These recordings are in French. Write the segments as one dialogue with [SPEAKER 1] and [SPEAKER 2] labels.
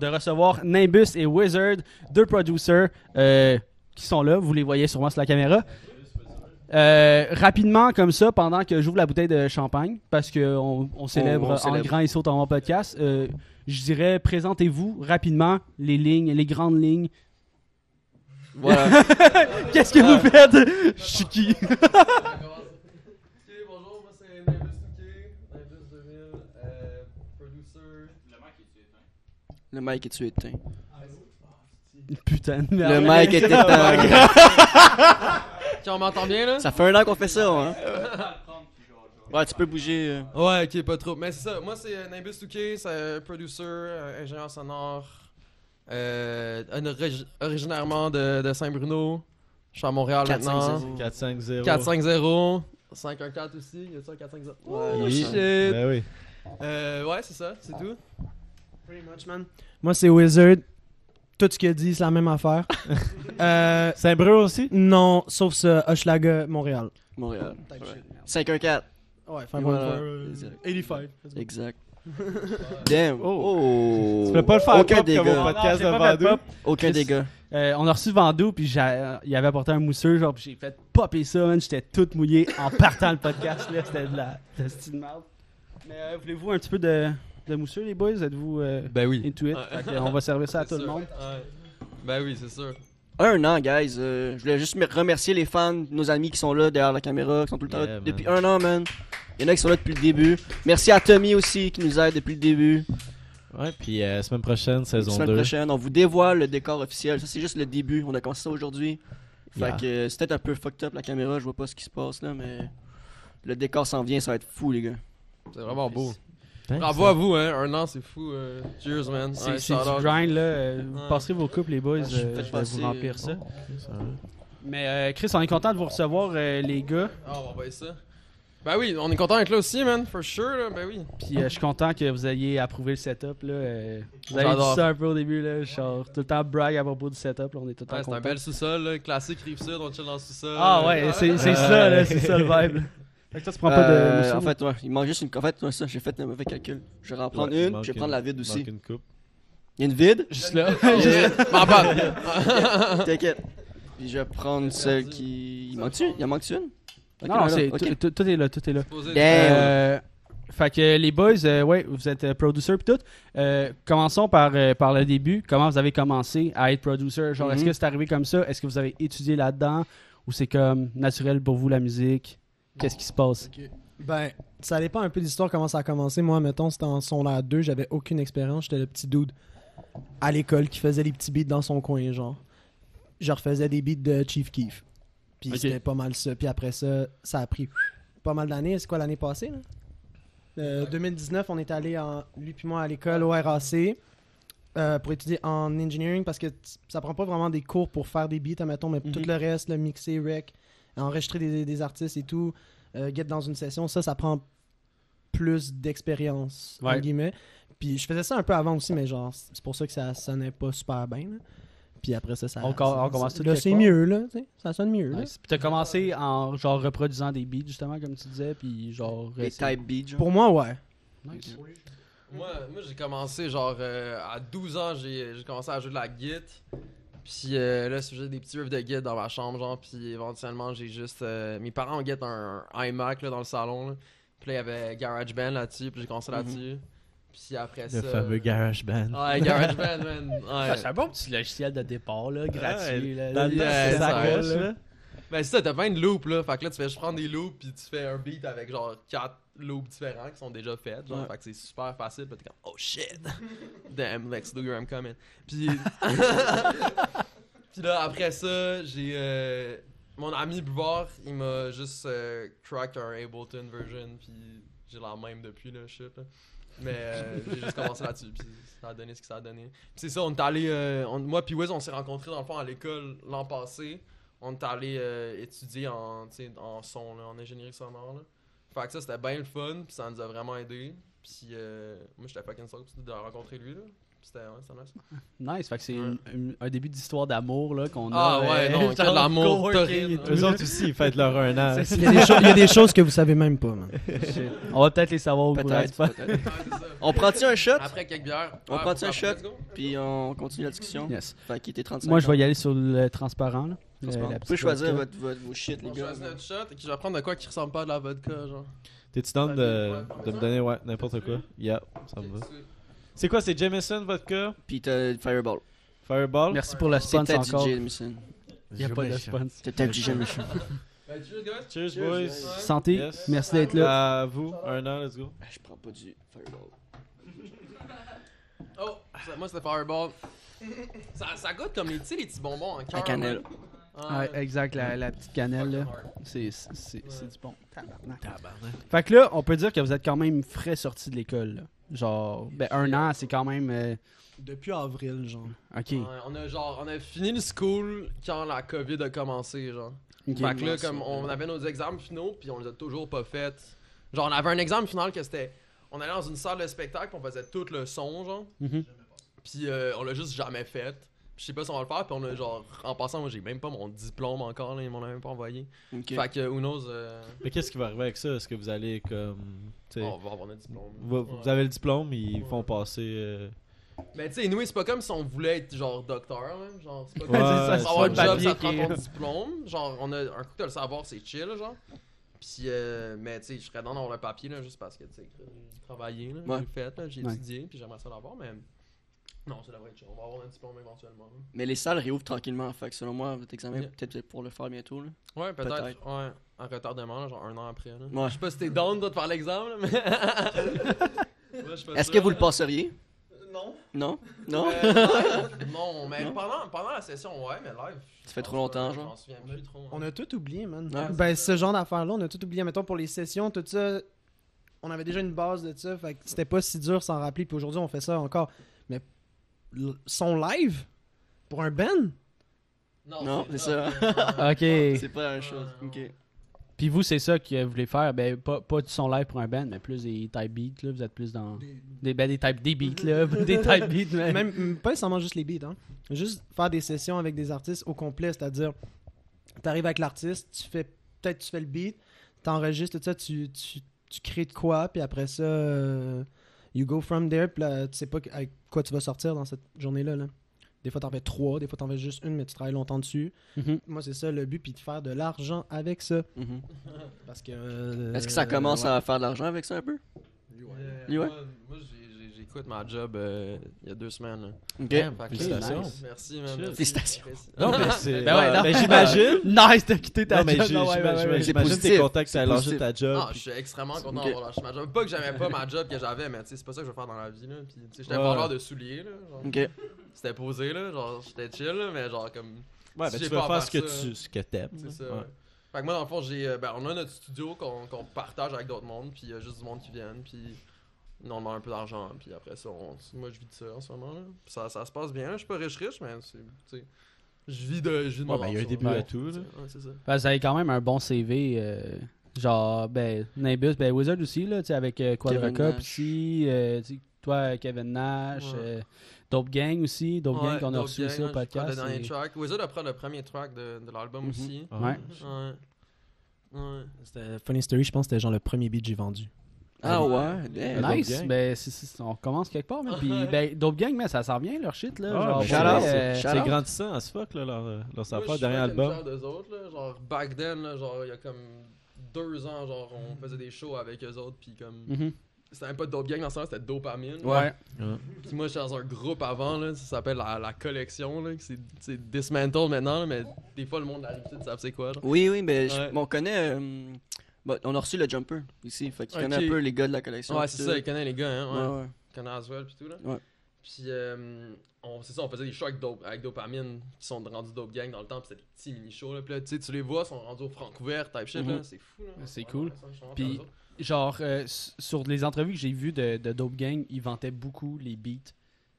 [SPEAKER 1] de recevoir Nimbus et Wizard, deux producers euh, qui sont là. Vous les voyez sûrement sur la caméra. Euh, rapidement, comme ça, pendant que j'ouvre la bouteille de champagne, parce qu'on on célèbre
[SPEAKER 2] on célèbre.
[SPEAKER 1] en grand et saute en grand podcast, euh, je dirais présentez-vous rapidement les lignes, les grandes lignes.
[SPEAKER 2] Voilà.
[SPEAKER 1] Qu'est-ce que
[SPEAKER 2] Ah.
[SPEAKER 1] vous faites? Je suis qui?
[SPEAKER 3] Ok, bonjour, moi c'est Nimbus Niké, Nimbus 2000, euh, producer.
[SPEAKER 2] le mic est-tu éteint?
[SPEAKER 1] Putain de
[SPEAKER 4] Ah
[SPEAKER 2] Le
[SPEAKER 1] merde.
[SPEAKER 2] mic est
[SPEAKER 4] Oh
[SPEAKER 2] éteint.
[SPEAKER 3] Ok, on m'entend bien là?
[SPEAKER 2] ça fait un an qu'on fait ça, hein? Ouais, tu peux bouger. euh.
[SPEAKER 3] Ouais, ok, pas trop. Mais c'est ça, moi c'est euh, Nimbus Niké, c'est euh, producer, euh, ingénieur sonore, euh, un orig- originairement de, de Saint-Bruno. Je suis à Montréal
[SPEAKER 2] 4-5-0.
[SPEAKER 3] maintenant.
[SPEAKER 4] 4-5-0.
[SPEAKER 3] 4-5-0. 514 aussi, il y a ça 450.
[SPEAKER 2] Ouais,
[SPEAKER 3] Oh
[SPEAKER 2] il y a
[SPEAKER 3] shit!
[SPEAKER 2] ça.
[SPEAKER 4] Ben oui.
[SPEAKER 3] Euh, ouais, c'est ça, c'est tout.
[SPEAKER 5] Pretty much, man. Moi, c'est Wizard. Tout ce qu'il a dit, c'est la même affaire. euh,
[SPEAKER 4] Saint-Breu aussi?
[SPEAKER 5] non, sauf ce Hochelaga Montréal.
[SPEAKER 2] Montréal. 5-1-4.
[SPEAKER 5] Ouais,
[SPEAKER 2] Et
[SPEAKER 5] enfin,
[SPEAKER 2] voilà. Exact.
[SPEAKER 5] 85.
[SPEAKER 2] Exact. Damn. Oh.
[SPEAKER 4] Tu peux pas le faire
[SPEAKER 2] Aucun
[SPEAKER 4] pop
[SPEAKER 2] des
[SPEAKER 4] comme au
[SPEAKER 2] gars.
[SPEAKER 4] podcast
[SPEAKER 1] Non,
[SPEAKER 4] de
[SPEAKER 1] j'ai pas fait
[SPEAKER 4] Vandou.
[SPEAKER 1] pop.
[SPEAKER 2] Aucun des gars.
[SPEAKER 1] Euh, on a reçu Vando, puis j'a- euh, il avait apporté un mousseux, genre, puis j'ai fait popper ça, man. J'étais tout mouillé en partant le podcast, là. C'était de la de la style merde. Mais euh, voulez-vous un petit peu de, de mousseux, les boys? Êtes-vous euh,
[SPEAKER 4] Ben oui.
[SPEAKER 1] into it?
[SPEAKER 3] Ouais.
[SPEAKER 1] Fait que, euh, on va servir ça à tout
[SPEAKER 3] C'est
[SPEAKER 1] le
[SPEAKER 3] sûr.
[SPEAKER 1] monde.
[SPEAKER 3] Ouais. Ben oui, c'est sûr.
[SPEAKER 2] Un an, guys. Euh, je voulais juste me- remercier les fans, nos amis qui sont là derrière la caméra, qui sont tout le temps
[SPEAKER 4] Yeah,
[SPEAKER 2] là
[SPEAKER 4] man.
[SPEAKER 2] depuis un an, man. Il y en a qui sont là depuis le début. Merci à Tommy aussi qui nous aide depuis le début.
[SPEAKER 4] Ouais, puis euh, semaine prochaine,
[SPEAKER 2] La
[SPEAKER 4] saison
[SPEAKER 2] semaine
[SPEAKER 4] 2.
[SPEAKER 2] prochaine, on vous dévoile le décor officiel. Ça, c'est juste le début. On a commencé ça aujourd'hui. Fait
[SPEAKER 4] Yeah.
[SPEAKER 2] que euh, c'est peut-être un peu fucked up la caméra. Je vois pas ce qui se passe là, mais le décor s'en vient. Ça va être fou, les gars.
[SPEAKER 3] C'est vraiment beau.
[SPEAKER 4] Thanks.
[SPEAKER 3] Bravo à vous, hein. Un an, c'est fou. euh, Cheers, man.
[SPEAKER 1] C'est
[SPEAKER 3] Ouais,
[SPEAKER 1] c'est
[SPEAKER 3] shout out.
[SPEAKER 1] du grind, là. euh, Vous
[SPEAKER 3] Ouais. Ah,
[SPEAKER 1] passerez vos couples, les boys.
[SPEAKER 2] Je
[SPEAKER 1] euh,
[SPEAKER 2] fais
[SPEAKER 1] je vais
[SPEAKER 2] passer-
[SPEAKER 1] vous remplir ça.
[SPEAKER 4] Ça hein. va.
[SPEAKER 1] Mais euh, Chris, on est content de vous recevoir, euh, les gars.
[SPEAKER 3] Ah, on va baisser ça. Ben oui, on est content d'être là aussi, man. For sure, là. Ben oui.
[SPEAKER 1] Puis euh, je suis content que vous ayez approuvé le setup, là. euh, vous avez dit
[SPEAKER 3] J'adore.
[SPEAKER 1] ça un peu au début, là. Genre, tout le temps brag à propos du setup, là. On est tout le temps
[SPEAKER 3] Ouais, c'est
[SPEAKER 1] content.
[SPEAKER 3] un bel sous-sol, là. Classique Rive-Sud, on chill dans le sous-sol.
[SPEAKER 1] Ah ouais, c'est c'est
[SPEAKER 4] Ouais.
[SPEAKER 1] ça, là, c'est ça le vibe. là. Fait que toi, tu prends pas de hein.
[SPEAKER 2] Euh,
[SPEAKER 1] mousseux,
[SPEAKER 2] en
[SPEAKER 1] là?
[SPEAKER 2] fait, ouais, il manque juste une. En fait, ouais, ça, j'ai fait un mauvais calcul. Je vais en prendre
[SPEAKER 4] Ouais, il
[SPEAKER 2] une,
[SPEAKER 4] manque
[SPEAKER 2] puis je vais prendre la vide
[SPEAKER 4] manque
[SPEAKER 2] aussi.
[SPEAKER 4] une coupe.
[SPEAKER 2] Il y a une vide
[SPEAKER 1] juste là.
[SPEAKER 2] Yeah.
[SPEAKER 3] M'en parle.
[SPEAKER 2] T'inquiète. Puis je vais prendre celle qui. Il manque-tu Il en manque-tu une Ok,
[SPEAKER 1] non, non,
[SPEAKER 2] voilà,
[SPEAKER 1] c'est
[SPEAKER 2] ok.
[SPEAKER 1] tout- tout tout est là, tout est là.
[SPEAKER 3] Poser-
[SPEAKER 2] Damn.
[SPEAKER 1] Euh, fait que les boys, euh, ouais, vous êtes euh, producer pis tout. Euh, commençons par, euh, par le début. Comment vous avez commencé à être producer? Genre, est-ce
[SPEAKER 2] Mhm.
[SPEAKER 1] que c'est arrivé comme ça? Est-ce que vous avez étudié là-dedans? Ou c'est comme naturel pour vous la musique? Qu'est-ce qui se passe?
[SPEAKER 5] Ben, ça dépend un peu de l'histoire, comment ça a commencé. Moi, mettons, c'était en secondaire 2, j'avais aucune expérience. J'étais le petit dude à l'école qui faisait les petits beats dans son coin, genre. Je refaisais des beats de Chief Keef. Puis
[SPEAKER 1] Ok.
[SPEAKER 5] c'était pas mal ça. Puis après ça, ça a pris pas mal d'années. C'est quoi l'année passée, là? Euh, 2019, on est allé, en, lui puis moi, à l'école au RAC euh, pour étudier en engineering parce que t- ça prend pas vraiment des cours pour faire des beats, admettons, mais
[SPEAKER 1] Mhm.
[SPEAKER 5] tout le reste, le mixer, rec, enregistrer des, des artistes et tout, euh, get dans une session, ça, ça prend plus d'expérience, entre
[SPEAKER 1] Ouais.
[SPEAKER 5] guillemets. Puis je faisais ça un peu avant aussi, mais genre, c- c'est pour ça que ça sonnait pas super bien. là. Puis après ça, ça.
[SPEAKER 1] On com- on
[SPEAKER 5] ça-
[SPEAKER 1] commence tout
[SPEAKER 5] Là,
[SPEAKER 1] quelque
[SPEAKER 5] c'est
[SPEAKER 1] part.
[SPEAKER 5] mieux, là. tu sais, Ça sonne mieux, là.
[SPEAKER 1] Nice. Puis t'as commencé en genre reproduisant des beats, justement, comme tu disais, puis genre. euh,
[SPEAKER 2] Des
[SPEAKER 1] c'est-
[SPEAKER 2] type B, genre.
[SPEAKER 5] Pour moi, ouais.
[SPEAKER 1] Nice.
[SPEAKER 3] Moi, moi j'ai commencé genre euh, à 12 ans, j'ai j'ai commencé à jouer de la guitare. Puis euh, là, j'ai des petits riffs de guitare dans ma chambre, genre. Puis éventuellement, j'ai juste. euh, mes parents ont guette un, un iMac là, dans le salon. là. Puis là, il y avait GarageBand là-dessus, puis j'ai commencé
[SPEAKER 2] Mhm.
[SPEAKER 3] là-dessus. Puis après
[SPEAKER 4] Le
[SPEAKER 3] ça.
[SPEAKER 4] fameux Garage Band.
[SPEAKER 3] Ouais, GarageBand, man. Ouais.
[SPEAKER 1] Ça, C'est un bon petit logiciel de départ, là, gratuit. là.
[SPEAKER 4] Dans le
[SPEAKER 3] Yeah,
[SPEAKER 4] temps, c'est
[SPEAKER 3] ça
[SPEAKER 4] sacoche,
[SPEAKER 3] roche,
[SPEAKER 4] là.
[SPEAKER 3] Ben c'est ça, t'as plein de loops là, fait que là tu fais je prends des loops puis tu fais un beat avec genre 4 loops différents qui sont déjà faits, genre
[SPEAKER 2] Ouais.
[SPEAKER 3] fait que c'est super facile, pis t'es comme oh shit. Damn, Lex Luger I'm coming. Puis Puis là après ça, j'ai euh, mon ami Bouvard, il m'a juste euh, crack un Ableton version puis j'ai la même depuis là, shit là. Mais euh, j'ai juste commencé là-dessus puis ça a donné ce que ça a donné. Puis c'est ça, on est allé euh, on- moi puis Wiz on s'est rencontrés dans le fond à l'école l'an passé on est allé euh, étudier en, tu sais, en son, là, en ingénierie sonore. Là. Fait que ça, c'était bien le fun, puis ça nous a vraiment aidé. Puis euh, moi, j'étais fucking sûr de rencontrer lui. Là. C'était ouais, c'était nice.
[SPEAKER 1] Nice, fait que c'est
[SPEAKER 3] Ouais.
[SPEAKER 1] une- une- un début d'histoire d'amour là qu'on
[SPEAKER 3] Ah,
[SPEAKER 1] a. euh,
[SPEAKER 3] ouais, non,
[SPEAKER 1] genre
[SPEAKER 3] que de l'amour
[SPEAKER 1] coworking
[SPEAKER 3] torride.
[SPEAKER 1] et tout,
[SPEAKER 4] Eux
[SPEAKER 1] là.
[SPEAKER 4] autres aussi, ils fêtent leur un an.
[SPEAKER 5] Il y, a des cho- il y a des choses que vous savez même pas, man.
[SPEAKER 1] Shit. On va peut-être les savoir au courant du
[SPEAKER 2] Peut-être,
[SPEAKER 1] pod-
[SPEAKER 2] peut-être.
[SPEAKER 3] Ah, c'est ça.
[SPEAKER 2] On prend-tu un shot,
[SPEAKER 3] Après quelques bières.
[SPEAKER 2] On
[SPEAKER 3] ouais,
[SPEAKER 2] prend
[SPEAKER 3] pourquoi
[SPEAKER 2] un
[SPEAKER 3] pas,
[SPEAKER 2] shot?
[SPEAKER 3] let's go.
[SPEAKER 2] puis on continue la discussion.
[SPEAKER 1] Yes.
[SPEAKER 2] Fait qu'il était 35
[SPEAKER 1] Moi, je vais y aller sur le transparent. Là. Le-
[SPEAKER 2] Vous
[SPEAKER 1] la
[SPEAKER 2] pouvez
[SPEAKER 1] petite
[SPEAKER 2] choisir
[SPEAKER 1] vodka.
[SPEAKER 2] votre, votre, vos shit, les
[SPEAKER 3] On
[SPEAKER 2] gars.
[SPEAKER 3] choisit notre shot et je vais prendre de quoi qui ressemble pas à de la vodka, genre.
[SPEAKER 4] T'es-tu down de, de me donner, ouais, n'importe quoi? Yeah, ça me va. C'est quoi, c'est Jameson, vodka,
[SPEAKER 2] Puis t'as le Fireball.
[SPEAKER 4] Fireball?
[SPEAKER 1] Merci pour le
[SPEAKER 2] C'était
[SPEAKER 1] sponsor
[SPEAKER 2] DJ
[SPEAKER 1] encore.
[SPEAKER 2] Jameson.
[SPEAKER 1] Il n'y a pas de sponsor.
[SPEAKER 2] C'était DJ Jameson.
[SPEAKER 3] Ben, cheers, guys.
[SPEAKER 4] Cheers,
[SPEAKER 3] Cheers,
[SPEAKER 4] boys.
[SPEAKER 3] guys.
[SPEAKER 1] Santé,
[SPEAKER 4] Yes.
[SPEAKER 1] merci d'être là.
[SPEAKER 4] À vous, un an, let's go.
[SPEAKER 2] Ah, Je prends pas du Fireball.
[SPEAKER 3] Oh, ça- moi c'était Fireball. ça, ça goûte comme les, tu sais, les petits bonbons en cœur.
[SPEAKER 2] La cannelle.
[SPEAKER 3] là.
[SPEAKER 1] Ouais,
[SPEAKER 3] Ouais.
[SPEAKER 1] exact, la, la petite cannelle. là.
[SPEAKER 3] Fucking hard.
[SPEAKER 1] C'est c'est- c'est- c'est du bon. Tabarnak.
[SPEAKER 4] Tabarnak.
[SPEAKER 1] Fait que là, on peut dire que vous êtes quand même frais sorti de l'école. là. Genre, ben un an, c'est quand même. euh,
[SPEAKER 5] Depuis avril, genre.
[SPEAKER 1] ok.
[SPEAKER 3] Ouais, on a genre, on a fini le school quand la COVID a commencé, genre.
[SPEAKER 1] ok.
[SPEAKER 3] Fait que là, comme on avait nos examens finaux, puis on les a toujours pas faits. Genre, on avait un examen final que c'était. On allait dans une salle de spectacle, puis on faisait tout le son, genre.
[SPEAKER 1] Mhm.
[SPEAKER 3] Puis euh, on l'a juste jamais fait. Puis Je sais pas si on va le faire, puis on a genre. En passant, moi j'ai même pas mon diplôme encore, là, ils m'ont même pas envoyé.
[SPEAKER 2] Ok.
[SPEAKER 3] Fait que, who knows, euh,
[SPEAKER 4] Mais qu'est-ce qui va arriver avec ça? Est-ce que vous allez comme. tu sais,
[SPEAKER 1] Oh.
[SPEAKER 3] on va avoir notre diplôme.
[SPEAKER 4] vous, vous
[SPEAKER 3] Ouais.
[SPEAKER 4] avez le diplôme, ils font passer. euh,
[SPEAKER 3] Mais tu sais, nous, c'est pas comme si on voulait être genre docteur, là. Genre, c'est pas
[SPEAKER 4] Ouais,
[SPEAKER 3] comme ça,
[SPEAKER 4] c'est
[SPEAKER 3] avoir
[SPEAKER 4] ça.
[SPEAKER 3] un job,
[SPEAKER 1] Papier
[SPEAKER 3] ça prend
[SPEAKER 1] qui-
[SPEAKER 3] ton diplôme. Genre, on a un coup de le savoir, c'est chill, genre. Puis, euh, mais tu sais, je serais dans d'avoir le papier, là, juste parce que, tu sais, que j'ai travaillé, là,
[SPEAKER 2] Ouais.
[SPEAKER 3] j'ai fait, là, j'ai
[SPEAKER 1] Ouais.
[SPEAKER 3] étudié, puis j'aimerais ça l'avoir, mais. Non, ça devrait être chill. On va avoir un diplôme éventuellement. là.
[SPEAKER 2] Mais les salles réouvrent tranquillement. Fait que selon moi, votre examen,
[SPEAKER 3] Yeah.
[SPEAKER 2] peut-être pour le faire bientôt. Là.
[SPEAKER 3] Ouais, peut-être.
[SPEAKER 2] Peut-être.
[SPEAKER 3] ouais, en retardement, là, genre un an après, là.
[SPEAKER 2] Ouais.
[SPEAKER 3] Je sais pas si t'es down, toi, de faire l'examen, là, mais. Moi, je fais
[SPEAKER 2] Est-ce
[SPEAKER 3] ça,
[SPEAKER 2] que vous le
[SPEAKER 3] là.
[SPEAKER 2] passeriez
[SPEAKER 5] Euh,
[SPEAKER 3] Non.
[SPEAKER 2] Non Non
[SPEAKER 3] Euh, non, mais
[SPEAKER 2] Non?
[SPEAKER 3] Pendant, pendant la session, ouais, mais live. je
[SPEAKER 2] Ça fait
[SPEAKER 3] pense
[SPEAKER 2] trop longtemps,
[SPEAKER 3] pas,
[SPEAKER 2] genre.
[SPEAKER 3] Je m'en souviens plus trop. hein.
[SPEAKER 5] On a tout oublié, man.
[SPEAKER 2] Ouais.
[SPEAKER 5] Ben, ce genre d'affaires-là, on a tout oublié. Mettons, pour les sessions, tout ça, on avait déjà une base de ça, fait que c'était pas si dur s'en rappeler. Puis aujourd'hui, on fait ça encore. Mais l- son live pour un band,
[SPEAKER 2] Non, c'est ça. Ah,
[SPEAKER 1] Ok.
[SPEAKER 2] C'est pas la même chose. Ok.
[SPEAKER 1] Puis vous, c'est ça que vous voulez faire. Ben, pas, pas du son live pour un band, mais plus des type beats. Là. Vous êtes plus dans. Des, ben, des type des beats, là. des type beats, mais.
[SPEAKER 5] même m- pas seulement juste les beats, hein. juste faire des sessions avec des artistes au complet, c'est-à-dire, t'arrives avec l'artiste, tu fais peut-être tu fais le beat, t'enregistres tout ça, tu, tu, tu crées de quoi, puis après ça, euh, you go from there, puis là, tu sais pas que- avec quoi tu vas sortir dans cette journée-là. Là. Des fois, t'en fais trois, des fois, t'en fais juste une, mais tu travailles longtemps dessus.
[SPEAKER 2] Mm-hmm.
[SPEAKER 1] Mhm.
[SPEAKER 5] Moi, c'est ça le but, puis de faire de l'argent avec ça.
[SPEAKER 2] Mhm.
[SPEAKER 5] Parce que. euh,
[SPEAKER 2] Est-ce que ça commence
[SPEAKER 5] ouais.
[SPEAKER 2] à faire de l'argent avec ça un peu You
[SPEAKER 3] Euh, Moi,
[SPEAKER 2] ouais?
[SPEAKER 3] moi, j'ai- j'ai- j'ai quitté ma job euh, il y a deux semaines. là.
[SPEAKER 2] Ok.
[SPEAKER 3] Fait que-
[SPEAKER 4] félicitations.
[SPEAKER 3] Merci, man.
[SPEAKER 4] Chill.
[SPEAKER 3] merci.
[SPEAKER 2] Félicitations.
[SPEAKER 3] Merci.
[SPEAKER 4] Non, mais c'est.
[SPEAKER 1] Ben ouais, non.
[SPEAKER 4] mais j'imagine.
[SPEAKER 1] Nice de quitter ta
[SPEAKER 4] Non, mais
[SPEAKER 1] job.
[SPEAKER 4] j'ai-
[SPEAKER 1] non, ouais, ouais,
[SPEAKER 4] j'imagine
[SPEAKER 1] ouais, ouais.
[SPEAKER 2] C'est
[SPEAKER 4] j'imagine tes
[SPEAKER 2] positif.
[SPEAKER 4] contacts, ça a lâché
[SPEAKER 2] positif.
[SPEAKER 4] ta job.
[SPEAKER 3] Ah, je suis extrêmement content
[SPEAKER 2] Ok.
[SPEAKER 3] d'avoir lâché ma job. Pas que j'aimais pas ma job que j'avais, mais tu sais, c'est pas ça que je veux faire dans la vie. là. Puis, tu sais, j'étais
[SPEAKER 4] Ouais.
[SPEAKER 3] vendeur de souliers. là, genre.
[SPEAKER 2] Ok.
[SPEAKER 3] C'était posé, là. Genre, j'étais chill, là, mais genre, comme.
[SPEAKER 4] Ouais,
[SPEAKER 3] Si
[SPEAKER 4] ben
[SPEAKER 3] j'ai
[SPEAKER 4] tu vas
[SPEAKER 3] pas à
[SPEAKER 4] faire ce que
[SPEAKER 3] faire ça,
[SPEAKER 4] tu ce que t'aimes.
[SPEAKER 3] C'est ça.
[SPEAKER 4] Ouais.
[SPEAKER 3] ouais. Fait que moi, dans le fond, j'ai, euh, ben, on a notre studio qu'on qu'on partage avec d'autres mondes, puis il y a juste du monde qui viennent, puis on demande un peu d'argent, puis après ça, on- moi, je vis de ça en ce moment. Là. Puis Ça, ça se passe bien, là. je suis pas riche-riche, mais c'est, tu sais, je vis de, je vis de
[SPEAKER 4] Ouais,
[SPEAKER 3] mon
[SPEAKER 4] ben, il y
[SPEAKER 3] art,
[SPEAKER 4] a
[SPEAKER 3] ça.
[SPEAKER 4] un début
[SPEAKER 1] Ouais.
[SPEAKER 4] à tout, là.
[SPEAKER 3] Ouais, c'est ça.
[SPEAKER 1] Ben, vous avez quand même un bon CV. euh, genre, ben, Nimbus, ben, Wizard aussi, là, tu sais, avec euh, Quadra
[SPEAKER 2] Kevin
[SPEAKER 1] Cup
[SPEAKER 2] Nash.
[SPEAKER 1] aussi. euh, tu sais, toi, Kevin Nash.
[SPEAKER 3] Ouais.
[SPEAKER 1] euh, Dope Gang aussi. Dope Gang
[SPEAKER 3] Ouais,
[SPEAKER 1] qu'on a
[SPEAKER 3] Dope
[SPEAKER 1] reçu
[SPEAKER 3] Gang,
[SPEAKER 1] aussi
[SPEAKER 3] là,
[SPEAKER 1] au
[SPEAKER 3] je prends
[SPEAKER 1] podcast.
[SPEAKER 3] Le dernier
[SPEAKER 1] et-
[SPEAKER 3] track. Wizard a pris le premier track de, de l'album
[SPEAKER 2] Mhm.
[SPEAKER 3] aussi.
[SPEAKER 4] Ah.
[SPEAKER 1] Ouais.
[SPEAKER 3] Ouais. Ouais.
[SPEAKER 5] C'était Funny Story, je pense que c'était genre le premier beat que j'ai vendu.
[SPEAKER 2] Ah ouais. damn.
[SPEAKER 4] Dope
[SPEAKER 1] Nice,
[SPEAKER 4] Gang.
[SPEAKER 1] ben c'est- c'est- on commence quelque part, mais puis ben, Dope Gang, mais ça s'en vient leur shit là.
[SPEAKER 4] Ouais,
[SPEAKER 1] genre,
[SPEAKER 4] ben,
[SPEAKER 1] pour
[SPEAKER 2] shout out,
[SPEAKER 1] vrai, euh,
[SPEAKER 2] shout
[SPEAKER 4] C'est
[SPEAKER 2] out.
[SPEAKER 4] grandissant à ce fuck, là, leur, leur
[SPEAKER 3] Moi,
[SPEAKER 4] safari,
[SPEAKER 3] je suis
[SPEAKER 4] dernier
[SPEAKER 3] fucking
[SPEAKER 4] album.
[SPEAKER 3] fier d'eux autres, là. Genre, back then, là, genre, il y a comme deux ans, genre, on faisait des shows avec eux autres, puis comme.
[SPEAKER 1] Mhm.
[SPEAKER 3] C'était même pas Dope Gang dans ce temps, c'était Dopamine.
[SPEAKER 1] Ouais.
[SPEAKER 3] Puis moi, j'étais dans un groupe avant, là, ça s'appelle la, la collection, là, que c'est c'est Dismantled maintenant, là, mais des fois, le monde arrive, tu sais, c'est quoi, genre.
[SPEAKER 2] Oui, oui, mais je-
[SPEAKER 3] Ouais.
[SPEAKER 2] bon, on connaît. euh, bon, on a reçu le jumper ici. Fait qu'il
[SPEAKER 3] Ok.
[SPEAKER 2] connaît un peu les gars de la collection.
[SPEAKER 3] Ouais,
[SPEAKER 2] tout
[SPEAKER 3] c'est ça, il connaît les gars, hein, ouais.
[SPEAKER 2] Ouais, ouais.
[SPEAKER 3] Il connaît Aswell, pis tout, là.
[SPEAKER 2] Ouais.
[SPEAKER 3] Puis, euh, on- c'est ça, on faisait des shows avec, Dope- avec Dopamine, qui sont rendus Dope Gang dans le temps, pis c'était des petits mini-shows, là. Puis là, tu sais, tu les vois, ils sont rendus au Francouvert, type shit, là.
[SPEAKER 2] Mhm.
[SPEAKER 3] C'est fou, là.
[SPEAKER 1] C'est
[SPEAKER 3] Ouais,
[SPEAKER 1] cool.
[SPEAKER 3] ouais, ça, je suis vraiment
[SPEAKER 1] Puis-
[SPEAKER 3] fier d'eux autres.
[SPEAKER 1] Genre euh, s- sur les entrevues que j'ai vues de, de Dope Gang, ils vantaient beaucoup les beats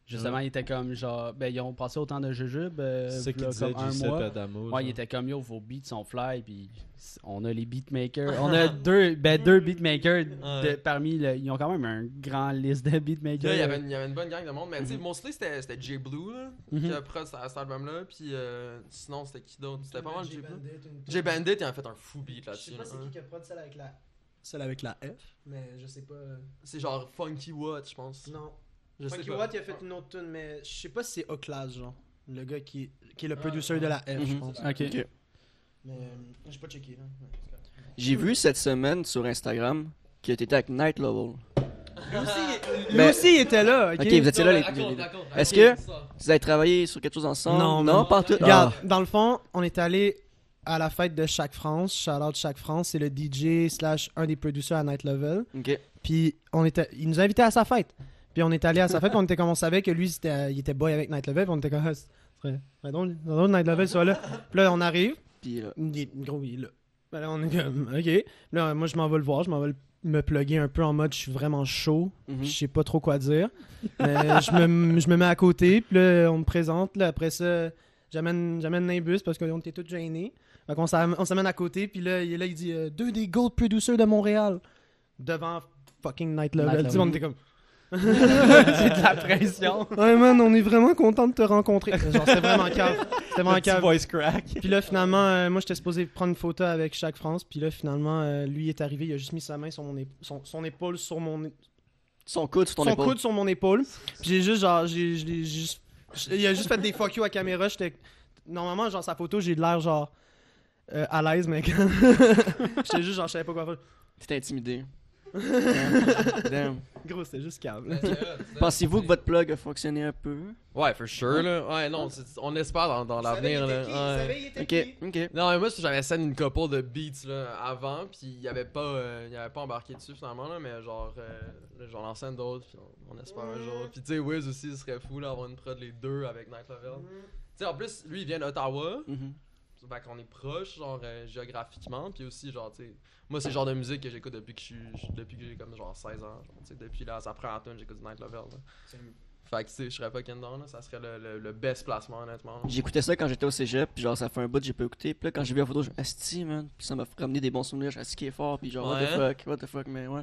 [SPEAKER 1] Justement, il était comme genre, ben ils ont passé autant de jujubes. euh,
[SPEAKER 4] C'est ce qu'il
[SPEAKER 1] v'là
[SPEAKER 4] disait
[SPEAKER 1] comme un
[SPEAKER 4] Giuseppe
[SPEAKER 1] mois.
[SPEAKER 4] Adamo.
[SPEAKER 1] Ouais, il
[SPEAKER 4] genre.
[SPEAKER 1] était comme yo, vos beats sont fly, puis c- on a les beatmakers. On a deux, ben, deux beatmakers de-
[SPEAKER 3] Ouais.
[SPEAKER 1] parmi le- Ils ont quand même un grand liste de beatmakers.
[SPEAKER 3] Là, il y, avait une, il y avait une bonne gang de monde, mais tu sais, mostly c'était c'était Jay Blue là, qui a prod cet, cet album-là, puis euh, sinon c'était qui d'autre C'était pas mal Jay Blue. Jay Bandit, il a fait un fou beat
[SPEAKER 5] Je
[SPEAKER 3] là-dessus.
[SPEAKER 5] sais pas
[SPEAKER 3] là.
[SPEAKER 5] c'est qui qui a prod celle avec la. Celle avec la F, mais je sais pas.
[SPEAKER 3] C'est genre Funky Watt, je pense.
[SPEAKER 5] Non.
[SPEAKER 3] Je sais
[SPEAKER 5] Funky
[SPEAKER 3] pas. Ah.
[SPEAKER 5] Watt, il a fait une autre tune, mais je sais pas si c'est Oclaz, genre. Le gars qui, qui est
[SPEAKER 3] Ah.
[SPEAKER 5] le producer de la F, je
[SPEAKER 2] Mhm.
[SPEAKER 5] pense.
[SPEAKER 1] Ok.
[SPEAKER 2] Ok.
[SPEAKER 5] Mais euh, j'ai pas checké, là. Ouais, c'est correct.
[SPEAKER 2] J'ai vu cette semaine sur Instagram que t'étais avec Night Level.
[SPEAKER 5] Lui aussi, lui
[SPEAKER 2] Ben-
[SPEAKER 5] aussi, il était là. Ok,
[SPEAKER 2] Ok, vous étiez là les, les- Est-ce que- Vous avez travaillé sur quelque chose ensemble
[SPEAKER 5] Non,
[SPEAKER 2] non
[SPEAKER 5] mais-
[SPEAKER 2] pas en tout.
[SPEAKER 5] Regarde,
[SPEAKER 2] Ah.
[SPEAKER 5] dans le fond, on est allé à la fête de Chaque France. Shout out Chaque France, c'est le DJ slash un des producers à Night Level.
[SPEAKER 2] Ok.
[SPEAKER 5] Puis on était, il nous a invités à sa fête. Puis on est allé à sa fête, puis on était comme on savait que lui, c'était- il était boy avec Night Level, puis on était comme, ah, c'est vrai. Mais donc, donc, Night Level soit là. Puis là, on arrive,
[SPEAKER 2] Puis euh, là,
[SPEAKER 5] il est, gros, il est là. Ben là, on est comme, ok. Là, moi, je m'en vais le voir, je m'en vais le- me plugger un peu en mode, je suis vraiment chaud.
[SPEAKER 2] mhm.
[SPEAKER 5] Je sais pas trop quoi dire. Mais je, me, je me mets à côté, puis là, on me présente. Là, après ça, j'amène, j'amène un bus parce qu'on était tous gênés. Fait qu'on s'am- on s'amène à côté, puis là, il, est là, il dit euh, Deux des gold plus douceurs de Montréal. Devant fucking Night Level.
[SPEAKER 1] Night
[SPEAKER 5] Tu sais, on
[SPEAKER 1] Level.
[SPEAKER 5] était comme
[SPEAKER 1] c'est de la pression.
[SPEAKER 5] Ouais, man, on est vraiment content de te rencontrer. Genre, c'était vraiment cave. C'était vraiment
[SPEAKER 4] Le petit
[SPEAKER 5] cave.
[SPEAKER 4] voice crack.
[SPEAKER 5] Puis là, finalement, euh, moi, j'étais supposé prendre une photo avec chaque France. Puis là, finalement, euh, lui est arrivé. Il a juste mis sa main sur mon ép- son, son épaule sur mon,
[SPEAKER 2] Son coude sur ton
[SPEAKER 5] son
[SPEAKER 2] épaule.
[SPEAKER 5] coude sur mon épaule. Puis j'ai juste genre j'ai je l'ai juste je- il a juste fait des fuck you à caméra, j'étais normalement genre sa photo, j'ai de l'air genre euh, à l'aise mais quand j'étais juste genre je savais pas quoi faire.
[SPEAKER 2] T'es intimidé. Damn. Damn.
[SPEAKER 5] Gros, c'était juste câble.
[SPEAKER 2] Pensez-vous que votre plug a fonctionné un peu
[SPEAKER 3] Ouais, for sure, là. Ouais, non, c'est- on espère dans, dans l'avenir, là. Ouais.
[SPEAKER 2] Ok. Ok.
[SPEAKER 3] Non, mais moi, j'avais scène une couple de beats, là, avant, puis il y avait pas, euh, il y avait pas embarqué dessus, finalement, là, mais genre, euh, là, j'en lance scène d'autres, puis on, on espère un jour. Puis, tu sais, Wiz aussi, il serait fou, là, avoir une prod les deux avec Night Level.
[SPEAKER 5] Mm-hmm.
[SPEAKER 3] Tu sais, en plus, lui, il vient d'Ottawa,
[SPEAKER 2] Mhm.
[SPEAKER 3] fait qu'on est proche, genre, euh, géographiquement, puis aussi, genre, tu sais, moi, c'est le genre de musique que j'écoute depuis que je suis, depuis que j'ai comme, genre, 16 ans, genre, tu sais, depuis, là, sa première tune, j'écoute du Night Level, là. Fait que, tu sais, je serais pas down, là, ça serait le, le, le best placement, honnêtement. là.
[SPEAKER 2] J'écoutais ça quand j'étais au cégep, puis genre ça fait un bout que j'ai pas écouté. Puis là quand j'ai vu la photo, je me asti man, puis ça m'a ramené des bons souvenirs, j'ai astiqué fort, puis genre
[SPEAKER 3] Ouais,
[SPEAKER 2] what the fuck, what the fuck, mais ouais.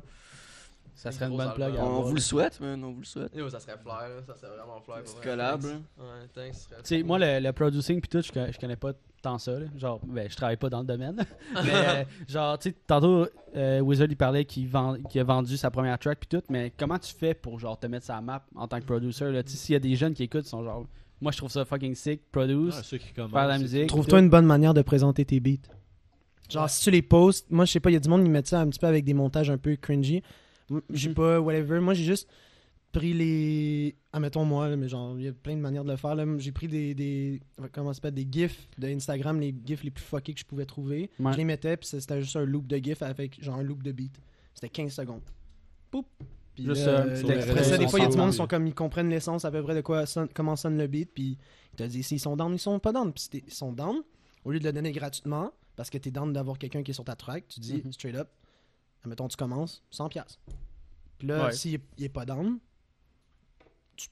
[SPEAKER 1] Ça serait une bonne plug. à
[SPEAKER 2] On
[SPEAKER 1] avoir.
[SPEAKER 2] vous le souhaite, man, on vous le souhaite.
[SPEAKER 3] Yo, ça serait flair, là, ça serait vraiment flair. pour vrai.
[SPEAKER 2] collab, là.
[SPEAKER 3] Ouais, thanks. ça serait
[SPEAKER 1] Tu sais,
[SPEAKER 3] fun.
[SPEAKER 1] moi, le, le producing, puis tout, je, co- je connais pas tant ça. là. Genre, ben, je travaille pas dans le domaine. mais, euh, genre, tu sais, tantôt, euh, Wizard, il parlait qu'il vend, qu'il a vendu sa première track, puis tout. Mais comment tu fais pour, genre, te mettre sa map en tant que producer? là? Tu sais, s'il y a des jeunes qui écoutent, ils sont genre, moi, je trouve ça fucking sick,
[SPEAKER 4] Ah,
[SPEAKER 1] produce,
[SPEAKER 4] ceux qui commencent,
[SPEAKER 1] faire de la
[SPEAKER 4] c'est-
[SPEAKER 1] musique.
[SPEAKER 5] Trouve-toi
[SPEAKER 1] tout.
[SPEAKER 5] une bonne manière de présenter tes beats. Genre si tu les postes, moi je sais pas, il y a du monde qui met ça un petit peu avec des montages un peu cringy. M-
[SPEAKER 2] Mm.
[SPEAKER 5] J'ai pas whatever, moi j'ai juste pris les admettons moi là, mais genre il y a plein de manières de le faire là. j'ai pris des, des comment ça s'appelle des gifs de Instagram les gifs les plus fuckés que je pouvais trouver
[SPEAKER 1] Ouais.
[SPEAKER 5] je les mettais puis c'était juste un loop de gifs avec genre un loop de beat c'était 15 secondes Poup. puis
[SPEAKER 1] Juste
[SPEAKER 5] là,
[SPEAKER 1] un petit
[SPEAKER 5] euh,
[SPEAKER 1] extrait.
[SPEAKER 5] après ça, des fois il y a du
[SPEAKER 1] Ensemble.
[SPEAKER 5] monde qui sont comme ils comprennent l'essence à peu près de quoi sonne- comment sonne le beat puis ils te disent s'ils sont down ils sont pas down puis si t'es- ils sont down au lieu de le donner gratuitement parce que t'es down d'avoir quelqu'un qui est sur ta track tu dis straight up admettons tu commences 100 pièces puis là
[SPEAKER 1] Ouais.
[SPEAKER 5] s'il est- il est pas down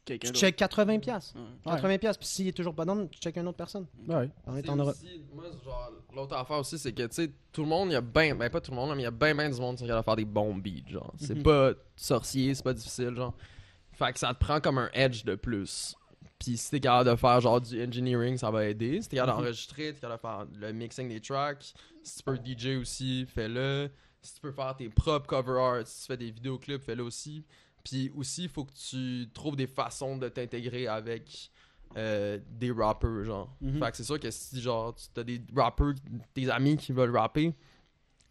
[SPEAKER 2] Quelqu'un
[SPEAKER 5] tu
[SPEAKER 2] d'autre.
[SPEAKER 5] check 80 pièces.
[SPEAKER 2] Ouais.
[SPEAKER 5] 80 pièces, puis s'il est toujours pas down, tu check une autre personne.
[SPEAKER 1] Ouais.
[SPEAKER 5] On est
[SPEAKER 3] C'est
[SPEAKER 5] en Europe.
[SPEAKER 3] aussi- Moi, genre, l'autre affaire aussi, c'est que, tu sais, tout le monde, il y a ben, ben pas tout le monde, là, mais il y a ben, ben du monde qui regarde faire des bons beats, genre. C'est
[SPEAKER 5] Mhm.
[SPEAKER 3] pas sorcier, c'est pas difficile, genre. Fait que ça te prend comme un edge de plus. Puis si t'es capable de faire, genre, du engineering, ça va aider. Si t'es
[SPEAKER 5] Mhm.
[SPEAKER 3] capable d'enregistrer, t'es capable de faire le mixing des tracks. Si tu peux DJ aussi, fais-le. Si tu peux faire tes propres cover art, si tu fais des vidéoclips, fais-le aussi. Puis aussi, il faut que tu trouves des façons de t'intégrer avec euh, des rappers, genre.
[SPEAKER 1] Mhm.
[SPEAKER 3] Fait que c'est sûr que si, genre, tu as des rappers, tes amis qui veulent rapper,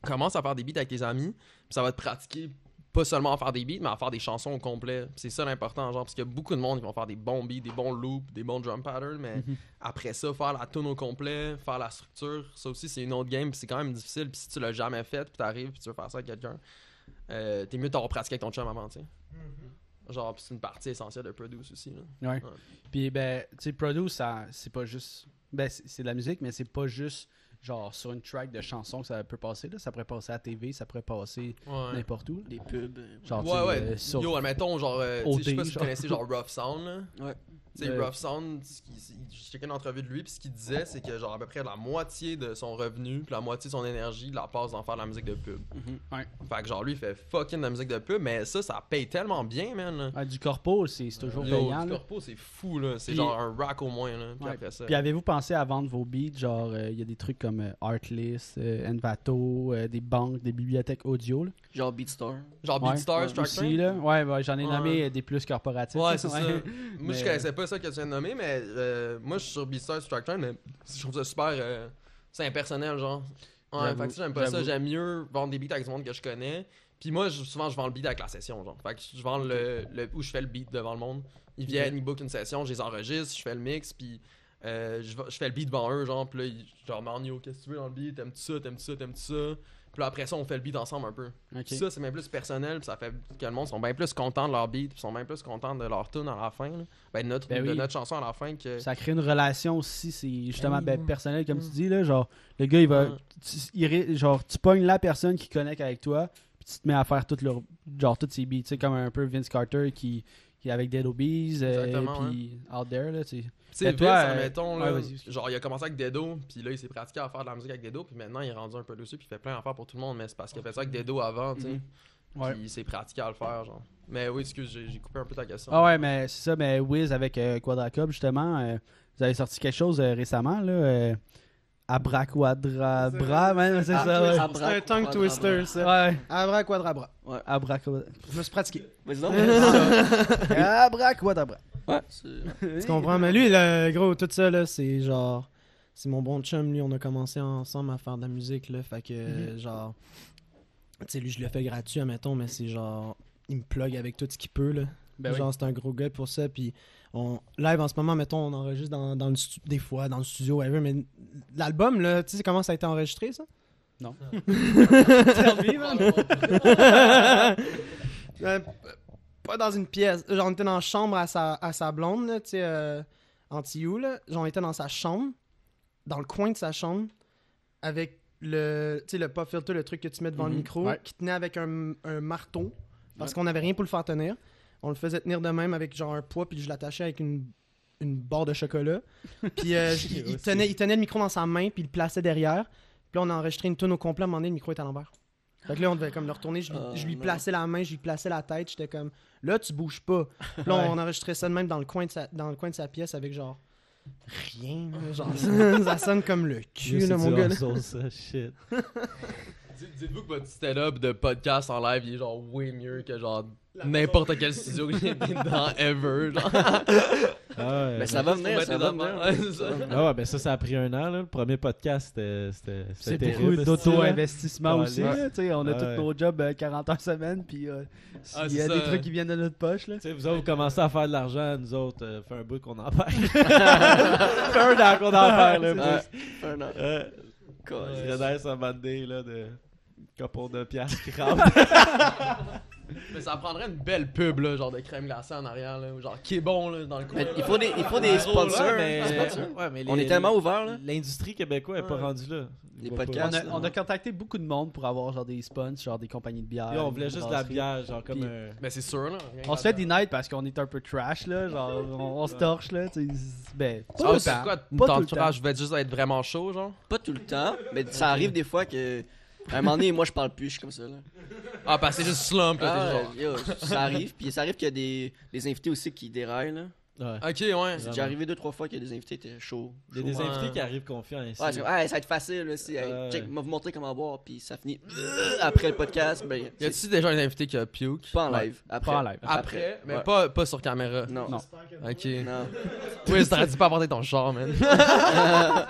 [SPEAKER 3] commence à faire des beats avec tes amis, puis ça va te pratiquer pas seulement à faire des beats, mais à faire des chansons au complet. Puis C'est ça l'important, genre, parce qu'il y a beaucoup de monde qui vont faire des bons beats, des bons loops, des bons drum patterns, mais après ça, faire la tune au complet, faire la structure, ça aussi, c'est une autre game, puis c'est quand même difficile, puis si tu l'as jamais fait, puis t'arrives, puis tu veux faire ça avec quelqu'un, euh, t'es mieux d'avoir pratiqué avec ton chum avant, tu sais. Genre, puis c'est une partie essentielle de produce aussi, là.
[SPEAKER 1] Ouais. Puis, ben, tu sais, produce, ça- c'est pas juste. Ben, c'est c'est de la musique, mais c'est pas juste genre sur une track de chanson que ça peut passer. Là. Ça pourrait passer à la TV, ça pourrait passer
[SPEAKER 3] Ouais.
[SPEAKER 1] n'importe où. là.
[SPEAKER 2] Des pubs. euh,
[SPEAKER 1] Genre, tu sais,
[SPEAKER 3] Ouais, ouais.
[SPEAKER 1] euh, sur-
[SPEAKER 3] Yo, admettons, genre, euh, tu sais, je sais
[SPEAKER 1] OD,
[SPEAKER 3] pas si vous
[SPEAKER 1] genre.
[SPEAKER 3] connaissez, genre, Rough Sound, là.
[SPEAKER 2] Ouais.
[SPEAKER 3] Tu sais,
[SPEAKER 1] Euh,
[SPEAKER 3] Rough Sound, ce qui- c'est- j'ai checké une entrevue de lui, puis ce qu'il disait, c'est que, genre, à peu près la moitié de son revenu, puis la moitié de son énergie, il la passe dans faire de la musique de pub.
[SPEAKER 2] Mhm.
[SPEAKER 3] Fait que, genre, lui, il fait fucking de la musique de pub, mais ça, ça paye tellement bien, man. là.
[SPEAKER 1] Ouais, du corpo, c'est c'est toujours
[SPEAKER 3] Yo,
[SPEAKER 1] payant.
[SPEAKER 3] du
[SPEAKER 1] là.
[SPEAKER 3] corpo, c'est fou, là. C'est
[SPEAKER 1] Puis-
[SPEAKER 3] genre un rack au moins, là. Puis
[SPEAKER 1] Ouais.
[SPEAKER 3] après ça.
[SPEAKER 1] Puis avez-vous pensé à vendre vos beats Genre, euh, il y a des trucs comme euh, Artlist, euh, Envato, euh, des banques, des bibliothèques audio. Là.
[SPEAKER 2] Genre Beatstar.
[SPEAKER 3] Genre,
[SPEAKER 1] Ouais.
[SPEAKER 3] Beat Stars, Track
[SPEAKER 1] Aussi, là. Ouais, ouais, j'en ai
[SPEAKER 3] Ouais.
[SPEAKER 1] nommé euh, des plus corporatifs.
[SPEAKER 3] Ouais,
[SPEAKER 1] là.
[SPEAKER 3] c'est ça. Moi,
[SPEAKER 1] Mais- euh,
[SPEAKER 3] je connaissais pas ça que tu viens de nommer, mais euh, moi, je suis sur Beastars Track Train, mais je trouve ça super. euh, c'est impersonnel, genre. Ouais,
[SPEAKER 1] J'avoue,
[SPEAKER 3] fait que ça, j'aime pas ça.
[SPEAKER 1] j'avoue.
[SPEAKER 3] J'aime mieux vendre des beats avec du monde que je connais. Puis moi, je- souvent, je vends le beat avec la session, genre. Fait que je vends le, le- où je fais le beat devant le monde. Ils viennent, ils bookent une session, je les enregistre, je fais le mix, puis. euh, je, va- je fais le beat devant eux, genre, pis là, ils- genre, Mario, qu'est-ce que tu veux dans le beat? T'aimes-tu ça? T'aimes-tu ça? T'aimes-tu ça? Puis là, après ça, on fait le beat ensemble un peu.
[SPEAKER 1] Ok.
[SPEAKER 3] Ça, c'est bien plus personnel, puis ça fait que le monde sont bien plus contents de leur beat, puis sont bien plus contents de leur tune à la fin, là. ben, de, notre,
[SPEAKER 1] Ben
[SPEAKER 3] de
[SPEAKER 1] oui.
[SPEAKER 3] notre chanson à la fin que.
[SPEAKER 1] Ça crée une relation aussi, c'est justement
[SPEAKER 3] oui,
[SPEAKER 1] ben, Mm.
[SPEAKER 3] ouais.
[SPEAKER 1] personnel, comme tu dis. Là, genre, le gars, il va.
[SPEAKER 3] Ouais.
[SPEAKER 1] tu- il ré- genre, tu pognes la personne qui connecte avec toi, puis tu te mets à faire tout leur, genre, toutes ses beats. Tu sais, comme un peu Vince Carter qui, qui est avec Dead Obies, euh,
[SPEAKER 3] Exactement,
[SPEAKER 1] puis Out There. Là, tu sais.
[SPEAKER 3] Tu sais,
[SPEAKER 1] Ben, toi,
[SPEAKER 3] Vince,
[SPEAKER 1] euh,
[SPEAKER 3] admettons,
[SPEAKER 1] ouais,
[SPEAKER 3] là,
[SPEAKER 1] vas-y, excuse.
[SPEAKER 3] genre, il a commencé avec Dedo, puis là, il s'est pratiqué à faire de la musique avec Dedo, puis maintenant, il est rendu un peu dessus, puis il fait plein d'affaires pour tout le monde, mais c'est parce qu'il a fait ça avec Dedo avant, tu sais.
[SPEAKER 2] Mhm.
[SPEAKER 1] Mm-hmm. Ouais.
[SPEAKER 3] Puis il s'est pratiqué à le faire, genre. Mais oui, excuse, j'ai j'ai coupé un peu ta question.
[SPEAKER 1] Ah ouais, mais c'est ça, mais Wiz avec euh, Quadracop, justement, euh, vous avez sorti quelque chose euh, récemment, là. Euh, Abraquadrabra, man, c'est Ah, ça, ouais.
[SPEAKER 2] Abra-
[SPEAKER 5] C'est un tongue
[SPEAKER 2] Abra-
[SPEAKER 5] twister, ça.
[SPEAKER 1] Ouais,
[SPEAKER 5] Abra quadrabra.
[SPEAKER 1] Abraquadabra.
[SPEAKER 5] Je me suis pratiqué.
[SPEAKER 2] Vas-y donc, mais-
[SPEAKER 1] Abraquadabra.
[SPEAKER 2] Ouais, c'est-
[SPEAKER 5] Tu comprends? Mais lui, le gros, tout ça, là, c'est genre. C'est mon bon chum, lui, on a commencé ensemble à faire de la musique, là. Fait que, genre. Tu sais, lui, je le fais gratuit, admettons, mais c'est genre. Il me plug avec tout ce qu'il peut, là.
[SPEAKER 1] Ben oui.
[SPEAKER 5] genre, c'est un gros gars pour ça. Puis, on live en ce moment, mettons, on enregistre dans, dans le stu- des fois, dans le studio, whatever. Mais l'album, là, tu sais, comment ça a été enregistré, ça?
[SPEAKER 1] Non.
[SPEAKER 5] hein. Euh, pas dans une pièce. Genre, on était dans la chambre à sa, à sa blonde, là, tu sais, euh, anti-you, là. Genre, on était dans sa chambre, dans le coin de sa chambre, avec le, tu sais, le pop filter, le truc que tu mets devant le
[SPEAKER 2] Mhm.
[SPEAKER 5] micro,
[SPEAKER 1] Ouais.
[SPEAKER 5] qui tenait avec un, un marteau, parce qu'on n'avait rien pour le faire tenir. On le faisait tenir de même avec genre un poids, puis je l'attachais avec une, une barre de chocolat. Puis euh, je- il, il tenait, il tenait le micro dans sa main, puis il le plaçait derrière. Puis là, on a enregistré une tune au complet, à un moment donné, le micro est à l'envers. Fait que là, on devait comme le retourner, je lui,
[SPEAKER 2] Oh,
[SPEAKER 5] je lui
[SPEAKER 2] non.
[SPEAKER 5] plaçais la main, je lui plaçais la tête, j'étais comme, là, tu bouges pas. Puis là, on enregistrait ça de même dans le coin de sa, dans le coin de sa pièce avec genre, rien, là, genre, ça, ça sonne comme le cul, là, mon gars. là.
[SPEAKER 4] ça, shit.
[SPEAKER 3] Dites- Dites-vous que votre setup de podcast en live, il est genre way mieux que genre n'importe quel studio que j'ai été dans ever. Genre.
[SPEAKER 4] Ah ouais.
[SPEAKER 2] Mais Ben, ça va
[SPEAKER 3] Juste pour
[SPEAKER 2] venir,
[SPEAKER 3] mettre
[SPEAKER 2] ça
[SPEAKER 3] les
[SPEAKER 2] va
[SPEAKER 3] affaires.
[SPEAKER 2] venir.
[SPEAKER 3] Ouais, c'est ça.
[SPEAKER 4] Ah ouais, ben ça, ça a pris un an, là. Le premier podcast, c'était- c'était
[SPEAKER 1] C'est
[SPEAKER 4] c'était
[SPEAKER 1] beaucoup
[SPEAKER 4] terrible. ça, là.
[SPEAKER 1] d'auto-investissement
[SPEAKER 4] Ouais,
[SPEAKER 1] aussi,
[SPEAKER 4] ouais.
[SPEAKER 1] là, tu sais, on a
[SPEAKER 4] Ouais.
[SPEAKER 1] tous nos jobs euh, 40 heures semaine, puis euh,
[SPEAKER 3] Ah,
[SPEAKER 1] il y a
[SPEAKER 3] c'est
[SPEAKER 1] des
[SPEAKER 3] ça.
[SPEAKER 1] trucs qui viennent de notre poche, là.
[SPEAKER 4] Tu sais, vous autres, vous commencez à faire de l'argent, nous autres, euh, fait un bout qu'on en perd. fait un an qu'on en perd, là.
[SPEAKER 2] Ouais.
[SPEAKER 4] plus.
[SPEAKER 2] Un an.
[SPEAKER 4] Euh,
[SPEAKER 2] Calice.
[SPEAKER 4] Il y en a un sur un moment donné, là, de copeaux de piastres qui rentrent.
[SPEAKER 3] Mais ça prendrait une belle pub, là, genre de crème glacée en arrière, là, ou genre qui est bon là, dans le coin.
[SPEAKER 2] Mais
[SPEAKER 3] là.
[SPEAKER 2] Ben, il faut des, il faut des sponsors.
[SPEAKER 4] Ouais, mais-
[SPEAKER 2] Sponsors.
[SPEAKER 4] ouais, mais
[SPEAKER 2] On
[SPEAKER 4] les-
[SPEAKER 2] est tellement ouverts, là.
[SPEAKER 4] L'industrie québécoise n'est pas
[SPEAKER 3] Ouais.
[SPEAKER 4] rendue là.
[SPEAKER 2] Les
[SPEAKER 4] Je vois pas.
[SPEAKER 2] podcasts.
[SPEAKER 1] On a,
[SPEAKER 2] Ouais.
[SPEAKER 1] on a contacté beaucoup de monde pour avoir genre des sponsors, genre des compagnies de bière.
[SPEAKER 4] Là, on voulait
[SPEAKER 1] des
[SPEAKER 4] juste de la
[SPEAKER 1] brasseries.
[SPEAKER 4] bière, genre comme
[SPEAKER 1] Puis-
[SPEAKER 4] un.
[SPEAKER 3] Mais c'est sûr, là. rien
[SPEAKER 1] On
[SPEAKER 3] que
[SPEAKER 1] se fait
[SPEAKER 3] là-dedans.
[SPEAKER 1] des nights parce qu'on est un peu trash, là. Genre, on, on se torche, là. tu sais, Ben, pas
[SPEAKER 3] Ah,
[SPEAKER 1] tout le
[SPEAKER 3] c'est
[SPEAKER 1] temps.
[SPEAKER 3] quoi,
[SPEAKER 1] Pas
[SPEAKER 3] ton
[SPEAKER 1] tout le temps.
[SPEAKER 3] entourage va juste être vraiment chaud, genre?
[SPEAKER 2] Pas tout le temps, mais ça arrive des fois que. À un moment donné, moi je parle plus, je suis comme ça. Là.
[SPEAKER 3] Ah, parce que c'est juste slump, là,
[SPEAKER 2] Ah,
[SPEAKER 3] t'es
[SPEAKER 2] yo, ça arrive, puis ça arrive qu'il y a des, des invités aussi qui déraillent. Là.
[SPEAKER 4] Ouais.
[SPEAKER 3] genre. Ok, ouais.
[SPEAKER 2] C'est
[SPEAKER 4] Vraiment.
[SPEAKER 2] déjà arrivé deux, trois fois qu'il y a des invités qui étaient chauds.
[SPEAKER 4] Il y a des
[SPEAKER 2] chauds.
[SPEAKER 3] Ouais.
[SPEAKER 4] invités qui arrivent confiants ici.
[SPEAKER 2] Ouais, c'est comme, Hey, ça va être facile, là, si, hey,
[SPEAKER 4] Ouais.
[SPEAKER 2] check, m'a vous montrer comment boire, puis ça finit euh, après le podcast, ben,
[SPEAKER 3] Y
[SPEAKER 2] c'est
[SPEAKER 3] a-tu déjà un invité qui a puke?
[SPEAKER 2] pas en live. Après,
[SPEAKER 1] Pas en live.
[SPEAKER 3] Après, mais
[SPEAKER 2] ouais.
[SPEAKER 3] pas, pas sur caméra.
[SPEAKER 2] Non.
[SPEAKER 1] Non.
[SPEAKER 2] Non.
[SPEAKER 3] Ok. Oui, ça aurait dû pas apporter ton char, man. ça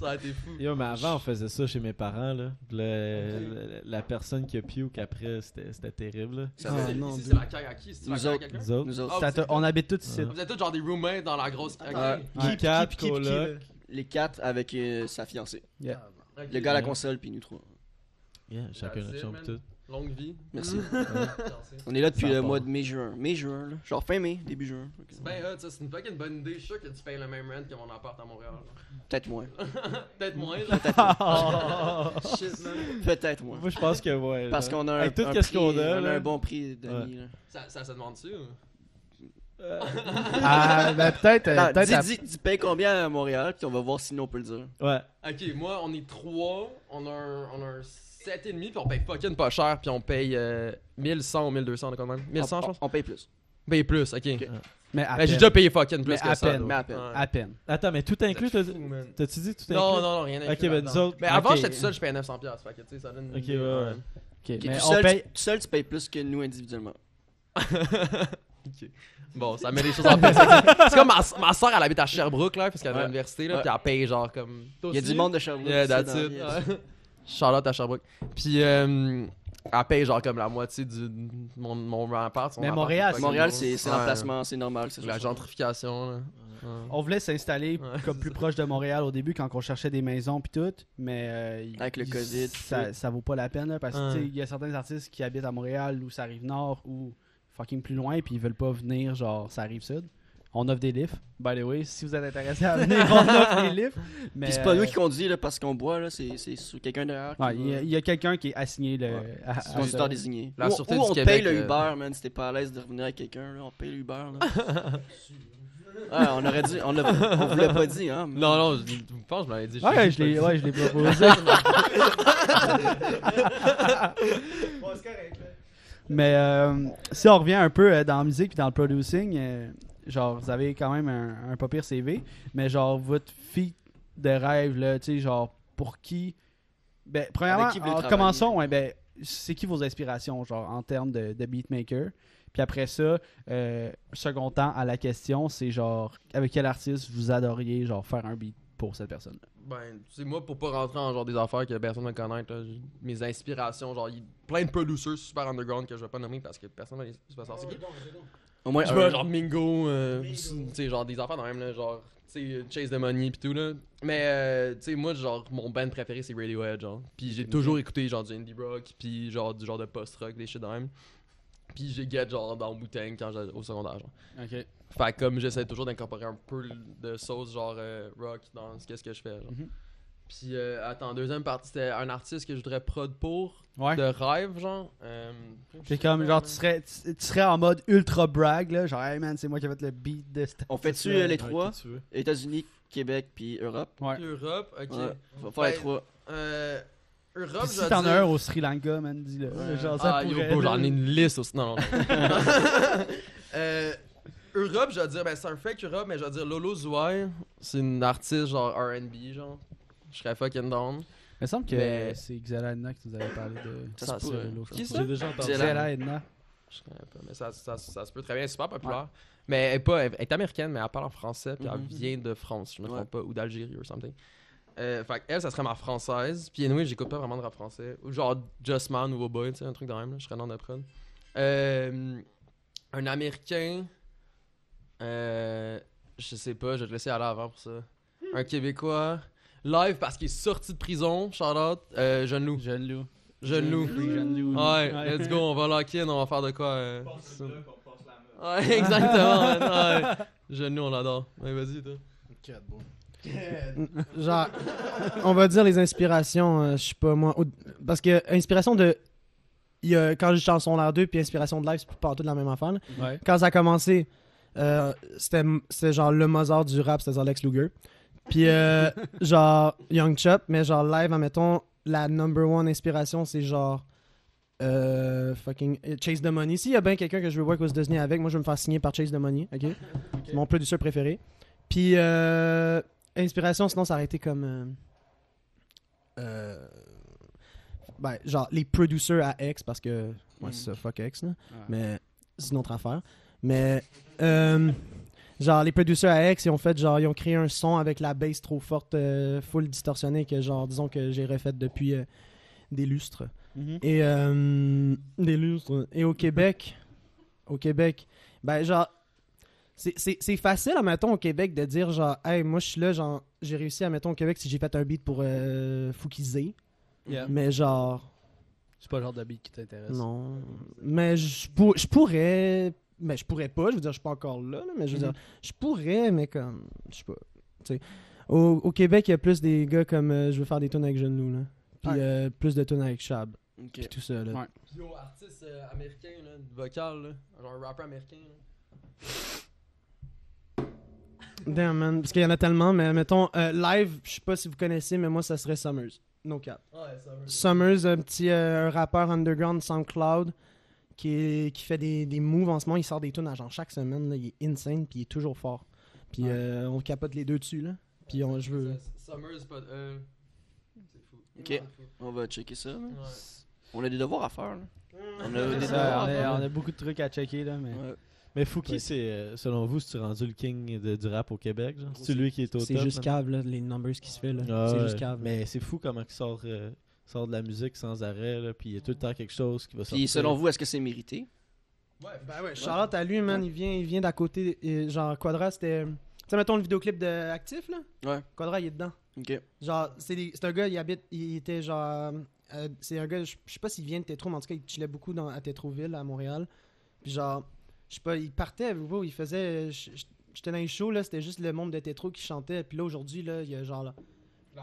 [SPEAKER 3] aurait été fou.
[SPEAKER 4] Yo, mais avant, on faisait ça chez mes parents, là. Le- le- la personne qui a puke après, c'était c'était terrible, là.
[SPEAKER 2] Ça
[SPEAKER 5] Ah,
[SPEAKER 2] fait-
[SPEAKER 5] non,
[SPEAKER 3] Ici,
[SPEAKER 5] dude.
[SPEAKER 3] la cague à qui? C'est
[SPEAKER 2] Nous autres.
[SPEAKER 3] quelqu'un?
[SPEAKER 4] Nous autres.
[SPEAKER 2] Nous autres,
[SPEAKER 3] Ah,
[SPEAKER 1] Ça te- on habite tous ici.
[SPEAKER 4] Ouais.
[SPEAKER 3] Vous êtes tous genre des roommates dans la grosse cague.
[SPEAKER 2] Ouais.
[SPEAKER 4] Nous quatre,
[SPEAKER 5] Qui- qui- qui- qui-
[SPEAKER 4] coloc.
[SPEAKER 5] qui-
[SPEAKER 2] les quatre avec euh, sa fiancée.
[SPEAKER 3] Ah, Ok.
[SPEAKER 2] Le gars à la console, puis nous trois.
[SPEAKER 4] Yeah, chacun
[SPEAKER 3] That's
[SPEAKER 4] notre
[SPEAKER 3] it,
[SPEAKER 4] chambre,
[SPEAKER 3] man.
[SPEAKER 4] tout.
[SPEAKER 3] Longue vie.
[SPEAKER 2] Merci.
[SPEAKER 3] Merci.
[SPEAKER 2] On est là depuis
[SPEAKER 4] Ça
[SPEAKER 2] le
[SPEAKER 4] part.
[SPEAKER 2] mois de mai-juin. Mai-juin, là. Genre fin mai, début juin. Ok.
[SPEAKER 3] C'est bien hot, ça. C'est une fucking bonne idée. Je suis sûr que tu payes le même rent que mon appart à Montréal. là.
[SPEAKER 2] Peut-être moins.
[SPEAKER 3] Peut-être moins, là. Oh, Shit, man.
[SPEAKER 2] Peut-être moins.
[SPEAKER 4] Moi, je pense que, ouais.
[SPEAKER 2] Parce
[SPEAKER 4] là.
[SPEAKER 2] qu'on a un,
[SPEAKER 4] Avec tout
[SPEAKER 2] un
[SPEAKER 4] qu'est-ce
[SPEAKER 2] prix-
[SPEAKER 4] qu'on a,
[SPEAKER 2] on a
[SPEAKER 4] là.
[SPEAKER 2] un bon prix d'amis. là.
[SPEAKER 3] Ça, ça se demande-tu? ou?
[SPEAKER 6] Ah, ben peut-être. euh,
[SPEAKER 2] Attends,
[SPEAKER 6] peut-être
[SPEAKER 2] dis,
[SPEAKER 6] à-
[SPEAKER 2] dis- dis, paye combien à Montréal, puis on va voir si on peut le dire.
[SPEAKER 4] Ouais.
[SPEAKER 3] Ok, moi, on est trois. On a un, on a un 7,5 puis on paye fucking pas cher puis on paye euh, 1100 ou 1200 on est quand même. 1100
[SPEAKER 2] on,
[SPEAKER 3] je pense.
[SPEAKER 2] on- on paye plus.
[SPEAKER 3] Paye plus, ok. Ben,
[SPEAKER 1] Mais à
[SPEAKER 3] j'ai
[SPEAKER 1] peine.
[SPEAKER 3] déjà payé fucking plus
[SPEAKER 1] Mais
[SPEAKER 3] que
[SPEAKER 1] à
[SPEAKER 3] ça.
[SPEAKER 1] peine,
[SPEAKER 3] donc.
[SPEAKER 2] mais à peine.
[SPEAKER 3] Ouais.
[SPEAKER 1] À peine.
[SPEAKER 4] Attends, mais tout inclus,
[SPEAKER 3] C'est
[SPEAKER 4] t'as-
[SPEAKER 3] fou, man.
[SPEAKER 4] t'as-tu dit tout inclus?
[SPEAKER 3] Non, non, non, rien
[SPEAKER 4] Ok,
[SPEAKER 3] inclus
[SPEAKER 4] ben nous
[SPEAKER 3] là-dedans.
[SPEAKER 4] autres.
[SPEAKER 3] Mais avant,
[SPEAKER 4] ok.
[SPEAKER 3] j'étais tout seul, je payais 900$. piastres, Fait que, tu sais, ça donne. une
[SPEAKER 4] Ok,
[SPEAKER 3] idée,
[SPEAKER 4] ouais,
[SPEAKER 3] ouais.
[SPEAKER 4] ouais.
[SPEAKER 1] Ok,
[SPEAKER 2] Ok,
[SPEAKER 1] mais
[SPEAKER 2] tout,
[SPEAKER 1] on
[SPEAKER 2] seul,
[SPEAKER 1] paye.
[SPEAKER 2] tu, tout seul, tu payes plus que nous individuellement.
[SPEAKER 3] Bon, ça met les choses en perspective. C'est comme ma, ma soeur, elle habite à Sherbrooke, là, parce qu'elle est à
[SPEAKER 2] Ouais.
[SPEAKER 3] l'université, là,
[SPEAKER 2] Ouais.
[SPEAKER 3] puis elle paye genre comme.
[SPEAKER 2] Il y a du monde de Sherbrooke.
[SPEAKER 3] Yeah,
[SPEAKER 2] tu sais,
[SPEAKER 3] that's
[SPEAKER 2] dans la
[SPEAKER 3] it.
[SPEAKER 2] vie.
[SPEAKER 3] Ouais. Charlotte à Sherbrooke. Puis, euh, elle paye genre comme la moitié du, de mon, mon appart. son
[SPEAKER 1] Mais
[SPEAKER 3] appart,
[SPEAKER 1] Montréal,
[SPEAKER 3] c'est pas
[SPEAKER 2] Montréal,
[SPEAKER 3] gros.
[SPEAKER 2] c'est c'est
[SPEAKER 3] Ouais.
[SPEAKER 2] l'emplacement, c'est normal. c'est
[SPEAKER 3] La
[SPEAKER 2] sûr.
[SPEAKER 3] gentrification, là. Ouais.
[SPEAKER 1] On voulait s'installer
[SPEAKER 3] Ouais,
[SPEAKER 1] comme
[SPEAKER 3] c'est
[SPEAKER 1] plus
[SPEAKER 3] ça.
[SPEAKER 1] proche de Montréal au début quand on cherchait des maisons puis tout, mais euh, il-
[SPEAKER 2] Avec le
[SPEAKER 1] il-
[SPEAKER 2] COVID,
[SPEAKER 1] ça, ça vaut pas la peine là, parce
[SPEAKER 3] Ouais.
[SPEAKER 1] qu'il y a certains artistes qui habitent à Montréal ou ça arrive nord ou fucking plus loin puis ils veulent pas venir genre ça arrive sud. On offre des lifts. By the way, si vous êtes intéressé à venir, on offre des lifts. Mais
[SPEAKER 2] Puis c'est pas
[SPEAKER 1] euh,
[SPEAKER 2] nous qui conduit, là, parce qu'on boit, là. C'est c'est sous quelqu'un derrière. qui
[SPEAKER 1] ouais, il y
[SPEAKER 2] va-
[SPEAKER 1] a- il y a, quelqu'un qui est assigné le à- à-
[SPEAKER 2] C'est
[SPEAKER 1] à-
[SPEAKER 2] le conducteur désigné.
[SPEAKER 3] La
[SPEAKER 2] ou
[SPEAKER 3] Sûreté
[SPEAKER 2] ou
[SPEAKER 3] du
[SPEAKER 2] on
[SPEAKER 3] Québec,
[SPEAKER 2] paye le
[SPEAKER 3] euh,
[SPEAKER 2] Uber, man. Si t'es pas à l'aise de revenir avec quelqu'un, là, on paye le Uber. là. Ouais, on aurait dit, on, l'a- on vous l'a pas dit, hein. mais-
[SPEAKER 3] Non, non, je, je pense que je me l'avais dit.
[SPEAKER 1] Ouais, je l'ai, ouais, je l'ai proposé. Mais euh, si on revient un peu euh, dans la musique puis dans le producing, euh, genre vous avez quand même un, un pas pire CV, mais genre votre fille de rêve là, tu sais genre pour qui ben premièrement,
[SPEAKER 2] Avec qui vous voulez
[SPEAKER 1] en-
[SPEAKER 2] travailler?
[SPEAKER 1] commençons ouais, ben c'est qui vos inspirations genre en termes de, de beatmaker. Puis après ça, euh, second temps à la question, c'est genre avec quel artiste vous adoriez genre faire un beat pour cette personne.
[SPEAKER 3] Ben, tu sais, moi, pour pas rentrer en genre des affaires que personne ne connaît, là, j- mes inspirations, genre, il y a plein de producers super underground que je vais pas nommer parce que personne ne va savoir c'est qui.
[SPEAKER 2] Au moins,
[SPEAKER 3] Je
[SPEAKER 2] un.
[SPEAKER 3] vois, genre Mingo, euh, tu sais, genre des affaires dans même, là, genre, tu sais, euh, Chase the Money pis tout, là. Mais, euh, tu sais, moi, genre, mon band préféré, c'est Radiohead, genre. Pis j'ai toujours écouté, genre, du indie rock, pis genre, du genre de post-rock, des shit de même. Pis j'ai get, genre, dans Wu-Tang quand j'étais au secondaire, genre.
[SPEAKER 1] OK.
[SPEAKER 3] Fait que comme j'essaie toujours d'incorporer un peu de sauce, genre, euh, rock dans ce qu'est-ce que je fais, genre.
[SPEAKER 1] Mhm.
[SPEAKER 3] Pis, euh, attends, deuxième partie, c'était un artiste que je voudrais prod pour,
[SPEAKER 1] Ouais.
[SPEAKER 3] de rêve, genre. Euh,
[SPEAKER 1] C'est comme, genre, tu serais, tu, tu serais en mode ultra brag, là. Genre, hey man, c'est moi qui ai fait le beat de cette.
[SPEAKER 2] On fait-tu euh, les trois États-Unis, Québec, puis Europe.
[SPEAKER 3] Europe, ok.
[SPEAKER 2] Ouais. On va faire les
[SPEAKER 3] Ben,
[SPEAKER 2] trois.
[SPEAKER 3] Euh, Europe,
[SPEAKER 1] Puis
[SPEAKER 3] je
[SPEAKER 1] si
[SPEAKER 3] vais
[SPEAKER 1] t'en
[SPEAKER 3] dire-
[SPEAKER 1] as un au Sri Lanka, man, dis-le. Genre, ça
[SPEAKER 3] ah, yo,
[SPEAKER 1] pourrait.
[SPEAKER 3] bro,
[SPEAKER 1] là.
[SPEAKER 3] j'en ai une liste aussi. Non, non. non. Euh, Europe, je vais dire, ben c'est un fake Europe, mais je vais dire Lolo Zouai. C'est une artiste genre RB, genre. Je serais fucking down.
[SPEAKER 1] Il me semble que
[SPEAKER 3] Mais-
[SPEAKER 1] euh, c'est Xela Edna qui nous avait parlé de.
[SPEAKER 2] Ça se pourrait.
[SPEAKER 1] l'autre.
[SPEAKER 3] Qui ça
[SPEAKER 4] J'ai déjà entendu.
[SPEAKER 2] C'est la-
[SPEAKER 1] Xela Edna.
[SPEAKER 3] Je connais pas, mais ça, ça, ça se peut très bien. Elle est super populaire. Mais elle est, pas, elle est américaine, mais elle parle en français, puis elle
[SPEAKER 2] Mhm.
[SPEAKER 3] vient de France, je me trompe
[SPEAKER 2] Ouais.
[SPEAKER 3] pas, ou d'Algérie ou something. Euh, fait que elle, ça serait ma française. Puis anyway, j'écoute pas vraiment de rap français. Ou genre Just Man ou Boy, tu sais, un truc de même, là. je serais dans de prod. Euh, un américain. Euh, je sais pas, je vais te laisser aller avant pour ça. Un québécois. Live parce qu'il est sorti de prison, shout out. Euh, Jeune Loup.
[SPEAKER 1] Jeune loup.
[SPEAKER 3] Jeune Loup.
[SPEAKER 1] Oui, jeune loup.
[SPEAKER 3] Ouais, let's go, on va lock in, on va faire de quoi. euh, ça. Ouais, exactement. man, ouais. Jeune nous, on l'adore. Ouais, vas-y, toi.
[SPEAKER 5] Genre, on va dire les inspirations, euh, je sais pas moi. au- Parce que inspiration de. Il y a, quand j'ai chanson l'air 2 puis inspiration de live, c'est partout de la même affaire. là.
[SPEAKER 1] Ouais.
[SPEAKER 5] Quand ça a commencé, euh, c'était c'était genre le Mozart du rap, c'était genre Lex Luger. Puis euh, genre Young Chop, mais genre live, admettons, la number one inspiration, c'est genre. euh, fucking euh, Chase the Money. S'il y a bien quelqu'un que je veux voir aux États-Unis avec, moi je vais me faire signer par Chase the Money, ok? C'est mon producer préféré. Puis euh, inspiration, sinon ça aurait été comme. euh, euh, ben, genre les producers à X parce que. Moi, c'est ça, fuck X, là. Mais c'est une autre affaire. Mais. euh, genre les producers à X, ils ont fait genre. Ils ont créé un son avec la bass trop forte, euh, full distorsionnée, que genre, disons que j'ai refaite depuis euh, des lustres.
[SPEAKER 1] Mhm.
[SPEAKER 5] Et euh, des lustres. Et au Québec, au Québec, ben genre, c'est- c'est c'est facile, admettons, au Québec, de dire genre, hey, moi je suis là, genre, j'ai réussi, admettons, au Québec si j'ai fait un beat pour euh, Foukizé.
[SPEAKER 1] Yeah.
[SPEAKER 5] Mais genre,
[SPEAKER 1] C'est pas le genre de beat qui t'intéresse.
[SPEAKER 5] Non. Mais je, pour- je pourrais. Mais je pourrais pas, je veux dire, je suis pas encore là, là, mais je veux dire,
[SPEAKER 1] Mm-hmm.
[SPEAKER 5] je pourrais, mais comme. Je sais pas. Tu sais. Au, au Québec, il y a plus des gars comme euh, je veux faire des tunes avec Jeune Lou, là. Puis
[SPEAKER 1] Ouais.
[SPEAKER 5] euh, plus de tunes avec Chab,
[SPEAKER 2] Ok.
[SPEAKER 5] puis tout ça, là.
[SPEAKER 1] Ouais.
[SPEAKER 3] Yo, artiste euh, américain, là, de vocal, là. Genre un rappeur américain, là.
[SPEAKER 5] Damn, man. Parce qu'il y en a tellement, mais mettons, euh, live, je sais pas si vous connaissez, mais moi, ça serait Summers. No cap.
[SPEAKER 3] Ouais, ça veut.
[SPEAKER 5] Summers, un petit euh, un rappeur underground SoundCloud qui, est- qui fait des, des moves en ce moment. Il sort des tunes à genre chaque semaine. là. Il est insane puis il est toujours fort. Puis
[SPEAKER 1] Ouais.
[SPEAKER 5] euh, on capote les deux dessus. Là. Puis on, je veux.
[SPEAKER 3] Summers, pas de E. C'est fou.
[SPEAKER 2] Ok.
[SPEAKER 3] C'est fou.
[SPEAKER 2] On va checker ça. là.
[SPEAKER 3] Ouais.
[SPEAKER 2] On a des devoirs à faire. là. On a
[SPEAKER 1] Mm. C'est
[SPEAKER 2] des
[SPEAKER 1] ça,
[SPEAKER 2] devoirs
[SPEAKER 1] on,
[SPEAKER 2] à
[SPEAKER 1] a,
[SPEAKER 2] faire.
[SPEAKER 1] on a beaucoup de trucs à checker là, mais.
[SPEAKER 2] Ouais.
[SPEAKER 4] Mais Fouki, c'est, euh, selon vous, c'est-tu rendu le king de- du rap au Québec? genre? C'est lui qui est au top?
[SPEAKER 5] C'est juste
[SPEAKER 4] là?
[SPEAKER 5] cave, là, les numbers qui se fait. là.
[SPEAKER 4] Ah
[SPEAKER 5] c'est
[SPEAKER 4] ouais.
[SPEAKER 5] juste cave.
[SPEAKER 4] Mais c'est fou comment il sort, euh, sort de la musique sans arrêt, là, puis il y a tout le temps quelque chose qui va sortir.
[SPEAKER 2] Puis selon vous, est-ce que c'est mérité
[SPEAKER 3] Ouais,
[SPEAKER 5] Ben ouais, Charlotte à lui, man, il vient, il vient d'à côté. et genre, Quadra, c'était. Tu sais, mettons le vidéoclip de Actif, là.
[SPEAKER 2] Ouais.
[SPEAKER 5] Quadra, il est dedans.
[SPEAKER 2] Ok.
[SPEAKER 5] Genre, c'est des- c'est un gars, il habite, il était genre. euh, c'est un gars, je je sais pas s'il vient de Tétro, mais en tout cas, il chillait beaucoup dans, à Tétroville, à Montréal. Puis genre, je sais pas, il partait, bro, il faisait. je- je- J'étais dans les shows, là, c'était juste le monde de Tétro qui chantait. Puis là, aujourd'hui, là, il y a genre là,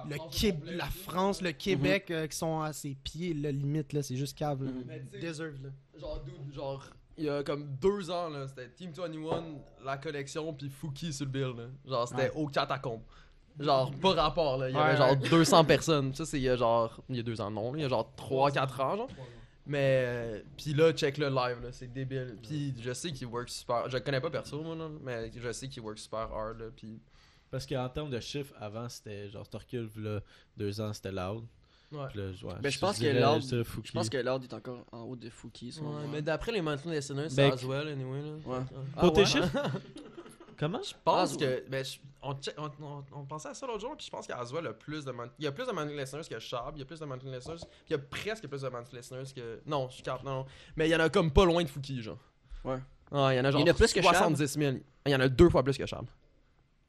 [SPEAKER 5] le Québ- la France, le Québec euh, qui sont à ses pieds, là, limite, là, c'est juste cave, là.
[SPEAKER 2] Mhm.
[SPEAKER 3] Mais tu sais,
[SPEAKER 5] Deserve, là.
[SPEAKER 3] Genre, dude, genre, il y a comme deux ans, là, c'était Team 21, la collection, puis Fouki sur le bill, là. Genre, c'était au catacombe. Genre, pas rapport, là. Il y avait
[SPEAKER 1] Ouais,
[SPEAKER 3] genre
[SPEAKER 1] ouais.
[SPEAKER 3] 200 personnes. Ça, c'est il y a genre, il y a deux ans, non, là, il y a genre 3-4 ans, genre. Mais, euh, puis là, check le live, là, c'est débile. Puis je sais qu'il work super, je le connais pas perso, moi, là, mais je sais qu'il work super hard, là, puis...
[SPEAKER 4] Parce qu'en termes de chiffres, avant, c'était genre, Torcule, là, deux ans, c'était Loud.
[SPEAKER 3] Ouais.
[SPEAKER 4] Puis là, ouais,
[SPEAKER 2] Ben, je pense que
[SPEAKER 4] dirais-
[SPEAKER 2] Loud-
[SPEAKER 4] je dirais Fouki.
[SPEAKER 2] Je pense que l'ordre est encore en haut de Fouki. selon moi.
[SPEAKER 3] mais d'après les Mountain Listeners, c'est
[SPEAKER 4] Ben,
[SPEAKER 3] Aswell, anyway, là.
[SPEAKER 2] Ouais. Ah
[SPEAKER 4] Pour tes
[SPEAKER 2] ouais?
[SPEAKER 4] chiffres? Comment?
[SPEAKER 3] Je pense
[SPEAKER 2] Ah,
[SPEAKER 3] que. Ben, je- on, check- on, on- on pensait à ça l'autre jour, puis je pense qu'Azwell a plus de. man- Il y a plus de Mountain Listeners que Shab, il y a plus de Mountain Listeners, puis il y a presque plus de Mountain Listeners que. Non, je capte, non. Mais il y en a comme pas loin de Fouki, genre.
[SPEAKER 2] Ouais.
[SPEAKER 3] Ah, il y en a genre
[SPEAKER 2] Il y en a plus que Shab.
[SPEAKER 3] 70 000. Il y en a deux fois plus que Shab.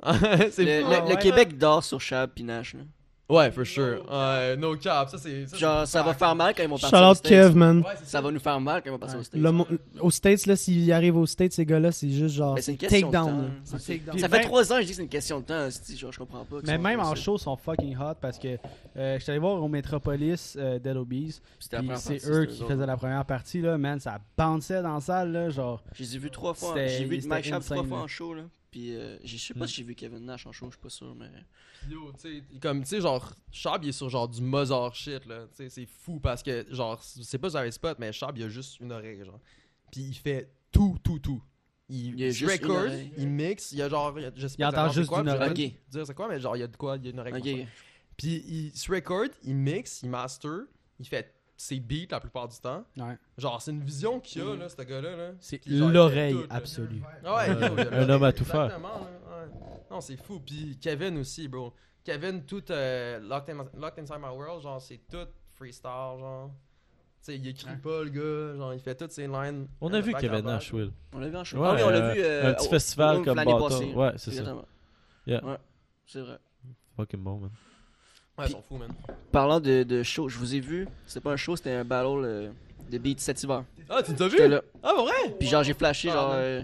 [SPEAKER 2] Le,
[SPEAKER 3] c'est fou.
[SPEAKER 2] le- le
[SPEAKER 1] ouais.
[SPEAKER 2] Québec dort sur Chab puis Nash. là.
[SPEAKER 3] Ouais, for sure. Ouais, no cap, ça c'est. ça,
[SPEAKER 2] Genre,
[SPEAKER 3] c'est
[SPEAKER 2] ça va
[SPEAKER 3] fact.
[SPEAKER 2] faire mal quand ils vont partir. aux
[SPEAKER 5] Charlotte
[SPEAKER 2] States.
[SPEAKER 5] Kev, man.
[SPEAKER 3] Ouais, c'est
[SPEAKER 2] Ça va nous faire mal quand ils vont partir
[SPEAKER 1] Ouais.
[SPEAKER 2] aux States.
[SPEAKER 5] Le mo- aux States, là, s'ils arrivent aux States, ces gars-là, c'est juste genre.
[SPEAKER 2] Mais c'est une
[SPEAKER 5] c'est
[SPEAKER 2] question de
[SPEAKER 5] takedown,
[SPEAKER 2] temps,
[SPEAKER 5] là.
[SPEAKER 2] hein.
[SPEAKER 5] C'est takedown.
[SPEAKER 1] Puis
[SPEAKER 2] Ça fait
[SPEAKER 1] vingt-
[SPEAKER 2] trois ans que je dis que c'est une question de temps. hostie, Genre, je comprends pas. qu'ils
[SPEAKER 1] Mais
[SPEAKER 2] sont
[SPEAKER 1] même
[SPEAKER 2] comme
[SPEAKER 1] en
[SPEAKER 2] ça.
[SPEAKER 1] show, ils sont fucking hot parce que euh, je suis allé voir au Metropolis euh, Dead Obies.
[SPEAKER 2] C'était la
[SPEAKER 1] Puis
[SPEAKER 2] première
[SPEAKER 1] c'est
[SPEAKER 2] partie,
[SPEAKER 1] eux
[SPEAKER 2] c'était
[SPEAKER 1] qui
[SPEAKER 2] autres.
[SPEAKER 1] faisaient la première partie, là, man. Ça bounçait dans la salle, là, genre.
[SPEAKER 2] Je les ai vus trois fois.
[SPEAKER 1] C'était-
[SPEAKER 2] J'ai vu
[SPEAKER 1] c'était
[SPEAKER 2] Mike Sharp trois
[SPEAKER 1] insane,
[SPEAKER 2] fois
[SPEAKER 1] là.
[SPEAKER 2] en show. Là. Puis euh, je sais pas
[SPEAKER 4] Hmm.
[SPEAKER 2] si j'ai vu Kevin Nash en show, je suis pas sûr. Mais...
[SPEAKER 3] Yo, tu sais, comme, tu sais, genre, Shab, il est sur genre du Mozart shit, là. Tu sais, c'est fou parce que, genre, c'est pas sur un spot, mais Shab, il a juste une oreille, genre. Puis il fait tout, tout, tout. Il,
[SPEAKER 2] Il a
[SPEAKER 3] il
[SPEAKER 2] juste une
[SPEAKER 3] record,
[SPEAKER 2] oreille.
[SPEAKER 3] il mixe, il y a genre, il y a- je sais
[SPEAKER 1] Il
[SPEAKER 3] pas
[SPEAKER 1] entend
[SPEAKER 3] exactement c'est
[SPEAKER 1] juste
[SPEAKER 3] quoi,
[SPEAKER 1] d'une
[SPEAKER 3] je vais
[SPEAKER 2] Ok.
[SPEAKER 1] oreille.
[SPEAKER 3] pas te dire c'est quoi, mais genre, il y a de quoi, il y a une oreille. comme ça.
[SPEAKER 2] Ok.
[SPEAKER 3] Puis il se record, il mixe, il master, il fait ses beats la plupart du temps.
[SPEAKER 1] Ouais.
[SPEAKER 3] Genre, c'est une vision qu'il a,
[SPEAKER 2] Mhm.
[SPEAKER 3] là, ce gars-là, là.
[SPEAKER 1] C'est
[SPEAKER 3] Puis genre, il fait
[SPEAKER 1] l'oreille
[SPEAKER 3] tout, là.
[SPEAKER 1] absolue.
[SPEAKER 3] Ouais,
[SPEAKER 4] Euh,
[SPEAKER 3] yo, y a
[SPEAKER 4] un
[SPEAKER 3] le-
[SPEAKER 4] homme à tout faire.
[SPEAKER 3] Exactement, là, ouais. Non, c'est fou. Puis Kevin aussi, bro. Kevin, tout euh, locked, in- Locked Inside My World, genre, c'est tout freestyle, genre. Tu sais, il écrit
[SPEAKER 1] Ouais.
[SPEAKER 3] pas, le gars. Genre, il fait toutes ses lines.
[SPEAKER 4] On
[SPEAKER 3] euh,
[SPEAKER 4] a vu
[SPEAKER 3] back à
[SPEAKER 4] Kevin hein,
[SPEAKER 3] back.
[SPEAKER 4] Nash, Will.
[SPEAKER 2] On l'a vu en show.
[SPEAKER 4] Ouais,
[SPEAKER 2] ah oui, on l'a
[SPEAKER 4] euh,
[SPEAKER 2] vu. euh,
[SPEAKER 4] un petit
[SPEAKER 2] au-
[SPEAKER 4] festival
[SPEAKER 2] au-
[SPEAKER 4] comme
[SPEAKER 2] l'année
[SPEAKER 4] Bâton.
[SPEAKER 2] passée.
[SPEAKER 4] Ouais, c'est ça.
[SPEAKER 2] Exactement.
[SPEAKER 4] Yeah.
[SPEAKER 2] Ouais, c'est vrai.
[SPEAKER 4] Fucking bon, man.
[SPEAKER 3] Ouais, ils sont fous, man.
[SPEAKER 2] Parlant de, de show, je vous ai vu. C'était pas un show, c'était un battle euh, de beats cet hiver.
[SPEAKER 3] Ah, tu t'as vu?
[SPEAKER 2] J'étais là.
[SPEAKER 3] Ah, pour vrai?
[SPEAKER 2] Puis genre, j'ai flashé,
[SPEAKER 3] Ah,
[SPEAKER 2] genre.
[SPEAKER 3] man.
[SPEAKER 2] euh,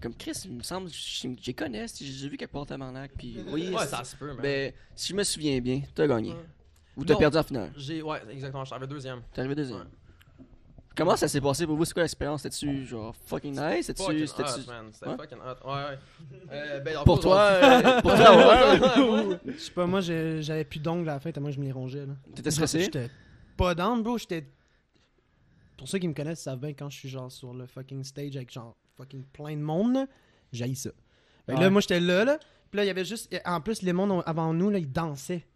[SPEAKER 2] comme Chris, il me semble, je je les connais, c'est- j'ai vu quelque part Tabarnak. Puis oui,
[SPEAKER 3] Ouais,
[SPEAKER 2] c'est-
[SPEAKER 3] ça se peut, man.
[SPEAKER 2] ben, si je me souviens bien, t'as gagné.
[SPEAKER 3] Ouais.
[SPEAKER 2] Ou t'as
[SPEAKER 3] Non.
[SPEAKER 2] perdu en finale.
[SPEAKER 3] J'ai, ouais, exactement, je suis arrivé deuxième.
[SPEAKER 2] T'es arrivé deuxième.
[SPEAKER 3] Ouais.
[SPEAKER 2] Comment ça s'est passé pour vous? C'est quoi l'expérience? C'était-tu genre fucking nice? C'était-tu.
[SPEAKER 3] Fucking
[SPEAKER 2] c'était-tu-
[SPEAKER 3] hot, man. C'était
[SPEAKER 2] Ouais.
[SPEAKER 3] fucking hot. Ouais, ouais. Euh, ben, en
[SPEAKER 2] Pour
[SPEAKER 3] gros,
[SPEAKER 2] toi, euh, pour
[SPEAKER 3] genre-
[SPEAKER 2] toi, ouais.
[SPEAKER 3] Ouais, ouais.
[SPEAKER 5] Je sais pas, moi, j'ai- j'avais plus d'ongles à la fin, tellement je me les rongeais, là.
[SPEAKER 2] T'étais stressé?
[SPEAKER 5] J'étais pas down, bro. J'étais. Pour ceux qui me connaissent, savent bien quand je suis genre sur le fucking stage avec genre fucking plein de monde, là, j'haïs ça. Fait que
[SPEAKER 1] Ouais.
[SPEAKER 5] là, moi, j'étais là, là. Puis là, il y avait juste. En plus, les mondes ont- avant nous, là, ils dansaient.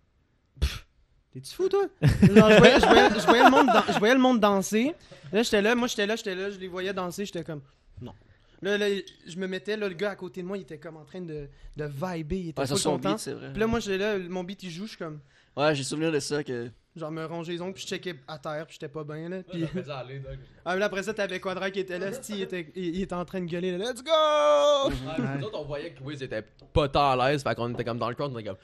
[SPEAKER 5] Pff, T'es-tu fou, toi? Genre, je, voyais, je voyais- je voyais le monde dan- je voyais le monde danser. Là, j'étais là, moi, j'étais là, j'étais là, je les voyais danser, j'étais comme. Non. Là, là, je me mettais, là, le gars à côté de moi, il était comme en train de, de vibrer, il était
[SPEAKER 2] Ouais,
[SPEAKER 5] pas
[SPEAKER 2] sur son
[SPEAKER 5] content.
[SPEAKER 2] beat, c'est vrai.
[SPEAKER 5] Puis là, moi, j'étais là, mon beat, il joue, je suis comme.
[SPEAKER 2] Ouais, j'ai souvenir de ça que.
[SPEAKER 5] Genre me ronger les ongles, puis je checkais à terre, puis j'étais pas bien, là. Puis...
[SPEAKER 3] Ouais, ça faisait aller, dog.
[SPEAKER 5] Ah, mais là, après ça, t'avais Quadra qui était là, c'ti, il était, il, il était en train de gueuler, là, Let's go!
[SPEAKER 3] Ouais, Nous autres, on voyait que Wiz était pas tant à l'aise, fait qu'on était comme dans le crowd, on était comme.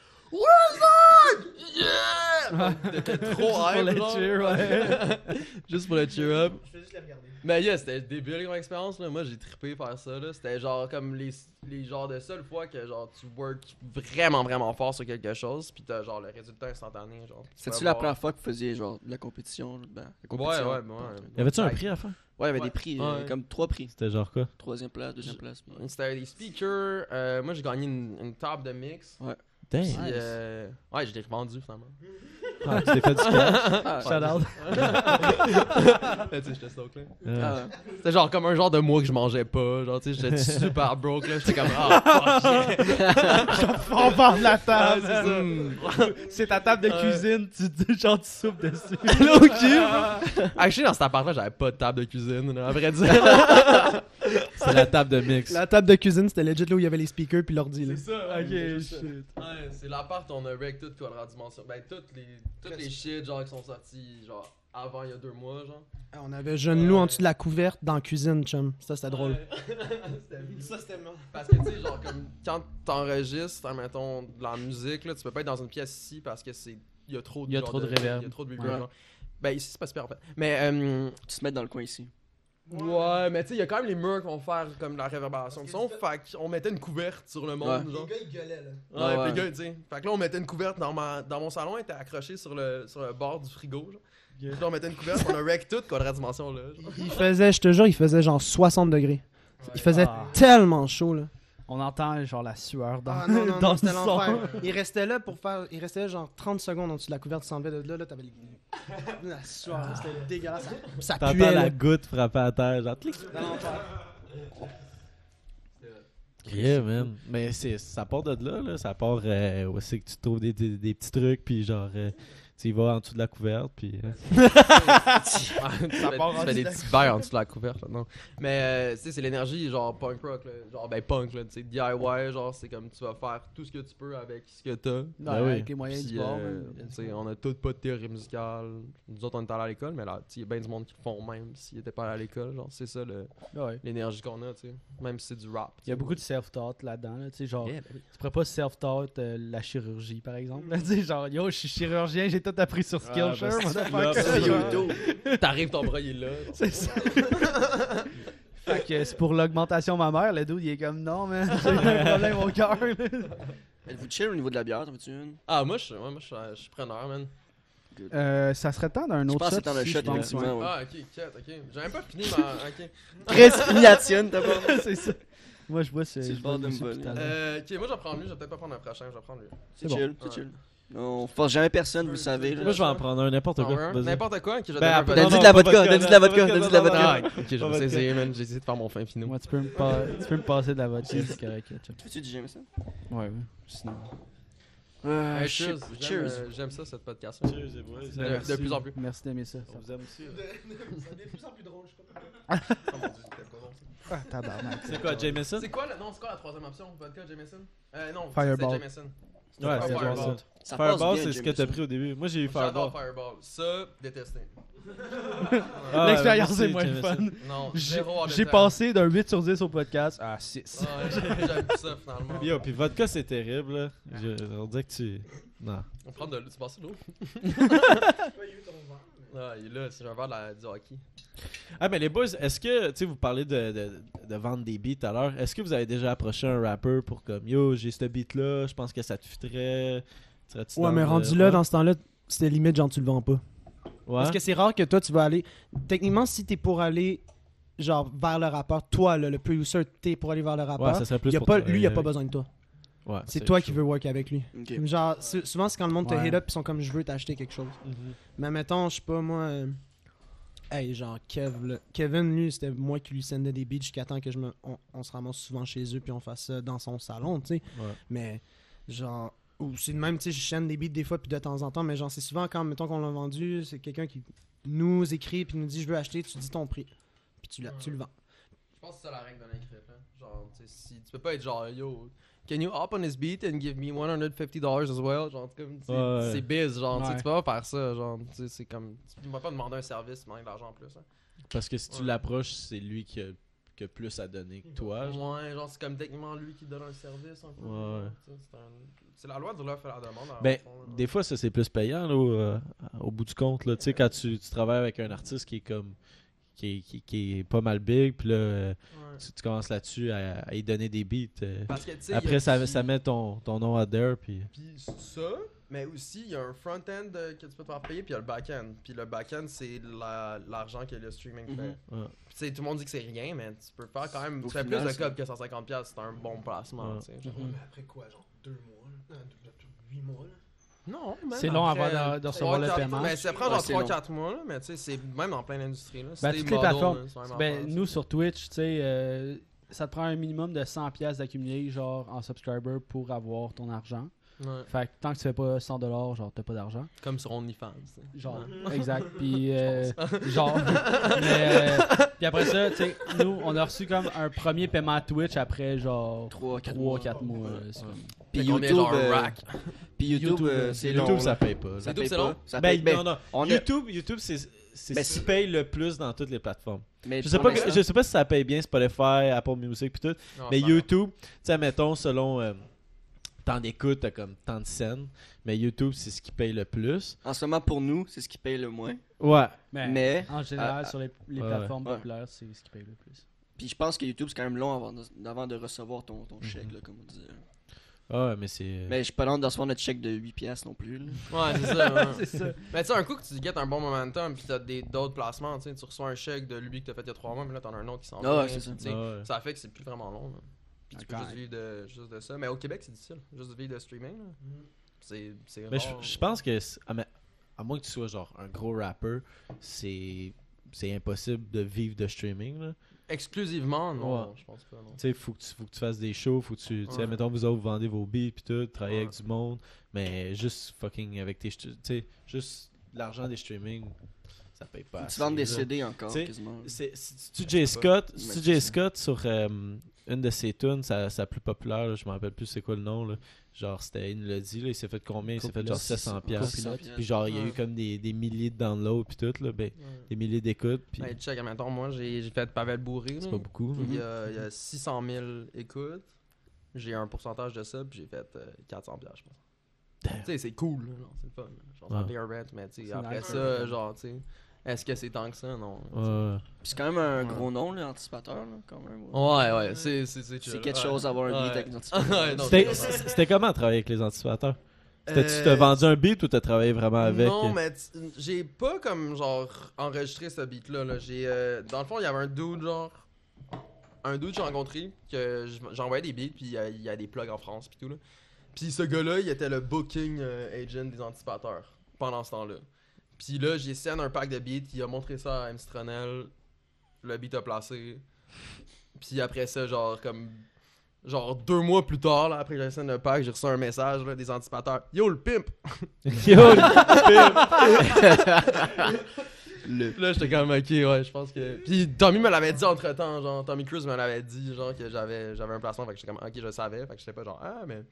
[SPEAKER 3] Yeah! T'étais trop
[SPEAKER 1] Pour
[SPEAKER 3] hype,
[SPEAKER 1] les
[SPEAKER 3] genre.
[SPEAKER 1] cheer, ouais.
[SPEAKER 3] Juste pour le cheer up.
[SPEAKER 5] Je vais juste la regarder.
[SPEAKER 3] Mais yeah, c'était débile comme expérience là. Moi j'ai trippé faire ça là. C'était genre comme les, les genres de seules fois que genre tu work vraiment vraiment fort sur quelque chose puis t'as genre le résultat instantané genre.
[SPEAKER 2] C'était-tu
[SPEAKER 3] peux
[SPEAKER 2] la
[SPEAKER 3] avoir-
[SPEAKER 2] première fois que vous faisiez genre de la compétition genre, ben, la
[SPEAKER 3] Ouais
[SPEAKER 2] compétition.
[SPEAKER 3] ouais moi.
[SPEAKER 4] Y avait-tu un prix à faire
[SPEAKER 2] Ouais, il y avait
[SPEAKER 3] Ouais.
[SPEAKER 2] des prix,
[SPEAKER 3] Ouais.
[SPEAKER 2] euh, comme trois prix.
[SPEAKER 4] C'était genre quoi
[SPEAKER 2] Troisième place, deuxième place. puis-
[SPEAKER 3] C'était des speakers. euh, moi j'ai gagné une, une table de mix.
[SPEAKER 4] Damn.
[SPEAKER 3] Puis,
[SPEAKER 2] Nice.
[SPEAKER 3] euh, ouais je l'ai revendu finalement.
[SPEAKER 4] Ah, tu t'es fait du cash.
[SPEAKER 2] Ah,
[SPEAKER 1] Shout out.
[SPEAKER 3] tu sais j'étais so clean.
[SPEAKER 4] Ah.
[SPEAKER 2] ah,
[SPEAKER 3] C'était genre comme un genre de mois que je mangeais pas. Genre tu sais j'étais super broke là. J'étais comme ah fuck yeah.
[SPEAKER 1] On part de la
[SPEAKER 3] Ah,
[SPEAKER 1] table.
[SPEAKER 3] c'est ça. Euh.
[SPEAKER 1] C'est ta table de
[SPEAKER 3] Ouais.
[SPEAKER 1] cuisine, tu dis genre tu soupes dessus. Ah,
[SPEAKER 3] Là, au cube. Actually, dans cet appart-là, j'avais pas de table de cuisine, là, à vrai dire.
[SPEAKER 4] C'est la table de mix.
[SPEAKER 5] La table de cuisine, c'était legit là où il y avait les speakers puis l'ordi. là.
[SPEAKER 3] ça,
[SPEAKER 1] Ok, shit.
[SPEAKER 3] Ouais, Ah, c'est l'appart, on a wreck tout Quadrat Dimension. Ben, toutes les, toutes les shit, genre, qui sont sortis, genre, avant il y a deux mois, genre.
[SPEAKER 5] Ah, On avait jeune loup en dessous de la couverte dans la cuisine, chum. Ça, c'était drôle.
[SPEAKER 3] Ça, c'était mort. Parce que, tu sais, genre, comme quand t'enregistres, hein, mettons, de la musique, là, tu peux pas être dans une pièce ici parce que c'est. Il y a trop de.
[SPEAKER 1] Il y a
[SPEAKER 3] genre,
[SPEAKER 1] trop de reverb.
[SPEAKER 3] Il y a trop de reverb,
[SPEAKER 2] Ouais.
[SPEAKER 3] genre. Ben, ici, c'est pas super, en fait. Mais, euh,
[SPEAKER 2] tu te mets dans le coin ici.
[SPEAKER 3] Ouais, mais tu sais, il y a quand même les murs qui vont faire comme la réverbération de son. Fait qu'on mettait une couverte sur le monde, genre.
[SPEAKER 5] ils gueulaient, là.
[SPEAKER 3] Ouais,
[SPEAKER 2] Ouais,
[SPEAKER 3] pis
[SPEAKER 2] ouais.
[SPEAKER 3] les gars, tu sais. Fait que là, on mettait une couverte dans, ma... dans mon salon, elle était accrochée sur le, sur le bord du frigo, genre. Puis là, on mettait une couverte, on a wreck tout, quadrat dimension, là. genre.
[SPEAKER 5] Il faisait, je te jure, il faisait genre 60 degrés. Il faisait
[SPEAKER 1] Ah.
[SPEAKER 5] tellement chaud, là.
[SPEAKER 1] On entend genre la sueur dans,
[SPEAKER 5] Ah non, non,
[SPEAKER 1] dans
[SPEAKER 5] non, c'était
[SPEAKER 1] le son.
[SPEAKER 5] l'enfer. Il restait là pour faire. Il restait là genre 30 secondes en dessous de la couverte, il s'enlevait de là, là, t'avais le. La soirée,
[SPEAKER 1] Ah.
[SPEAKER 5] c'était dégueulasse. Ça, ça
[SPEAKER 4] T'entends
[SPEAKER 5] puait.
[SPEAKER 4] la
[SPEAKER 5] là.
[SPEAKER 4] goutte frapper à terre, genre clic. Yeah, man. Mais c'est, ça part de là, là. Ça part euh, où c'est que tu trouves des, des, des petits trucs, puis genre, euh, tu y vas en dessous de la couverte, puis. euh,
[SPEAKER 3] ça
[SPEAKER 1] part en
[SPEAKER 3] tu fais des
[SPEAKER 1] dessous
[SPEAKER 3] petits verres en dessous de la couverte, là, non. Mais, euh, tu sais, c'est l'énergie, genre punk rock, là. Genre, ben punk, là, tu sais, DIY, genre, c'est comme tu vas faire tout ce que tu peux avec ce que t'as.
[SPEAKER 1] Non,
[SPEAKER 4] Ben oui.
[SPEAKER 1] avec les moyens
[SPEAKER 3] Puis,
[SPEAKER 1] du bord.
[SPEAKER 3] euh,
[SPEAKER 1] man.
[SPEAKER 3] tu sais, on a tous pas de théorie musicale. Nous autres, on est allés à l'école, mais là, tu sais, il y a bien du monde qui le font même s'ils étaient pas allés à l'école. Genre, c'est ça le-
[SPEAKER 1] Ah Ouais.
[SPEAKER 3] l'énergie qu'on a, tu sais. Même si c'est du rap.
[SPEAKER 1] Il y a beaucoup de self-taught là-dedans. Là, tu sais, genre,
[SPEAKER 3] Yeah, ben oui.
[SPEAKER 1] Tu pourrais pas self-taught euh, la chirurgie, par exemple. là, tu sais, genre, yo, je suis chirurgien, j'ai tout appris sur
[SPEAKER 4] Ah,
[SPEAKER 1] Skillshare.
[SPEAKER 4] ben, c'est
[SPEAKER 1] motherfucker.
[SPEAKER 4] ça,
[SPEAKER 1] Genre,
[SPEAKER 4] yo.
[SPEAKER 3] T'arrives, ton bras, il est là.
[SPEAKER 1] c'est ça. fait que c'est pour l'augmentation mammaire, le dude, il est comme non, man, j'ai un problème au cœur. là.
[SPEAKER 2] Êtes-vous chill au niveau de la bière, t'en veux-tu une?
[SPEAKER 3] Ah, moi, je suis, ouais, moi, je suis, je suis preneur, man.
[SPEAKER 1] Euh, ça serait temps d'un
[SPEAKER 2] Je
[SPEAKER 1] autre
[SPEAKER 2] pense que c'est
[SPEAKER 1] shot.
[SPEAKER 2] dans le
[SPEAKER 1] ici, je
[SPEAKER 2] shot,
[SPEAKER 1] pense, ouais.
[SPEAKER 2] effectivement. ouais.
[SPEAKER 3] Ah, ok, 4, ok. J'ai même pas fini ma. Ok.
[SPEAKER 2] Chris, ni la tienne, t'as pas.
[SPEAKER 1] c'est ça. Moi, je vois ce.
[SPEAKER 2] C'est le
[SPEAKER 1] je vois
[SPEAKER 2] bord de
[SPEAKER 1] monsieur
[SPEAKER 2] me voler.
[SPEAKER 1] tout à l'heure.
[SPEAKER 3] Euh, ok, moi, j'en prends lui, je vais peut-être pas prendre le prochain, je vais prendre lui.
[SPEAKER 2] C'est
[SPEAKER 1] bon.
[SPEAKER 2] chill, c'est
[SPEAKER 3] Ouais.
[SPEAKER 2] chill. Non, on force jamais personne, vous le savez.
[SPEAKER 4] Moi, je vais en prendre un, n'importe
[SPEAKER 3] Prends
[SPEAKER 4] quoi.
[SPEAKER 3] un,
[SPEAKER 4] Vas-y.
[SPEAKER 3] N'importe quoi, ok, je vais
[SPEAKER 4] Ben,
[SPEAKER 3] donner un
[SPEAKER 4] après-
[SPEAKER 2] T'as
[SPEAKER 4] Non,
[SPEAKER 2] dit
[SPEAKER 4] non,
[SPEAKER 2] de la
[SPEAKER 4] pas
[SPEAKER 2] vodka,
[SPEAKER 4] vodka,
[SPEAKER 2] t'as dit de la
[SPEAKER 4] non,
[SPEAKER 2] vodka,
[SPEAKER 4] pas
[SPEAKER 2] t'as dit de la
[SPEAKER 4] vodka,
[SPEAKER 2] vodka.
[SPEAKER 3] Ah, ok, je vais
[SPEAKER 4] Pas
[SPEAKER 3] saisir, man. J'ai essayé de faire mon fin finot.
[SPEAKER 1] Moi, tu peux me, pas- tu peux me passer de la vodka, c'est correct. là, chum.
[SPEAKER 2] Fais-tu du Jameson?
[SPEAKER 1] Ouais, ouais. Sinon.
[SPEAKER 2] Euh,
[SPEAKER 3] Hey,
[SPEAKER 2] shit,
[SPEAKER 3] cheers.
[SPEAKER 2] cheers.
[SPEAKER 3] J'aime, euh, J'aime ça, cette podcast. là. De,
[SPEAKER 1] Merci.
[SPEAKER 3] de plus en plus.
[SPEAKER 1] Merci d'aimer ça.
[SPEAKER 4] On vous aime aussi. Oh
[SPEAKER 1] Ah, tabarnak.
[SPEAKER 4] C'est quoi, Jameson?
[SPEAKER 3] C'est quoi, la... non, c'est quoi la troisième option Vodka Jameson Euh, non,
[SPEAKER 1] Fireball.
[SPEAKER 3] c'est Jameson.
[SPEAKER 4] Ouais, c'est
[SPEAKER 3] Fireball.
[SPEAKER 4] Jameson.
[SPEAKER 2] Ça passe
[SPEAKER 4] Fireball,
[SPEAKER 2] bien,
[SPEAKER 4] c'est ce que t'as
[SPEAKER 2] Jameson.
[SPEAKER 4] pris au début. Moi, j'ai eu Fireball.
[SPEAKER 3] J'adore Fireball. Ça, détesté.
[SPEAKER 4] Ah,
[SPEAKER 1] L'expérience
[SPEAKER 4] moi
[SPEAKER 1] est
[SPEAKER 4] aussi,
[SPEAKER 1] moins
[SPEAKER 4] Jameson.
[SPEAKER 1] fun.
[SPEAKER 3] Non,
[SPEAKER 1] J'ai
[SPEAKER 3] zéro en
[SPEAKER 1] j'ai
[SPEAKER 3] détail.
[SPEAKER 1] passé d'un 8 sur 10 au podcast à 6.
[SPEAKER 3] Ah, Ouais, j'ai- J'aime ça, finalement.
[SPEAKER 4] Yo, puis vodka, c'est terrible, là. Je- on dirait que tu. Non.
[SPEAKER 3] On prend de l'eau. Tu passes de l'eau? Ah, il est là, c'est un verre de la- du hockey.
[SPEAKER 4] Ah, mais les boys, est-ce que, tu sais, vous parlez de, de, de vendre des beats à l'heure. Est-ce que vous avez déjà approché un rappeur pour comme, yo, j'ai ce beat-là, je pense que ça te fitterait. Serais-tu
[SPEAKER 5] Ouais,
[SPEAKER 4] down
[SPEAKER 5] mais
[SPEAKER 4] de-
[SPEAKER 5] rendu là, dans ce temps-là, c'était limite genre tu le vends pas.
[SPEAKER 4] Ouais.
[SPEAKER 5] Parce que c'est rare que toi tu vas aller. Techniquement, si t'es pour aller genre vers le rappeur, toi là, le producer, t'es pour aller vers le rappeur.
[SPEAKER 4] Ouais, ça serait plus
[SPEAKER 5] y a
[SPEAKER 4] pour
[SPEAKER 5] pas,
[SPEAKER 4] travailler
[SPEAKER 5] lui, il a pas
[SPEAKER 4] avec.
[SPEAKER 5] besoin de toi.
[SPEAKER 4] Ouais,
[SPEAKER 5] C'est toi qui
[SPEAKER 4] chaud.
[SPEAKER 5] veux work avec lui.
[SPEAKER 2] Ok.
[SPEAKER 5] Genre, sou- souvent, c'est quand le monde te
[SPEAKER 1] Ouais.
[SPEAKER 5] hit up ils sont comme je veux t'acheter quelque chose.
[SPEAKER 4] Mhm.
[SPEAKER 5] Mais mettons, je sais pas, moi. euh, Hey, genre, Kev, là. Kevin, lui, c'était moi qui lui sendais des beats jusqu'à temps que je me. On, on se ramasse souvent chez eux puis on fasse ça dans son salon, tu sais.
[SPEAKER 4] Ouais.
[SPEAKER 5] Mais, genre. Ou c'est de même, tu sais, je chaîne des beats des fois puis de temps en temps, mais genre, c'est souvent quand, mettons, qu'on l'a vendu, c'est quelqu'un qui nous écrit puis nous dit je veux acheter, tu dis ton prix. Puis tu, l'as- tu le vends.
[SPEAKER 3] Je pense que c'est ça la règle d'un écrite. Hein. Genre, tu sais, si tu peux pas être genre, yo, can you hop on this beat and give me $150 as well? Genre, c'est comme, c'est
[SPEAKER 4] Ouais.
[SPEAKER 3] c'est biz, genre, tu sais,
[SPEAKER 1] Ouais.
[SPEAKER 3] tu peux pas faire ça. Genre, tu sais, c'est comme, tu peux pas demander un service, demander de l'argent en plus. Hein.
[SPEAKER 4] Parce que si tu
[SPEAKER 3] Ouais.
[SPEAKER 4] l'approches, c'est lui qui a qui a plus à donner que toi. genre.
[SPEAKER 3] Ouais, genre, c'est comme techniquement lui qui donne un service un peu.
[SPEAKER 4] Ouais.
[SPEAKER 3] Tu sais, c'est un- C'est la loi de l'offre et la demande. dans le
[SPEAKER 4] Ben,
[SPEAKER 3] fond, là.
[SPEAKER 4] des fois, ça, c'est plus payant, là, au, euh, au bout du compte, là. Tu sais, quand tu, tu travailles avec un artiste qui est comme... qui est, qui, qui est pas mal big, puis là, euh,
[SPEAKER 3] Ouais.
[SPEAKER 4] tu, tu commences là-dessus à, à y donner des beats. euh.
[SPEAKER 3] Parce que, tu sais, il y
[SPEAKER 4] Après,
[SPEAKER 3] a
[SPEAKER 4] ça,
[SPEAKER 3] qui-
[SPEAKER 4] ça met ton, ton nom à there, puis...
[SPEAKER 3] Puis ça, mais aussi, il y a un front-end euh, que tu peux te faire payer, puis il y a le back-end. Puis le back-end, c'est la- l'argent que le streaming fait.
[SPEAKER 2] Mhm.
[SPEAKER 4] Ouais.
[SPEAKER 3] Puis, tu sais, tout le monde dit que c'est rien, mais tu peux faire quand même.
[SPEAKER 2] Au
[SPEAKER 3] Tu fais plus
[SPEAKER 2] final,
[SPEAKER 3] de
[SPEAKER 2] c'est-
[SPEAKER 3] cob que 150$, piastres, c'est un bon placement.
[SPEAKER 4] Ouais.
[SPEAKER 3] tu sais, genre.
[SPEAKER 1] Mhm.
[SPEAKER 5] Mais après quoi, genre deux mois, là? Euh, deux- deux- huit mois, là?
[SPEAKER 3] Non, man,
[SPEAKER 1] C'est long
[SPEAKER 3] après,
[SPEAKER 1] avant de- de recevoir
[SPEAKER 3] trois,
[SPEAKER 1] le
[SPEAKER 3] quatre-
[SPEAKER 1] paiement.
[SPEAKER 3] Mais ça prend
[SPEAKER 2] Ouais,
[SPEAKER 3] genre
[SPEAKER 2] c'est
[SPEAKER 3] 3-4 mois, là, mais tu sais, c'est même dans plein d'industries. là. C'est
[SPEAKER 1] Ben,
[SPEAKER 3] des
[SPEAKER 1] toutes les
[SPEAKER 3] models,
[SPEAKER 1] plateformes.
[SPEAKER 3] là, c'est la même
[SPEAKER 1] Ben,
[SPEAKER 3] affaire,
[SPEAKER 1] nous sur Twitch, tu sais, euh, ça te prend un minimum de 100 pièces d'accumuler genre en subscriber pour avoir ton argent.
[SPEAKER 3] tu sais. Ouais.
[SPEAKER 1] Fait que tant que tu fais pas 100 dollars, genre t'as pas d'argent.
[SPEAKER 3] Comme sur OnlyFans. tu sais.
[SPEAKER 1] Genre, exact. Puis euh, genre mais, euh, puis après ça, tu sais, nous on a reçu comme un premier paiement à Twitch après genre
[SPEAKER 2] 3, 4
[SPEAKER 1] 3
[SPEAKER 2] mois.
[SPEAKER 1] 4 mois. euh, c'est comme-
[SPEAKER 2] Puis
[SPEAKER 3] Fait qu'on est
[SPEAKER 2] YouTube,
[SPEAKER 3] genre
[SPEAKER 2] euh,
[SPEAKER 3] rack.
[SPEAKER 2] Puis YouTube,
[SPEAKER 1] YouTube,
[SPEAKER 2] euh,
[SPEAKER 1] euh,
[SPEAKER 2] c'est long.
[SPEAKER 4] YouTube,
[SPEAKER 2] là.
[SPEAKER 4] ça paye pas. là.
[SPEAKER 2] Ça
[SPEAKER 3] YouTube,
[SPEAKER 2] paye
[SPEAKER 3] c'est
[SPEAKER 2] pas.
[SPEAKER 3] long.
[SPEAKER 2] Ça paye
[SPEAKER 4] Ben,
[SPEAKER 2] ben,
[SPEAKER 4] non, non.
[SPEAKER 2] on a-
[SPEAKER 4] YouTube, YouTube c'est c'est
[SPEAKER 2] Ben,
[SPEAKER 4] ce
[SPEAKER 2] c'est-
[SPEAKER 4] qui paye le plus dans toutes les plateformes.
[SPEAKER 2] mais
[SPEAKER 4] Je sais
[SPEAKER 2] pour
[SPEAKER 4] pas, que-
[SPEAKER 2] l'instant-
[SPEAKER 4] je sais pas si ça paye bien Spotify, Apple Music puis tout,
[SPEAKER 3] Non,
[SPEAKER 4] mais
[SPEAKER 3] c'est pas
[SPEAKER 4] YouTube, tu sais, mettons, selon euh, tant d'écoutes, t'as comme tant de scènes, mais YouTube, c'est ce qui paye le plus.
[SPEAKER 2] En ce moment, pour nous, c'est ce qui paye le moins.
[SPEAKER 4] Ouais.
[SPEAKER 1] Mais,
[SPEAKER 2] Mais,
[SPEAKER 1] en général
[SPEAKER 2] Ah,
[SPEAKER 1] sur les, les
[SPEAKER 4] ouais,
[SPEAKER 1] plateformes
[SPEAKER 2] ouais.
[SPEAKER 1] populaires, c'est ce qui paye le plus.
[SPEAKER 2] puis je pense que YouTube, c'est quand même long avant de, avant de recevoir ton, ton
[SPEAKER 4] Mhm.
[SPEAKER 2] chèque, là, comme on dit.
[SPEAKER 4] Ouais, mais c'est. euh,
[SPEAKER 2] Mais je suis pas lent de recevoir notre chèque de 8 piastres non plus. là.
[SPEAKER 3] Ouais, c'est ça. ouais.
[SPEAKER 1] c'est ça.
[SPEAKER 3] Mais tu sais, un coup que tu guettes un bon momentum, puis t'as des- d'autres placements, tu sais, tu reçois un chèque de lui que t'as fait il y a trois mois, mais là t'en as un autre qui s'en
[SPEAKER 2] Ah,
[SPEAKER 3] vient,
[SPEAKER 2] c'est ça.
[SPEAKER 3] puis tu sais,
[SPEAKER 4] ouais. Ah,
[SPEAKER 3] Ça fait que c'est plus vraiment long. là. Puis tu peux
[SPEAKER 1] Encore.
[SPEAKER 3] juste vivre de, juste de ça. Mais au Québec, c'est difficile. Juste vivre de streaming. là. C'est c'est
[SPEAKER 4] Mais Mm. Ben, je,
[SPEAKER 3] rare.
[SPEAKER 4] je pense que, c'est- à, ma- à moins que tu sois genre un gros rapper, c'est c'est impossible de vivre de streaming. Là.
[SPEAKER 3] Exclusivement, non.
[SPEAKER 4] Ouais.
[SPEAKER 3] Je pense pas, non.
[SPEAKER 4] Tu sais, faut que tu faut que tu fasses des shows, faut que tu, tu sais,
[SPEAKER 3] Ouais.
[SPEAKER 4] mettons vous autres vous vendez vos billes puis tout, travaillez
[SPEAKER 3] Ouais.
[SPEAKER 4] avec du monde, mais juste fucking avec tes, stu- tu sais, juste l'argent des streaming, ça paye pas.
[SPEAKER 2] tu
[SPEAKER 4] assez,
[SPEAKER 2] vends des
[SPEAKER 4] là.
[SPEAKER 2] CD encore,
[SPEAKER 4] T'sais,
[SPEAKER 2] quasiment.
[SPEAKER 4] C'est-
[SPEAKER 3] Je
[SPEAKER 4] C'est J.
[SPEAKER 3] sais pas.
[SPEAKER 4] Scott,
[SPEAKER 2] Mais
[SPEAKER 4] c'est-tu
[SPEAKER 2] c'est
[SPEAKER 4] J.
[SPEAKER 2] ça.
[SPEAKER 4] Scott sur euh, une de ses tunes, sa, sa plus populaire, là, je me rappelle plus c'est quoi le nom. Là. Genre, c'était il l'a dit, là, il s'est fait combien Il s'est fait genre 700$. piastres.
[SPEAKER 1] Copilote.
[SPEAKER 4] Puis genre, il y a eu
[SPEAKER 3] Ouais.
[SPEAKER 4] comme des, des milliers de downloads, puis tout, là, ben, des milliers d'écoutes, puis
[SPEAKER 3] Hey, check, admettons, moi, j'ai j'ai fait Pavel Bourré.
[SPEAKER 4] c'est
[SPEAKER 3] là.
[SPEAKER 4] pas beaucoup.
[SPEAKER 3] Il y, a, il y a 600 000 écoutes. J'ai un pourcentage de ça, puis j'ai fait euh, 400 piastres, je pense. Tu sais, c'est cool, là, genre, c'est le fun. là. Genre, ça
[SPEAKER 4] Ouais.
[SPEAKER 3] paye un rent, mais tu sais,
[SPEAKER 1] C'est
[SPEAKER 3] après
[SPEAKER 1] nice.
[SPEAKER 3] ça, genre, tu sais, est-ce que c'est tant que ça? Non.
[SPEAKER 4] Ouais, ouais.
[SPEAKER 2] Puis c'est quand même un
[SPEAKER 3] Ouais.
[SPEAKER 2] gros nom, là, anticipateur, là, quand même. ouais.
[SPEAKER 3] Ouais, ouais, c'est c'est- c'est
[SPEAKER 2] C'est
[SPEAKER 3] chill.
[SPEAKER 2] quelque
[SPEAKER 3] Ouais.
[SPEAKER 2] chose d'avoir un
[SPEAKER 3] Ouais.
[SPEAKER 2] beat avec notre
[SPEAKER 3] Ouais, non,
[SPEAKER 4] C'était-
[SPEAKER 3] je comprends.
[SPEAKER 4] c- C'était comment travailler avec les anticipateurs C'était- Tu t'as
[SPEAKER 3] Euh,
[SPEAKER 4] vendu un beat ou t'as travaillé vraiment avec
[SPEAKER 3] Non,
[SPEAKER 4] euh,
[SPEAKER 3] mais tu- j'ai pas comme genre enregistré ce beat là. J'ai euh, dans le fond, il y avait un dude genre un dude que j'ai rencontré que j- j'envoyais des beats puis euh, il y a des plugs en France puis tout là. Puis ce gars-là, il était le booking euh, agent des anticipateurs pendant ce temps-là. Puis là, j'ai scan un pack de beats, il a montré ça à Mstronel, le beat a placé. Puis après ça, genre comme genre deux mois plus tard là, après que j'ai scan le pack, j'ai reçu un message là, des anticipateurs. Yo le pimp.
[SPEAKER 4] Yo,
[SPEAKER 3] Puis Là, j'étais comme, ok, ouais, je pense que. Puis Tommy me l'avait dit entre temps, genre, Tommy Cruise me l'avait dit, genre, que j'avais j'avais un placement, fait que j'étais comme, ok, je le savais, fait que j'étais pas genre, ah, mais.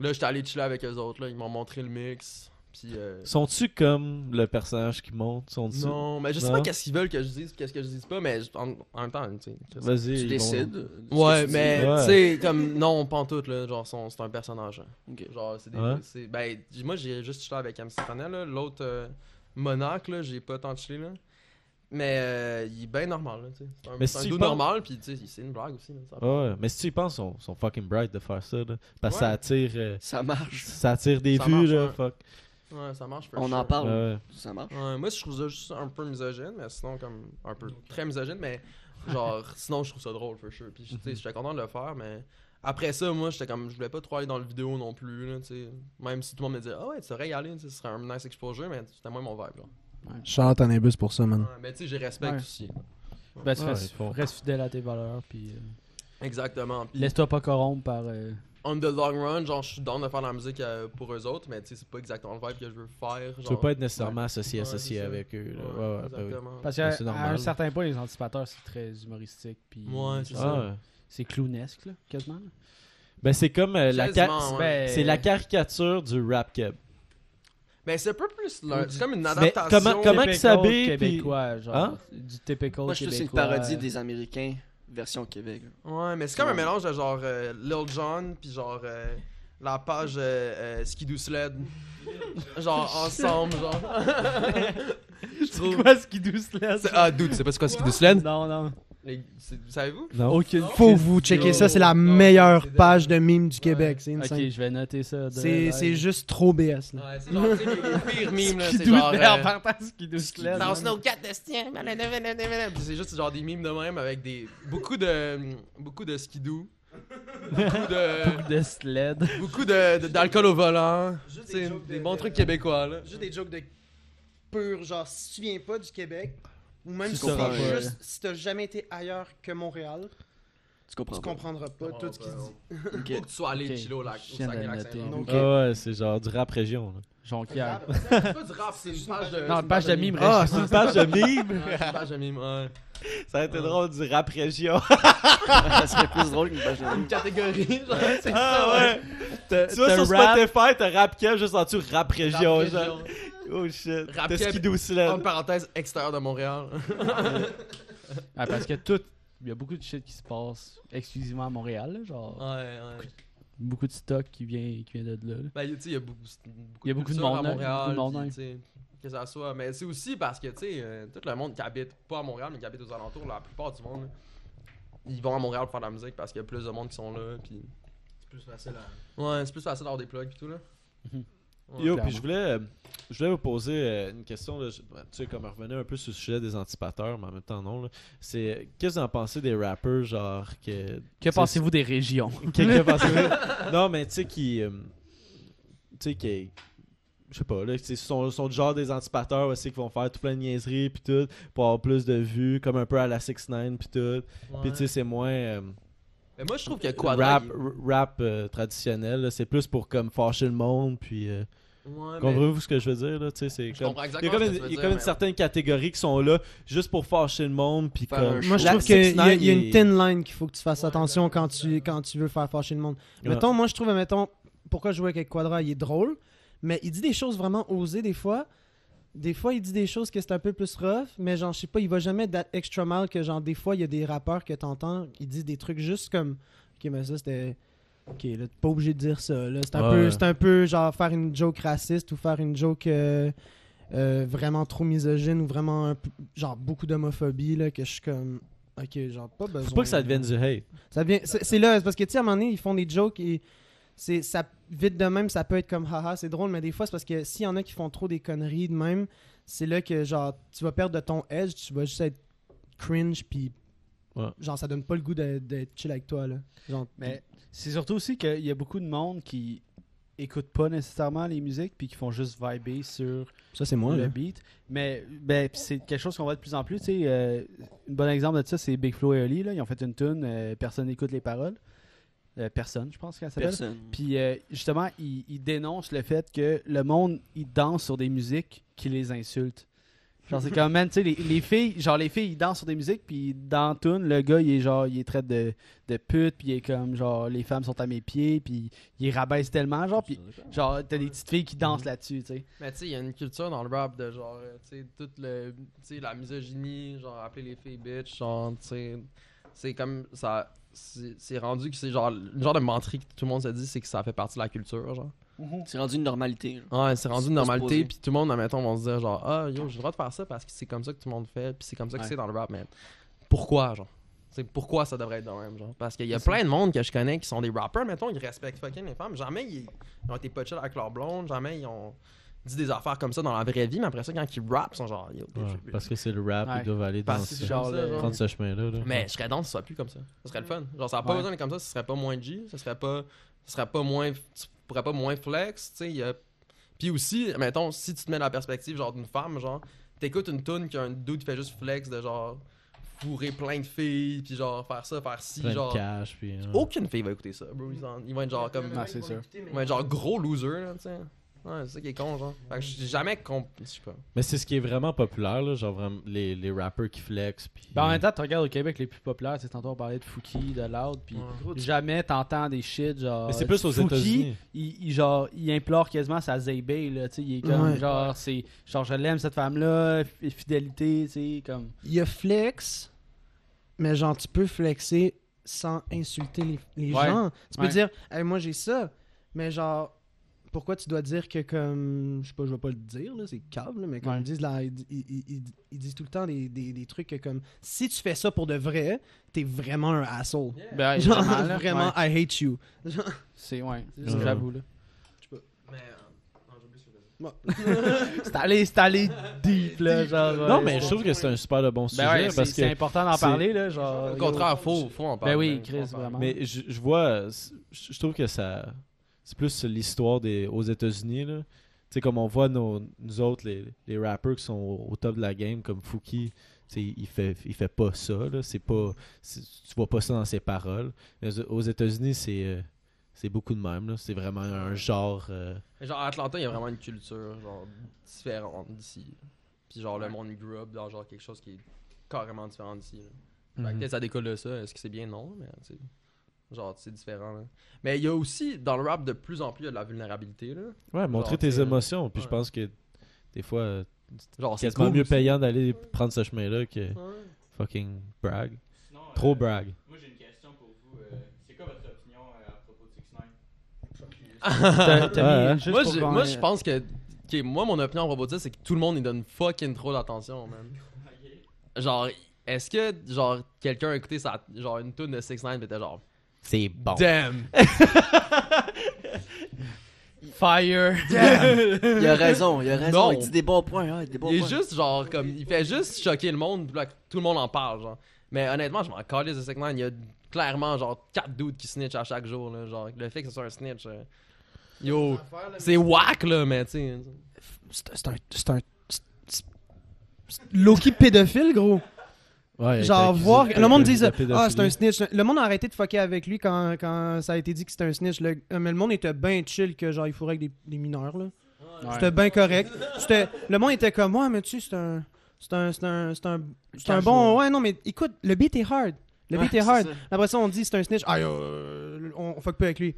[SPEAKER 3] Là, j'étais allé chiller avec eux autres, là, ils m'ont montré le mix, puis. euh,
[SPEAKER 4] Sont-tu comme le personnage qui monte Sont-tu-
[SPEAKER 3] Non, mais je sais
[SPEAKER 4] Non.
[SPEAKER 3] pas qu'est-ce qu'ils veulent que je dise, puis qu'est-ce que je dise pas, mais je- en, en même temps, tu sais. qu'est-ce que-
[SPEAKER 4] Vas-y.
[SPEAKER 2] Tu
[SPEAKER 4] ils vont-
[SPEAKER 2] décides. euh, ce que
[SPEAKER 3] Ouais,
[SPEAKER 2] tu
[SPEAKER 3] mais
[SPEAKER 2] dis.
[SPEAKER 4] Ouais.
[SPEAKER 3] tu sais, comme, non, pas en tout, là, genre, son- c'est un personnage. hein.
[SPEAKER 2] Ok.
[SPEAKER 3] Genre, c'est des.
[SPEAKER 4] Ouais.
[SPEAKER 3] c'est- Ben, j- moi, j'ai juste chillé avec MC Fanel, là. L'autre, euh, Monarque, là, j'ai pas tant chillé, là. Mais euh, il est bien normal, là, tu sais. C'est un,
[SPEAKER 4] Mais
[SPEAKER 3] c'est un
[SPEAKER 4] si tu
[SPEAKER 3] dude
[SPEAKER 4] penses-
[SPEAKER 3] normal, puis tu sais, c'est une blague aussi, là. ça-
[SPEAKER 4] Ah Ouais, mais si tu y penses, ils sont, sont fucking bright de faire ça, là. Parce que
[SPEAKER 3] Ouais.
[SPEAKER 4] ça attire, euh,
[SPEAKER 2] Ça marche.
[SPEAKER 4] ça attire des
[SPEAKER 3] Ça
[SPEAKER 4] vues,
[SPEAKER 3] marche,
[SPEAKER 4] là,
[SPEAKER 3] ouais. Ah
[SPEAKER 4] fuck.
[SPEAKER 3] Ouais, ça marche. for
[SPEAKER 2] On en
[SPEAKER 3] sure.
[SPEAKER 2] parle.
[SPEAKER 4] Ouais.
[SPEAKER 2] Ça marche.
[SPEAKER 3] Ouais, moi, je trouve ça juste un peu misogyne, mais sinon, comme, un peu, très misogyne, mais genre, sinon, je trouve ça drôle, for sure. Puis, tu
[SPEAKER 4] Mhm.
[SPEAKER 3] sais, j'étais content de le faire, mais après ça, moi, j'étais comme, je voulais pas trop aller dans le vidéo non plus, là, tu sais. Même si tout le monde me disait, ah ouais, tu devrais y aller, tu sais, ce serait un nice exposure, mais c'était moins mon vibe, là.
[SPEAKER 5] Chante en imbus pour ça,
[SPEAKER 4] Mhm.
[SPEAKER 5] man.
[SPEAKER 3] Ouais, mais tu sais, j'ai respect
[SPEAKER 1] Ouais.
[SPEAKER 3] aussi.
[SPEAKER 1] Ben, tu
[SPEAKER 4] Ouais,
[SPEAKER 1] restes-
[SPEAKER 4] ils font-
[SPEAKER 1] reste fidèle à tes valeurs puis euh,
[SPEAKER 3] Exactement. Puis,
[SPEAKER 1] laisse-toi pas corrompre par euh,
[SPEAKER 3] on the long run, genre, je suis down de faire de la musique euh, pour eux autres, mais tu sais, c'est pas exactement le vibe que je veux faire.
[SPEAKER 4] Tu veux
[SPEAKER 3] Genre,
[SPEAKER 4] pas être nécessairement associé,
[SPEAKER 3] Ouais,
[SPEAKER 4] associé
[SPEAKER 3] c'est ça.
[SPEAKER 4] avec eux, là.
[SPEAKER 3] Ouais,
[SPEAKER 4] Ouais, ouais, bah oui.
[SPEAKER 3] exactement.
[SPEAKER 1] Parce
[SPEAKER 4] Ben,
[SPEAKER 1] qu'à
[SPEAKER 4] c'est
[SPEAKER 1] à
[SPEAKER 4] normal.
[SPEAKER 1] un certain point, les anticipateurs, c'est très humoristique. Puis
[SPEAKER 3] Ouais, c'est
[SPEAKER 1] c'est,
[SPEAKER 3] ça.
[SPEAKER 4] Ah, ouais.
[SPEAKER 1] clownesque, là, quasiment. là.
[SPEAKER 4] Ben, c'est comme euh, la, ca-
[SPEAKER 3] Quasiment, ouais.
[SPEAKER 1] Ben,
[SPEAKER 4] c'est la caricature du rap cab.
[SPEAKER 3] Mais c'est pas plus. leur- C'est comme une
[SPEAKER 4] Mais
[SPEAKER 3] adaptation.
[SPEAKER 4] comment- comment-
[SPEAKER 1] typical
[SPEAKER 4] qu'ils s'habillent, puis-
[SPEAKER 1] Québécois, genre.
[SPEAKER 4] Hein?
[SPEAKER 1] Du typical
[SPEAKER 2] Moi, je
[SPEAKER 1] québécois. euh,
[SPEAKER 2] trouve que c'est une parodie des Américains. version Québec. là.
[SPEAKER 3] Ouais, mais c'est comme un mélange de genre euh, Lil Jon puis genre euh, la page euh, euh, Skidoo Sled. genre ensemble, genre. Je
[SPEAKER 1] C'est
[SPEAKER 3] trouve.
[SPEAKER 1] quoi ce qui douce là?
[SPEAKER 3] C'est- Ah, dude, c'est pas c'est quoi Skidoo Sled?
[SPEAKER 1] Non, non.
[SPEAKER 3] Les- c'est- Savez-vous?
[SPEAKER 4] Non.
[SPEAKER 1] Aucune
[SPEAKER 5] Faut vous checker ça, c'est la
[SPEAKER 3] Non,
[SPEAKER 5] meilleure
[SPEAKER 3] c'est
[SPEAKER 5] page de mime du
[SPEAKER 3] Ouais.
[SPEAKER 5] Québec. C'est
[SPEAKER 1] Ok,
[SPEAKER 5] insane.
[SPEAKER 1] je vais noter ça. de-
[SPEAKER 5] C'est c'est juste trop BS. là.
[SPEAKER 3] Ouais, c'est genre, tu sais, les, les pires mimes, là. C'est
[SPEAKER 1] Skidoo,
[SPEAKER 3] genre.
[SPEAKER 1] mais
[SPEAKER 3] euh,
[SPEAKER 1] en partant, Skidoo Sled.
[SPEAKER 3] Dans Snowcat, Destien, blablabla, blablabla. Puis c'est juste genre des mimes de même avec des beaucoup de beaucoup de skidoo, beaucoup de
[SPEAKER 1] de sled.
[SPEAKER 3] beaucoup de de- d'alcool au volant,
[SPEAKER 5] Ah, Juste des
[SPEAKER 3] c'est
[SPEAKER 5] jokes
[SPEAKER 3] des
[SPEAKER 5] de-
[SPEAKER 3] bons
[SPEAKER 5] de-
[SPEAKER 3] trucs québécois là.
[SPEAKER 5] Juste des jokes de pur, genre si tu viens pas du Québec, ou même
[SPEAKER 2] Tu
[SPEAKER 5] si,
[SPEAKER 2] comprends
[SPEAKER 5] t'es
[SPEAKER 2] pas,
[SPEAKER 5] juste, si t'as jamais été ailleurs que Montréal,
[SPEAKER 2] Tu comprends
[SPEAKER 5] tu
[SPEAKER 2] pas.
[SPEAKER 5] comprendras pas tout ce qu'il dit.
[SPEAKER 2] Ok.
[SPEAKER 3] Faut que tu sois allé
[SPEAKER 1] Ok,
[SPEAKER 3] chiller au lac,
[SPEAKER 1] je
[SPEAKER 3] au
[SPEAKER 1] viens de le
[SPEAKER 3] Saguenay-Lac.
[SPEAKER 1] noter.
[SPEAKER 5] Donc,
[SPEAKER 4] Ah ouais, c'est genre du rap région. là.
[SPEAKER 5] Ah,
[SPEAKER 1] Jonquière.
[SPEAKER 3] C'est pas du rap, c'est une page de
[SPEAKER 1] Non,
[SPEAKER 3] c'est
[SPEAKER 1] une page de mime.
[SPEAKER 4] Ah,
[SPEAKER 1] reste-
[SPEAKER 4] c'est une page de mime!
[SPEAKER 3] Ouais, c'est une page de mime, ouais.
[SPEAKER 4] Ça a été drôle du rap région.
[SPEAKER 2] Ça serait plus drôle qu'une page de
[SPEAKER 3] Une catégorie, genre, c'est
[SPEAKER 4] Ah ouais!
[SPEAKER 1] T'as-
[SPEAKER 4] Tu vois,
[SPEAKER 1] t'as
[SPEAKER 4] sur
[SPEAKER 1] rap,
[SPEAKER 4] Spotify, t'as rap Kev juste en dessous rap région.
[SPEAKER 3] Rap
[SPEAKER 4] genre.
[SPEAKER 3] région.
[SPEAKER 4] Oh shit.
[SPEAKER 3] Rap
[SPEAKER 4] T'as
[SPEAKER 3] Kev.
[SPEAKER 4] skidoo
[SPEAKER 3] Entre
[SPEAKER 4] sled.
[SPEAKER 3] parenthèses, extérieur de Montréal.
[SPEAKER 1] Ah, parce que tout. Il y a beaucoup de shit qui se passe exclusivement à Montréal, là, genre.
[SPEAKER 3] Ouais, ouais.
[SPEAKER 1] Beaucoup de stock qui vient, qui vient de là. là.
[SPEAKER 3] Ben, y a- tu sais, il y a beaucoup, beaucoup
[SPEAKER 1] Y a beaucoup de
[SPEAKER 3] culture à
[SPEAKER 1] monde, hein,
[SPEAKER 3] Montréal.
[SPEAKER 1] beaucoup de monde,
[SPEAKER 3] puis, tu sais, Que ça soit. Mais c'est aussi parce que, tu sais, euh, tout le monde qui habite pas à Montréal, mais qui habite aux alentours, la plupart du monde, là, ils vont à Montréal pour faire de la musique parce qu'il y a plus de monde qui sont là. Puis...
[SPEAKER 6] C'est plus facile à.
[SPEAKER 3] Ouais, c'est plus facile d'avoir des plugs et tout, là.
[SPEAKER 4] Yo,
[SPEAKER 1] Clairement.
[SPEAKER 4] puis je voulais, euh, je voulais vous poser euh, une question. là, je- bah, tu sais, comme revenir un peu sur le sujet des anticipateurs, mais en même temps, non. là. C'est euh, qu'est-ce que vous en pensez des rappers, genre, que.
[SPEAKER 1] Que pensez-vous des régions
[SPEAKER 4] Quelqu'un pensez-vous- Non, mais tu sais, qui. euh, tu sais, qui. Je sais pas, là, c'est- sont, sont du genre des anticipateurs aussi qui vont faire tout plein de niaiseries puis tout pour avoir plus de vues, comme un peu à la 6ix9ine puis tout. Puis tu sais, c'est moins. euh,
[SPEAKER 3] Mais moi, je trouve que Quadra.
[SPEAKER 4] rap,
[SPEAKER 3] il-
[SPEAKER 4] r- rap euh, traditionnel, là, c'est plus pour comme fâcher le monde, puis euh,
[SPEAKER 3] Ouais, mais
[SPEAKER 4] comprenez-vous ce que je veux dire là, tu sais, c'est
[SPEAKER 3] je
[SPEAKER 4] comme
[SPEAKER 3] comprends
[SPEAKER 4] il y a
[SPEAKER 3] exactement.
[SPEAKER 4] comme
[SPEAKER 3] ce
[SPEAKER 4] une,
[SPEAKER 3] que tu veux
[SPEAKER 4] il y a
[SPEAKER 3] dire,
[SPEAKER 4] comme une
[SPEAKER 3] mais-
[SPEAKER 4] certaine catégorie qui sont là juste pour fâcher le monde, puis
[SPEAKER 2] Faire un
[SPEAKER 4] comme
[SPEAKER 2] show.
[SPEAKER 5] Moi, je
[SPEAKER 4] La
[SPEAKER 5] trouve qu'il y,
[SPEAKER 4] 6ix9ine,
[SPEAKER 5] a- il y a une
[SPEAKER 4] il-
[SPEAKER 5] thin line qu'il faut que tu fasses attention quand tu, quand tu veux faire fâcher le monde.
[SPEAKER 4] Ouais.
[SPEAKER 5] Mettons, moi, je trouve, mettons, pourquoi jouer avec Quadra, il est drôle, mais il dit des choses vraiment osées des fois. Des fois, il dit des choses que c'est un peu plus rough, mais genre, je sais pas, il va jamais d'être extra mal que genre, des fois, il y a des rappeurs que t'entends, ils disent des trucs juste comme, ok, mais ça, c'était. Ok, là, t'es pas obligé de dire ça. là. C'est un,
[SPEAKER 4] Ouais,
[SPEAKER 5] peu-
[SPEAKER 4] ouais.
[SPEAKER 5] c'est un peu genre faire une joke raciste ou faire une joke euh, euh, vraiment trop misogyne ou vraiment un peu- genre beaucoup d'homophobie, là, que je suis comme. Ok, genre, pas besoin.
[SPEAKER 4] faut pas que ça devienne du hate.
[SPEAKER 5] Ça vient- c'est c'est là, c'est parce que tu sais, à un moment donné, ils font des jokes et c'est ça vite de même, ça peut être comme haha, c'est drôle, mais des fois c'est parce que s'il y en a qui font trop des conneries de même, c'est là que genre tu vas perdre de ton edge, tu vas juste être cringe puis
[SPEAKER 4] Ouais.
[SPEAKER 5] genre ça donne pas le goût de- d'être chill avec toi là. Genre
[SPEAKER 1] Mais c'est surtout aussi qu'il y a beaucoup de monde qui écoute pas nécessairement les musiques puis qui font juste vibrer sur
[SPEAKER 5] ça c'est moi
[SPEAKER 1] le beat. Mais ben, pis c'est quelque chose qu'on voit de plus en plus. tu sais, Euh, un bon exemple de ça, c'est Big Flo et Oli. Là, ils ont fait une tune, euh, personne n'écoute les paroles. Euh, personne, je pense qu'elle s'appelle.
[SPEAKER 2] Personne.
[SPEAKER 1] Puis euh, justement, ils il dénoncent le fait que le monde, ils dansent sur des musiques qui les insultent. Genre, c'est comme, man, tu sais, les, les filles, genre, les filles, ils dansent sur des musiques, puis dans Toon, le gars, il est genre, il est traite de, de pute, puis il est comme, genre, les femmes sont à mes pieds, puis il rabaisse tellement, genre, puis genre, t'as des petites filles qui dansent là-dessus, tu sais.
[SPEAKER 3] Mais tu sais, il y a une culture dans le rap de genre, euh, tu sais, toute le, tu sais, la misogynie, genre appeler les filles bitch, genre, tu sais, c'est comme ça, c'est c'est rendu que c'est genre le genre de menterie que tout le monde se dit, c'est que ça fait partie de la culture, genre.
[SPEAKER 2] C'est rendu une normalité. genre.
[SPEAKER 3] Ouais, c'est rendu
[SPEAKER 2] C'est
[SPEAKER 3] une
[SPEAKER 2] pas
[SPEAKER 3] normalité,
[SPEAKER 2] supposé.
[SPEAKER 3] puis tout le monde, admettons, vont se dire genre, ah yo, j'ai le droit de faire ça parce que c'est comme ça que tout le monde fait, puis c'est comme ça que
[SPEAKER 1] Ouais.
[SPEAKER 3] c'est dans le rap, mais pourquoi, genre? C'est pourquoi ça devrait être de même, genre? Parce qu'il y a
[SPEAKER 1] C'est ça.
[SPEAKER 3] plein de monde que je connais qui sont des rappers, mettons, ils respectent fucking les femmes. Jamais ils, ils ont été potchés avec leur blonde, jamais ils ont dit des affaires comme ça dans la vraie vie, mais après ça, quand ils rappent, ils sont genre, yo, bitch,
[SPEAKER 4] Ouais,
[SPEAKER 3] bitch.
[SPEAKER 4] parce que c'est le rap,
[SPEAKER 1] Ouais.
[SPEAKER 4] ils doivent aller dans
[SPEAKER 3] Parce que
[SPEAKER 4] ce,
[SPEAKER 3] c'est genre
[SPEAKER 1] Genre,
[SPEAKER 3] ça, genre.
[SPEAKER 4] prendre ce chemin-là. là.
[SPEAKER 3] Mais je serais dans, ce soit plus comme ça. Ce serait le fun. Genre, ça n'a pas
[SPEAKER 1] Mhm. Ouais.
[SPEAKER 3] besoin d'être comme ça, ce serait pas moins G, ce serait pas, ce serait pas moins, tu pourrais pas moins flex, tu sais. il y a- Puis aussi, mettons, si tu te mets dans la perspective, genre, d'une femme, genre, t'écoutes une tune qu'un dude fait juste flex de genre, fourrer plein de filles, puis genre, faire ça, faire ci,
[SPEAKER 4] plein
[SPEAKER 3] genre.
[SPEAKER 4] de cash, puis. hein.
[SPEAKER 3] Aucune fille va écouter ça, bro. Ils, en- ils vont être genre comme.
[SPEAKER 1] Ah, c'est sûr.
[SPEAKER 3] Ils vont être genre gros loser, là, tu sais. Ouais, c'est ça qui est con, genre. Fait que j'ai jamais compris. Je sais pas.
[SPEAKER 4] Mais c'est ce qui est vraiment populaire, là, genre vraiment les, les rappers qui flex. Puis,
[SPEAKER 1] Ben, en même temps, tu regardes au Québec, les plus populaires, c'est tantôt on parlait de Fouki, de Loud, puis jamais t'entends des shit, genre.
[SPEAKER 4] Mais c'est plus aux
[SPEAKER 1] Fouki,
[SPEAKER 4] États-Unis.
[SPEAKER 1] il, il genre, il implore quasiment sa Zaybay, là, tu sais, il est comme,
[SPEAKER 5] Ouais.
[SPEAKER 1] genre, c'est, genre, je l'aime cette femme-là, f- fidélité, tu sais, comme,
[SPEAKER 5] Il y a Flex mais genre, tu peux flexer sans insulter les, les
[SPEAKER 1] Ouais.
[SPEAKER 5] gens. Tu peux
[SPEAKER 1] Ouais.
[SPEAKER 5] dire, Hey, moi j'ai ça, mais genre, pourquoi tu dois dire que comme, je sais pas, je vais pas le dire, là, c'est câble, mais comme
[SPEAKER 1] Ouais.
[SPEAKER 5] ils, disent là, ils, ils- ils- ils disent tout le temps des, des- des trucs que comme, si tu fais ça pour de vrai, t'es vraiment un asshole.
[SPEAKER 1] Ben, ouais,
[SPEAKER 5] Genre,
[SPEAKER 1] vraiment, là.
[SPEAKER 5] vraiment,
[SPEAKER 1] Ouais.
[SPEAKER 5] I hate you.
[SPEAKER 1] C'est, ouais,
[SPEAKER 4] Ouais.
[SPEAKER 1] j'avoue, là.
[SPEAKER 6] Mais. euh, non, j'ai oublié ce que je voulais dire.
[SPEAKER 1] C'est allé, c'est allé deep, là, genre.
[SPEAKER 4] Non,
[SPEAKER 1] Ben, ouais.
[SPEAKER 4] mais je trouve que c'est un super de bon sujet
[SPEAKER 1] Ben ouais, c'est
[SPEAKER 4] parce
[SPEAKER 1] c'est
[SPEAKER 4] que.
[SPEAKER 1] important d'en
[SPEAKER 4] c'est-
[SPEAKER 1] parler, là, genre.
[SPEAKER 3] Au contraire, faut, faut en parler.
[SPEAKER 1] Ben oui,
[SPEAKER 3] faut
[SPEAKER 1] Chris,
[SPEAKER 3] en parler.
[SPEAKER 1] vraiment.
[SPEAKER 4] Mais je, je vois. euh, c'est- Je je trouve que ça. C'est plus l'histoire des aux États-Unis, là. Tu sais, comme on voit nos, nous autres, les, les rappers qui sont au, au top de la game, comme Fouki, tu sais, il fait, il fait pas ça, là. C'est pas. c'est- Tu vois pas ça dans ses paroles. Mais aux aux États-Unis, c'est. euh, C'est beaucoup de même, là. C'est vraiment un genre. euh,
[SPEAKER 3] Mais genre, à Atlanta, il y a vraiment une culture genre, différente d'ici. Puis genre, le monde grew up dans genre quelque chose qui est carrément différent d'ici. là. Fait que,
[SPEAKER 4] Mhm.
[SPEAKER 3] peut-être ça décolle de ça. Est-ce que c'est bien? Non, mais tu sais, genre, c'est différent. là. Mais il y a aussi, dans le rap, de plus en plus, il y a de la vulnérabilité. Là.
[SPEAKER 4] Ouais, montrer
[SPEAKER 3] tu
[SPEAKER 4] tes
[SPEAKER 3] sais,
[SPEAKER 4] émotions. Puis je
[SPEAKER 3] ouais.
[SPEAKER 4] pense que des fois, euh,
[SPEAKER 3] Genre,
[SPEAKER 4] c'est
[SPEAKER 3] c'est
[SPEAKER 4] quasiment
[SPEAKER 3] cool
[SPEAKER 4] mieux
[SPEAKER 3] aussi.
[SPEAKER 4] payant d'aller prendre ce chemin-là que
[SPEAKER 3] Ouais.
[SPEAKER 4] fucking brag.
[SPEAKER 7] Sinon, euh,
[SPEAKER 4] Trop brag.
[SPEAKER 7] Moi, j'ai une question pour vous. euh, c'est quoi votre opinion euh, à propos de 6
[SPEAKER 1] T'as- t'as
[SPEAKER 4] Ouais,
[SPEAKER 1] mis juste
[SPEAKER 3] moi,
[SPEAKER 1] pour
[SPEAKER 3] je,
[SPEAKER 1] qu'on
[SPEAKER 3] moi,
[SPEAKER 1] ait-
[SPEAKER 3] je pense que. ok, moi, mon opinion en propos de ça, c'est que tout le monde, il donne fucking trop d'attention, man. Genre, est-ce que, genre, quelqu'un a écouté sa, genre, une tune de 6 9 était genre.
[SPEAKER 4] C'est bon.
[SPEAKER 3] Damn!
[SPEAKER 1] Fire.
[SPEAKER 2] Il a raison, il a raison.
[SPEAKER 3] Non.
[SPEAKER 2] Il dit des bons points, hein, il dit des bons
[SPEAKER 3] Il est
[SPEAKER 2] points.
[SPEAKER 3] juste, genre, comme. Il fait juste choquer le monde, puis là, tout le monde en parle, genre. Mais honnêtement, je m'en calisse de 6 9 Il y a clairement, genre, 4 dudes qui snitch à chaque jour, là. Genre, le fait que ce soit un snitch. euh, Yo!
[SPEAKER 6] L'affaire, là,
[SPEAKER 3] C'est whack, là, mais tu sais.
[SPEAKER 5] C'est c'est un. C'est un. c'est- c'est- c'est- Loki pédophile, gros.
[SPEAKER 4] Ouais,
[SPEAKER 5] Genre, voir. Le monde dit ça. Ah, c'est un
[SPEAKER 4] style.
[SPEAKER 5] snitch. Le monde a arrêté de fucker avec lui quand, quand ça a été dit que c'était un snitch. Le- mais le monde était bien chill que, genre, il fourrait avec des, des mineurs, là. C'était bien correct. C'était- Le monde était comme, ouais, mais tu sais, c'est un. C'est un. C'est un. C'est un, c'est un bon. Ouais, non, mais écoute, le beat est hard. Le beat
[SPEAKER 2] Ouais,
[SPEAKER 5] est hard.
[SPEAKER 2] c'est ça.
[SPEAKER 5] Après ça, on dit c'est un snitch. Ah, euh, on, on fuck pas avec lui.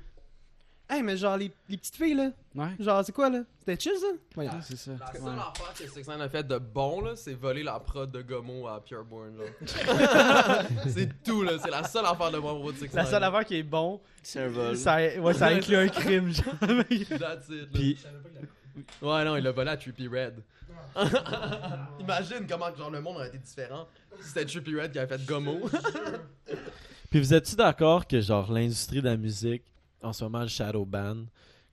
[SPEAKER 5] Hey, mais genre, les, les petites filles, là.
[SPEAKER 1] Ouais,
[SPEAKER 5] Genre, c'est quoi, là? C'était chill, ça? Voyons.
[SPEAKER 1] c'est ça.
[SPEAKER 3] La seule affaire que 6 a fait de bon, là, c'est voler la prod de Gomo à Pureborn. Genre. c'est tout, là. C'est la seule affaire de bon pour 6
[SPEAKER 1] La seule affaire qui est bon,
[SPEAKER 2] C'est un vol.
[SPEAKER 1] ça, ouais, ça inclut un crime, genre.
[SPEAKER 3] That's it, là.
[SPEAKER 4] Puis-
[SPEAKER 6] je savais pas qu'il avait-
[SPEAKER 3] Ouais, non, il l'a volé à Trippy Red. Imagine comment genre, le monde aurait été différent si c'était Trippy Red qui avait fait Gomo.
[SPEAKER 4] Puis vous êtes-tu d'accord que, genre, l'industrie de la musique, en ce moment, le Shadow Band,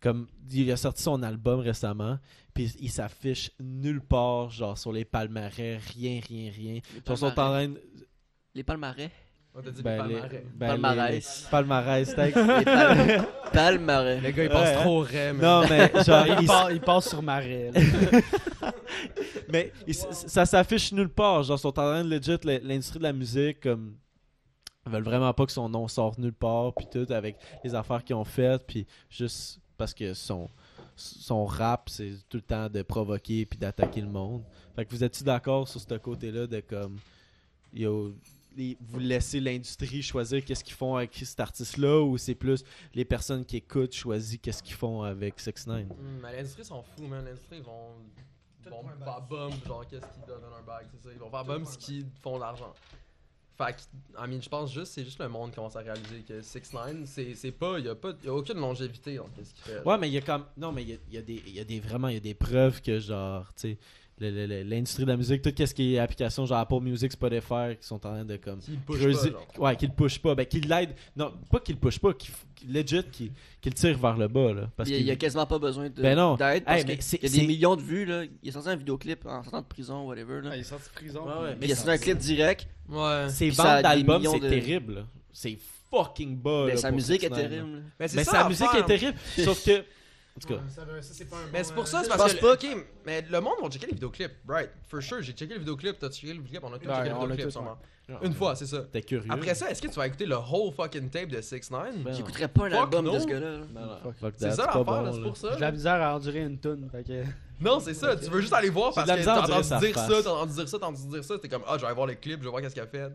[SPEAKER 4] comme il a sorti son album récemment, puis il s'affiche nulle part, genre, sur les palmarès, rien, rien, rien. Puis on sont en
[SPEAKER 2] palmarès.
[SPEAKER 4] train de.
[SPEAKER 2] Les palmarès.
[SPEAKER 3] On t'a dit
[SPEAKER 4] ben,
[SPEAKER 3] les
[SPEAKER 4] les-
[SPEAKER 3] palmarès.
[SPEAKER 4] ben, les-
[SPEAKER 2] Palmarès.
[SPEAKER 4] les palmarès, t'as-
[SPEAKER 2] Les palmarès. palmarès.
[SPEAKER 3] Le gars, il
[SPEAKER 4] Ouais,
[SPEAKER 3] pense
[SPEAKER 4] hein.
[SPEAKER 3] trop raide, man.
[SPEAKER 4] Non, mais genre,
[SPEAKER 1] Il,
[SPEAKER 4] il,
[SPEAKER 1] part- il passe sur ma raie, là.
[SPEAKER 4] Mais il s- ça s'affiche nulle part. Genre, ils sont en train de legit l- l'industrie de la musique, comme. Ils veulent vraiment pas que son nom sorte nulle part, puis tout, avec les affaires qu'ils ont faites, puis juste parce que son, son rap, c'est tout le temps de provoquer puis d'attaquer le monde. Fait que vous êtes-tu d'accord sur ce côté-là de comme. Yo, les- vous laissez l'industrie choisir qu'est-ce qu'ils font avec cet artiste-là, ou c'est plus les personnes qui écoutent choisissent qu'est-ce qu'ils font avec 6 9
[SPEAKER 3] Hmm, mais l'industrie s'en fout, man. L'industrie, ils vont. Ils
[SPEAKER 6] Tout
[SPEAKER 3] vont
[SPEAKER 6] pour un bag.
[SPEAKER 3] faire bum, genre, qu'est-ce qu'ils donnent dans leur bag, c'est ça. Ils vont faire
[SPEAKER 6] Tout
[SPEAKER 3] bum
[SPEAKER 6] pour un
[SPEAKER 3] ce qu'ils font de l'argent. Fait que, I mean, je pense juste, c'est juste le monde qui commence à réaliser que 6 9 c'est c'est pas. Il y a pas. y a aucune longévité dans ce qu'il fait.
[SPEAKER 4] Ouais, mais il y a comme. Non, mais il y a, il y a des, il y a des. Vraiment, il y a des preuves que, genre, tu sais, le- le- le- l'industrie de la musique, tout ce qui est application, genre Apple Music, Spotify, qui sont en train de, comme.
[SPEAKER 3] Qui push
[SPEAKER 4] creuser-
[SPEAKER 3] pas, genre.
[SPEAKER 4] ouais, qui le push pas. Ben, qui l'aide. Non, pas qu'il le push pas, qui, legit, qui, qui le tire vers le bas, là. Parce
[SPEAKER 2] il, y a, il y a
[SPEAKER 4] que.
[SPEAKER 2] quasiment pas besoin de-
[SPEAKER 4] Ben non.
[SPEAKER 2] d'aide parce
[SPEAKER 4] Hey, mais c'est-
[SPEAKER 2] qu'il y a des
[SPEAKER 4] c'est-
[SPEAKER 2] millions de vues là. Il est sorti un vidéoclip en sortant de prison whatever là.
[SPEAKER 1] est sorti de prison.
[SPEAKER 4] Ouais, ouais,
[SPEAKER 2] il a sorti un clip direct.
[SPEAKER 3] Ouais.
[SPEAKER 4] Ses
[SPEAKER 2] puis ça
[SPEAKER 4] ventes
[SPEAKER 2] a des
[SPEAKER 4] d'albums,
[SPEAKER 2] millions
[SPEAKER 4] c'est
[SPEAKER 2] de-
[SPEAKER 4] terrible, là. C'est fucking bas,
[SPEAKER 2] Ben,
[SPEAKER 4] là,
[SPEAKER 2] sa
[SPEAKER 4] pour
[SPEAKER 2] musique est
[SPEAKER 4] 69, là.
[SPEAKER 2] terrible. là.
[SPEAKER 3] Mais
[SPEAKER 4] Mais
[SPEAKER 3] ça,
[SPEAKER 4] sa musique
[SPEAKER 3] l'affaire.
[SPEAKER 4] est terrible. Sauf que. En tout cas.
[SPEAKER 6] Ouais, ça veut- ça, c'est pas un bon,
[SPEAKER 3] Mais c'est
[SPEAKER 6] euh,
[SPEAKER 3] pour ça, c'est
[SPEAKER 2] je
[SPEAKER 3] parce
[SPEAKER 2] pense
[SPEAKER 3] que.
[SPEAKER 2] pas.
[SPEAKER 3] Ok, mais le monde va checker les vidéoclips, right? For sure, j'ai checké les vidéoclips, t'as checké les vidéoclips, on a tous
[SPEAKER 1] Ouais,
[SPEAKER 3] checké
[SPEAKER 1] on
[SPEAKER 3] les
[SPEAKER 1] l'a
[SPEAKER 3] vidéoclips,
[SPEAKER 1] tous,
[SPEAKER 3] sûrement. Une fois, c'est ça.
[SPEAKER 4] T'es curieux.
[SPEAKER 3] Après ça, est-ce que tu vas écouter le whole fucking tape de 6 9
[SPEAKER 4] Ben, non.
[SPEAKER 2] J'écouterais pas un
[SPEAKER 3] Fuck
[SPEAKER 2] album
[SPEAKER 3] no.
[SPEAKER 2] de ce gars-là. là.
[SPEAKER 4] Non, non,
[SPEAKER 1] Fuck.
[SPEAKER 4] fuck that,
[SPEAKER 3] C'est ça
[SPEAKER 4] pas
[SPEAKER 3] l'affaire,
[SPEAKER 4] bon,
[SPEAKER 3] là, c'est
[SPEAKER 4] là.
[SPEAKER 3] pour ça.
[SPEAKER 1] J'ai de la misère à endurer une toune, fait que...
[SPEAKER 3] Non, c'est ça, tu veux juste aller voir
[SPEAKER 4] J'ai de
[SPEAKER 3] parce
[SPEAKER 4] la
[SPEAKER 3] que
[SPEAKER 4] misère
[SPEAKER 3] t'as
[SPEAKER 4] à dire
[SPEAKER 3] entendu
[SPEAKER 4] sa
[SPEAKER 3] dire ça,
[SPEAKER 4] face.
[SPEAKER 3] t'as entendu dire ça, t'as entendu dire ça, t'es comme ah, je vais aller voir le clip, je vais voir qu'est-ce qu'il a fait.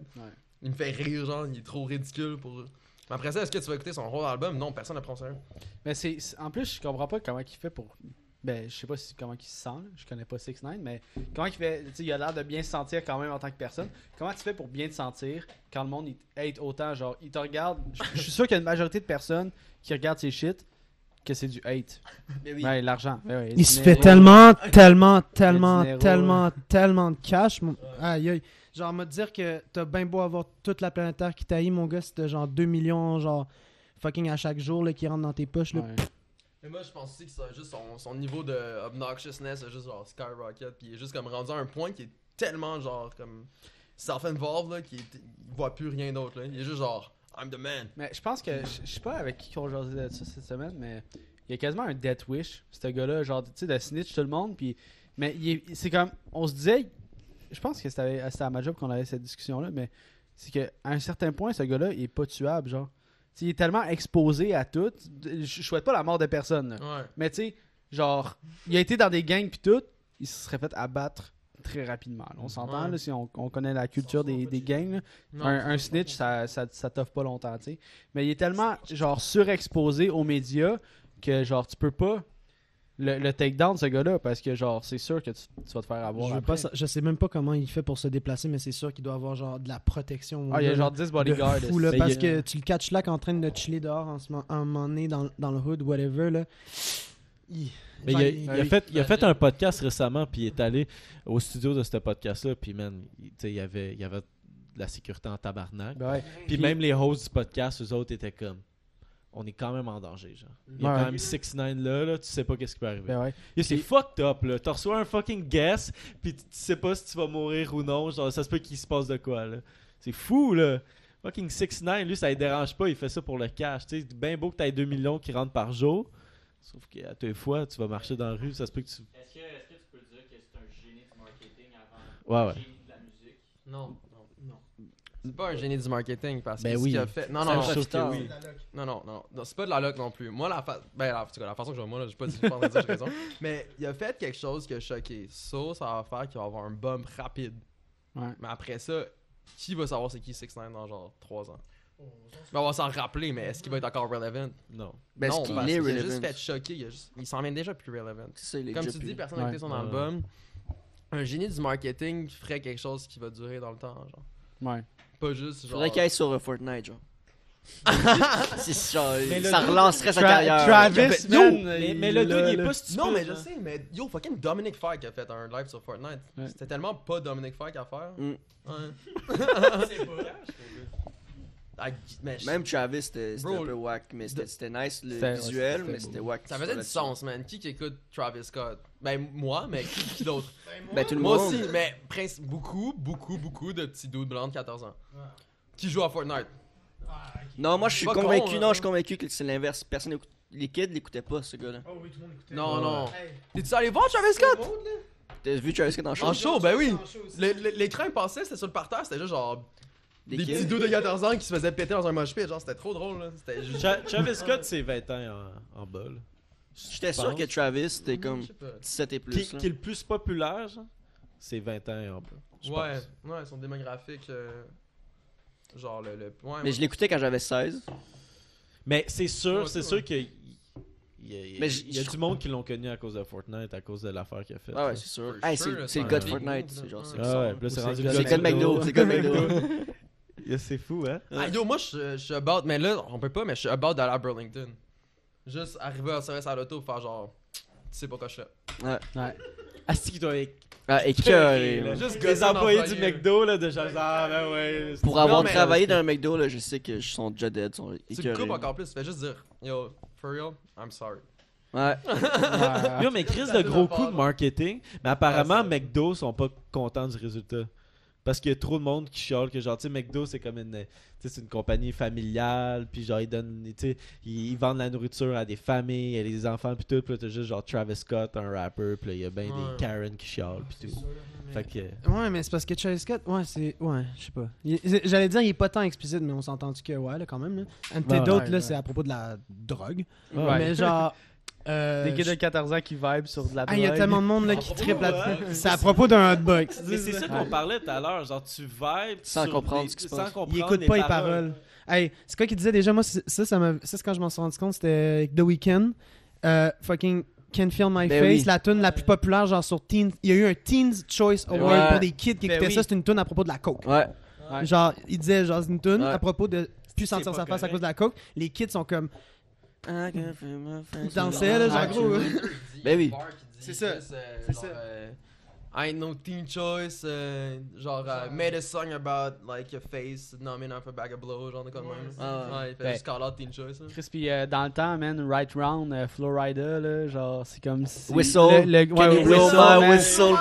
[SPEAKER 3] Il me fait rire, genre, il est trop ridicule pour. Mais après ça, est-ce que tu vas écouter son whole album? Non, personne ne prend ça.
[SPEAKER 1] Mais c'est... c'est- En plus, je comprends pas comment il fait pour Ben, je sais pas si, comment il se sent, là. je connais pas 6 9 mais comment il fait, tu sais, il a l'air de bien se sentir quand même en tant que personne. Comment tu fais pour bien te sentir quand le monde il te hate autant, genre, il te regarde, je je suis sûr qu'il y a une majorité de personnes qui regardent ces shit que c'est du hate.
[SPEAKER 2] Mais oui.
[SPEAKER 1] Ouais, l'argent. Ouais, ouais,
[SPEAKER 5] Il se
[SPEAKER 1] dinero.
[SPEAKER 5] fait tellement, tellement, tellement,
[SPEAKER 1] dinero,
[SPEAKER 5] tellement, tellement de cash. mon- Aïe, aïe. Genre, me dire que t'as bien beau avoir toute la planète Terre qui taillit, mon gars, c'est de genre 2 millions, genre fucking à chaque jour là, qui rentrent dans tes poches. Là.
[SPEAKER 1] Ouais.
[SPEAKER 3] Mais moi, je pense aussi que ça, juste son, son niveau de obnoxiousness a juste genre skyrocket. Puis il est juste comme rendu à un point qui est tellement genre comme self-involved là, qu'il est- il voit plus rien d'autre. là. Il est juste genre, I'm the man.
[SPEAKER 1] Mais je pense que je je sais pas avec qui on jasait de ça cette semaine, mais il y a quasiment un death wish. Ce gars-là, genre, tu sais, de snitch tout le monde. Puis, mais il est- c'est comme, on se disait, je pense que c'était avec- c'était à ma job qu'on avait cette discussion-là, mais c'est qu'à un certain point, ce gars-là, il est pas tuable, genre. Tu sais, il est tellement exposé à tout. Je je souhaite pas la mort de personne, là.
[SPEAKER 3] Ouais.
[SPEAKER 1] Mais tu sais, genre, il a été dans des gangs puis tout, il se serait fait abattre très rapidement. là. On s'entend,
[SPEAKER 3] Ouais.
[SPEAKER 1] là, si on, on connaît la culture des, des gangs, là.
[SPEAKER 3] Non,
[SPEAKER 1] Un, un snitch, ça, ça, ça t'offre pas longtemps, tu sais. Mais il est tellement, genre, surexposé aux médias que, genre, tu peux pas le, le takedown de ce gars-là parce que, genre, c'est sûr que tu, tu vas te faire avoir.
[SPEAKER 5] je, veux
[SPEAKER 1] après.
[SPEAKER 5] pas sa- je sais même pas comment il fait pour se déplacer, mais c'est sûr qu'il doit avoir genre de la protection. mon
[SPEAKER 1] Ah, il y a
[SPEAKER 5] gars,
[SPEAKER 1] genre 10
[SPEAKER 5] de
[SPEAKER 1] bodyguards.
[SPEAKER 5] fou, là,
[SPEAKER 1] c'est-
[SPEAKER 5] parce que tu le catches là en train de chiller dehors en ce moment, un moment donné dans, dans le hood, whatever. Là. Il-
[SPEAKER 4] Mais il
[SPEAKER 5] genre,
[SPEAKER 4] a,
[SPEAKER 5] il-
[SPEAKER 4] il a fait, il a fait un podcast récemment, puis il est allé au studio de ce podcast-là, puis man, il, tu sais, il y avait, il y avait de la sécurité en tabarnak.
[SPEAKER 1] Ben ouais.
[SPEAKER 4] Puis même les hosts du podcast, eux autres étaient comme, on est quand même en danger, genre. Il y a
[SPEAKER 1] Ouais.
[SPEAKER 4] quand même 6 9 là, là, tu sais pas qu'est-ce qui peut arriver.
[SPEAKER 1] Ben ouais.
[SPEAKER 4] Yo, c'est fucked up, là. T'as reçu un fucking guess, puis tu tu sais pas si tu vas mourir ou non. Genre, ça se peut qu'il se passe de quoi, là. C'est fou, là. Fucking 6 9 lui, ça le dérange pas. Il fait ça pour le cash. Tu sais, c'est bien beau que t'aies 2 millions qui rentrent par jour. Sauf qu'à deux fois, tu vas marcher dans la rue, ça se peut que tu.
[SPEAKER 7] Est-ce que, est-ce que tu peux dire que c'est un génie du marketing avant
[SPEAKER 4] Ouais, ouais.
[SPEAKER 7] un génie de la musique
[SPEAKER 3] Non, non, non. C'est pas un génie du marketing parce que
[SPEAKER 4] Ben
[SPEAKER 3] ce
[SPEAKER 4] oui.
[SPEAKER 3] qu'il a fait. Non,
[SPEAKER 2] C'est
[SPEAKER 3] non,
[SPEAKER 2] un
[SPEAKER 3] non,
[SPEAKER 4] je trouve
[SPEAKER 2] profitable.
[SPEAKER 4] que oui.
[SPEAKER 3] non, non, non, non, c'est pas de la loc non plus. Moi, la, fa... ben, la, en tout cas, la façon que je vois, moi, là, j'ai pas dit je pense que j'ai raison. Mais il a fait quelque chose qui a choqué. Ça, ça va faire qu'il va avoir un bump rapide.
[SPEAKER 1] Ouais.
[SPEAKER 3] Mais après ça, qui va savoir c'est qui 6 9 dans genre 3 ans Ben, On va s'en rappeler, mais est-ce qu'il va être encore relevant
[SPEAKER 4] Non.
[SPEAKER 2] Ben,
[SPEAKER 3] Non,
[SPEAKER 2] ce qu'il
[SPEAKER 3] parce
[SPEAKER 2] est
[SPEAKER 3] qu'il a
[SPEAKER 2] relevant.
[SPEAKER 3] juste fait choquer. Il, a juste- il s'en vient déjà plus relevant.
[SPEAKER 2] C'est ça, il est
[SPEAKER 3] Comme
[SPEAKER 2] déjà
[SPEAKER 3] tu dis,
[SPEAKER 2] plus.
[SPEAKER 3] personne n'a écouté
[SPEAKER 1] Ouais.
[SPEAKER 3] son
[SPEAKER 4] Ouais.
[SPEAKER 3] album. Un génie du marketing ferait quelque chose qui va durer dans le temps. Genre.
[SPEAKER 1] Ouais.
[SPEAKER 3] Pas juste ben, genre.
[SPEAKER 2] Faudrait qu'il aille sur euh, Fortnite, genre. C'est genre,
[SPEAKER 4] là,
[SPEAKER 2] ça
[SPEAKER 4] le-
[SPEAKER 2] relancerait sa
[SPEAKER 1] Tra-
[SPEAKER 2] carrière.
[SPEAKER 1] Travis,
[SPEAKER 4] Yo!
[SPEAKER 1] man,
[SPEAKER 4] Mais,
[SPEAKER 1] il-
[SPEAKER 4] mais le dude, il est
[SPEAKER 1] là.
[SPEAKER 4] pas stupide. hein.
[SPEAKER 3] Non, mais je
[SPEAKER 4] genre.
[SPEAKER 3] sais, mais yo, fucking Dominic Fike qui a fait un live sur Fortnite.
[SPEAKER 1] Ouais.
[SPEAKER 3] C'était tellement pas Dominic Fike à faire.
[SPEAKER 2] Mm.
[SPEAKER 3] Ouais.
[SPEAKER 7] C'est pas cash,
[SPEAKER 3] Ah, mais je-
[SPEAKER 2] Même Travis, c'était c'était
[SPEAKER 3] Bro,
[SPEAKER 2] un peu whack, mais c'était c'était nice le
[SPEAKER 1] C'était-
[SPEAKER 2] visuel,
[SPEAKER 1] ouais, c'était
[SPEAKER 2] mais
[SPEAKER 1] beau.
[SPEAKER 2] c'était whack.
[SPEAKER 3] Ça faisait du
[SPEAKER 2] là-dessus.
[SPEAKER 3] sens, man. Qui qui écoute Travis Scott Ben, moi, mais qui, qui d'autre
[SPEAKER 2] Ben, tout le
[SPEAKER 3] Moi
[SPEAKER 2] monde.
[SPEAKER 3] aussi, mais prince, beaucoup, beaucoup, beaucoup de petits dudes blancs de 14 ans. Qui jouent à Fortnite.
[SPEAKER 2] Non, moi, je suis
[SPEAKER 3] Pas con,
[SPEAKER 2] convaincu,
[SPEAKER 3] hein.
[SPEAKER 2] non, je suis convaincu que c'est l'inverse. Personne écoute- Les kids l'écoutaient pas, ce gars-là.
[SPEAKER 6] Oh oui, tout le monde écoutait.
[SPEAKER 3] Non,
[SPEAKER 4] Ouais.
[SPEAKER 3] non.
[SPEAKER 6] Hey,
[SPEAKER 3] T'es-tu allé voir Travis Scott
[SPEAKER 6] monde, là?
[SPEAKER 2] T'as vu Travis Scott en show?
[SPEAKER 3] En show, ben oui.
[SPEAKER 6] En show aussi.
[SPEAKER 3] Le- le- L'écran il passait, c'était sur le parterre, c'était juste genre
[SPEAKER 2] Des
[SPEAKER 3] des,
[SPEAKER 2] kids.
[SPEAKER 3] petits dudes de 14 ans qui se faisaient péter dans un mosh pit. Genre, c'était trop drôle, là. C'était juste.
[SPEAKER 4] Tra- Travis Scott, c'est 20 ans en, en bas, là.
[SPEAKER 2] J'étais sûr
[SPEAKER 4] pense.
[SPEAKER 2] que Travis, c'était comme
[SPEAKER 3] Je sais pas.
[SPEAKER 2] 17 et
[SPEAKER 4] Qui,
[SPEAKER 2] plus. hein. là.
[SPEAKER 4] qui est le plus populaire, genre, c'est 20 ans et en bas. je
[SPEAKER 3] Ouais,
[SPEAKER 4] pense.
[SPEAKER 3] ouais, son démographique. euh, genre le. le ouais,
[SPEAKER 2] Mais je l'écoutais quand j'avais 16.
[SPEAKER 4] Mais c'est sûr,
[SPEAKER 3] Ouais,
[SPEAKER 4] c'est
[SPEAKER 3] ouais.
[SPEAKER 4] sûr que. il- Il y a, il y a-
[SPEAKER 2] Mais j-
[SPEAKER 4] il y a
[SPEAKER 2] je-
[SPEAKER 4] du monde qui l'ont connu à cause de Fortnite, à cause de l'affaire qu'il a faite.
[SPEAKER 2] Ah ouais,
[SPEAKER 4] là.
[SPEAKER 2] c'est sûr.
[SPEAKER 3] For
[SPEAKER 2] Hey,
[SPEAKER 3] sure,
[SPEAKER 2] c'est
[SPEAKER 3] là,
[SPEAKER 2] c'est le
[SPEAKER 4] c'est
[SPEAKER 2] gars
[SPEAKER 4] un
[SPEAKER 2] de
[SPEAKER 4] big
[SPEAKER 2] Fortnite,
[SPEAKER 3] move,
[SPEAKER 2] c'est
[SPEAKER 3] là.
[SPEAKER 2] genre ça.
[SPEAKER 3] Ouais.
[SPEAKER 2] qui
[SPEAKER 4] Ah
[SPEAKER 2] sort,
[SPEAKER 4] ouais,
[SPEAKER 2] là.
[SPEAKER 4] puis là, c'est
[SPEAKER 1] Ou
[SPEAKER 4] rendu
[SPEAKER 1] c'est
[SPEAKER 4] le
[SPEAKER 1] le
[SPEAKER 2] C'est le gars de McDo, c'est le gars de McDo.
[SPEAKER 4] Yeah, C'est fou, hein?
[SPEAKER 3] Ah, yo, moi, je je suis about. Mais là, on peut pas, mais je suis about d'aller à Burlington. Juste arriver à service à l'auto, faire genre. Tu sais pas quoi je fais.
[SPEAKER 4] Ah, c'est qu'il doit être
[SPEAKER 2] Ah, écoeuré, là.
[SPEAKER 4] Juste
[SPEAKER 3] gosser
[SPEAKER 4] les employés du
[SPEAKER 3] l'employé.
[SPEAKER 4] McDo, là, de genre, ah, ben ouais.
[SPEAKER 2] Pour
[SPEAKER 3] Non,
[SPEAKER 2] avoir
[SPEAKER 3] mais-
[SPEAKER 2] travaillé dans un McDo, là, je sais que je sont déjà dead, sont
[SPEAKER 3] Tu le
[SPEAKER 2] écoeurés.
[SPEAKER 3] coupes encore plus, tu fais juste dire Yo, for real, I'm sorry.
[SPEAKER 2] Ouais.
[SPEAKER 1] Ouais.
[SPEAKER 4] Yo, mais crise de gros coup de marketing. Mais apparemment,
[SPEAKER 5] Ah,
[SPEAKER 3] Ouais, c'est-
[SPEAKER 4] McDo sont pas contents du résultat. Parce qu'il y a trop de monde qui chiale que genre, tu sais, McDo, c'est comme une, tu sais, c'est une compagnie familiale, puis genre, ils donnent, tu sais, ils, ils vendent la nourriture à des familles, à des enfants, puis tout, puis là, t'as juste genre Travis Scott, un rapper, puis là, il y a bien
[SPEAKER 3] Ouais.
[SPEAKER 4] des Karen qui chialent, puis tout. Fait que,
[SPEAKER 5] Ouais, Ah, mais c'est parce que Travis Scott, ouais, c'est. Ouais, je sais pas. Il- c'est- J'allais dire, il est pas tant explicite, mais on s'entend que, ouais, là, quand même. Là. Antidote,
[SPEAKER 1] ouais,
[SPEAKER 5] là,
[SPEAKER 1] ouais.
[SPEAKER 5] c'est à propos de la drogue.
[SPEAKER 1] Ouais.
[SPEAKER 5] Mais genre. euh,
[SPEAKER 1] Des kids de
[SPEAKER 5] je-
[SPEAKER 1] 14 ans qui vibe sur de la
[SPEAKER 5] Ah, il y a
[SPEAKER 1] drogue.
[SPEAKER 5] tellement de monde là,
[SPEAKER 4] À
[SPEAKER 5] qui
[SPEAKER 4] propos
[SPEAKER 5] triple
[SPEAKER 4] de la
[SPEAKER 5] là
[SPEAKER 4] drogue.
[SPEAKER 5] C'est à propos d'un hotbox.
[SPEAKER 4] Mais c'est ça qu'on
[SPEAKER 1] Ouais.
[SPEAKER 4] parlait tout à l'heure, genre, tu vibes.
[SPEAKER 2] Sans
[SPEAKER 4] sur
[SPEAKER 2] comprendre
[SPEAKER 4] des-
[SPEAKER 2] ce qui se
[SPEAKER 4] sans
[SPEAKER 2] passe. Il
[SPEAKER 4] comprendre
[SPEAKER 5] Il écoute
[SPEAKER 4] les
[SPEAKER 5] pas les paroles. Hey, c'est quoi qu'il disait déjà Moi, c'est- ça, ça, m'a- ça, c'est quand je m'en suis rendu compte, c'était avec The Weeknd. Euh, fucking Can Feel My
[SPEAKER 2] Ben
[SPEAKER 5] Face,
[SPEAKER 2] oui.
[SPEAKER 5] la tune la plus populaire, genre sur Teens. Il y a eu un Teens Choice
[SPEAKER 2] Ben
[SPEAKER 5] Award
[SPEAKER 2] ouais.
[SPEAKER 5] pour des kids qui
[SPEAKER 1] Ben
[SPEAKER 5] écoutaient
[SPEAKER 1] oui.
[SPEAKER 5] ça. C'est une tune à propos de la coke.
[SPEAKER 2] Ouais.
[SPEAKER 1] Ouais.
[SPEAKER 5] Genre, il disait, genre, c'est une tune
[SPEAKER 2] Ouais.
[SPEAKER 5] à propos de plus sentir
[SPEAKER 1] pas
[SPEAKER 5] sa face à
[SPEAKER 1] correct.
[SPEAKER 5] cause de la coke. Les kids sont comme.
[SPEAKER 2] Ils
[SPEAKER 5] dansaient, là, genre, gros. hein.
[SPEAKER 2] Ben oui.
[SPEAKER 3] C'est ça. C'est ça. euh, I know teen choice, euh, genre euh, made a song about like your face numbing up a bag of blow, genre de comme même.
[SPEAKER 2] Ah ouais.
[SPEAKER 3] Ouais, il fait
[SPEAKER 1] Ben.
[SPEAKER 3] juste call out teen choice. hein.
[SPEAKER 1] Chris, puis euh, dans le temps, man, Right Round, euh, Florida, là, genre, c'est comme si.
[SPEAKER 2] Whistle.
[SPEAKER 1] Le, le-
[SPEAKER 2] Can
[SPEAKER 1] ouais,
[SPEAKER 2] you blow
[SPEAKER 1] whistle,
[SPEAKER 2] my
[SPEAKER 1] man.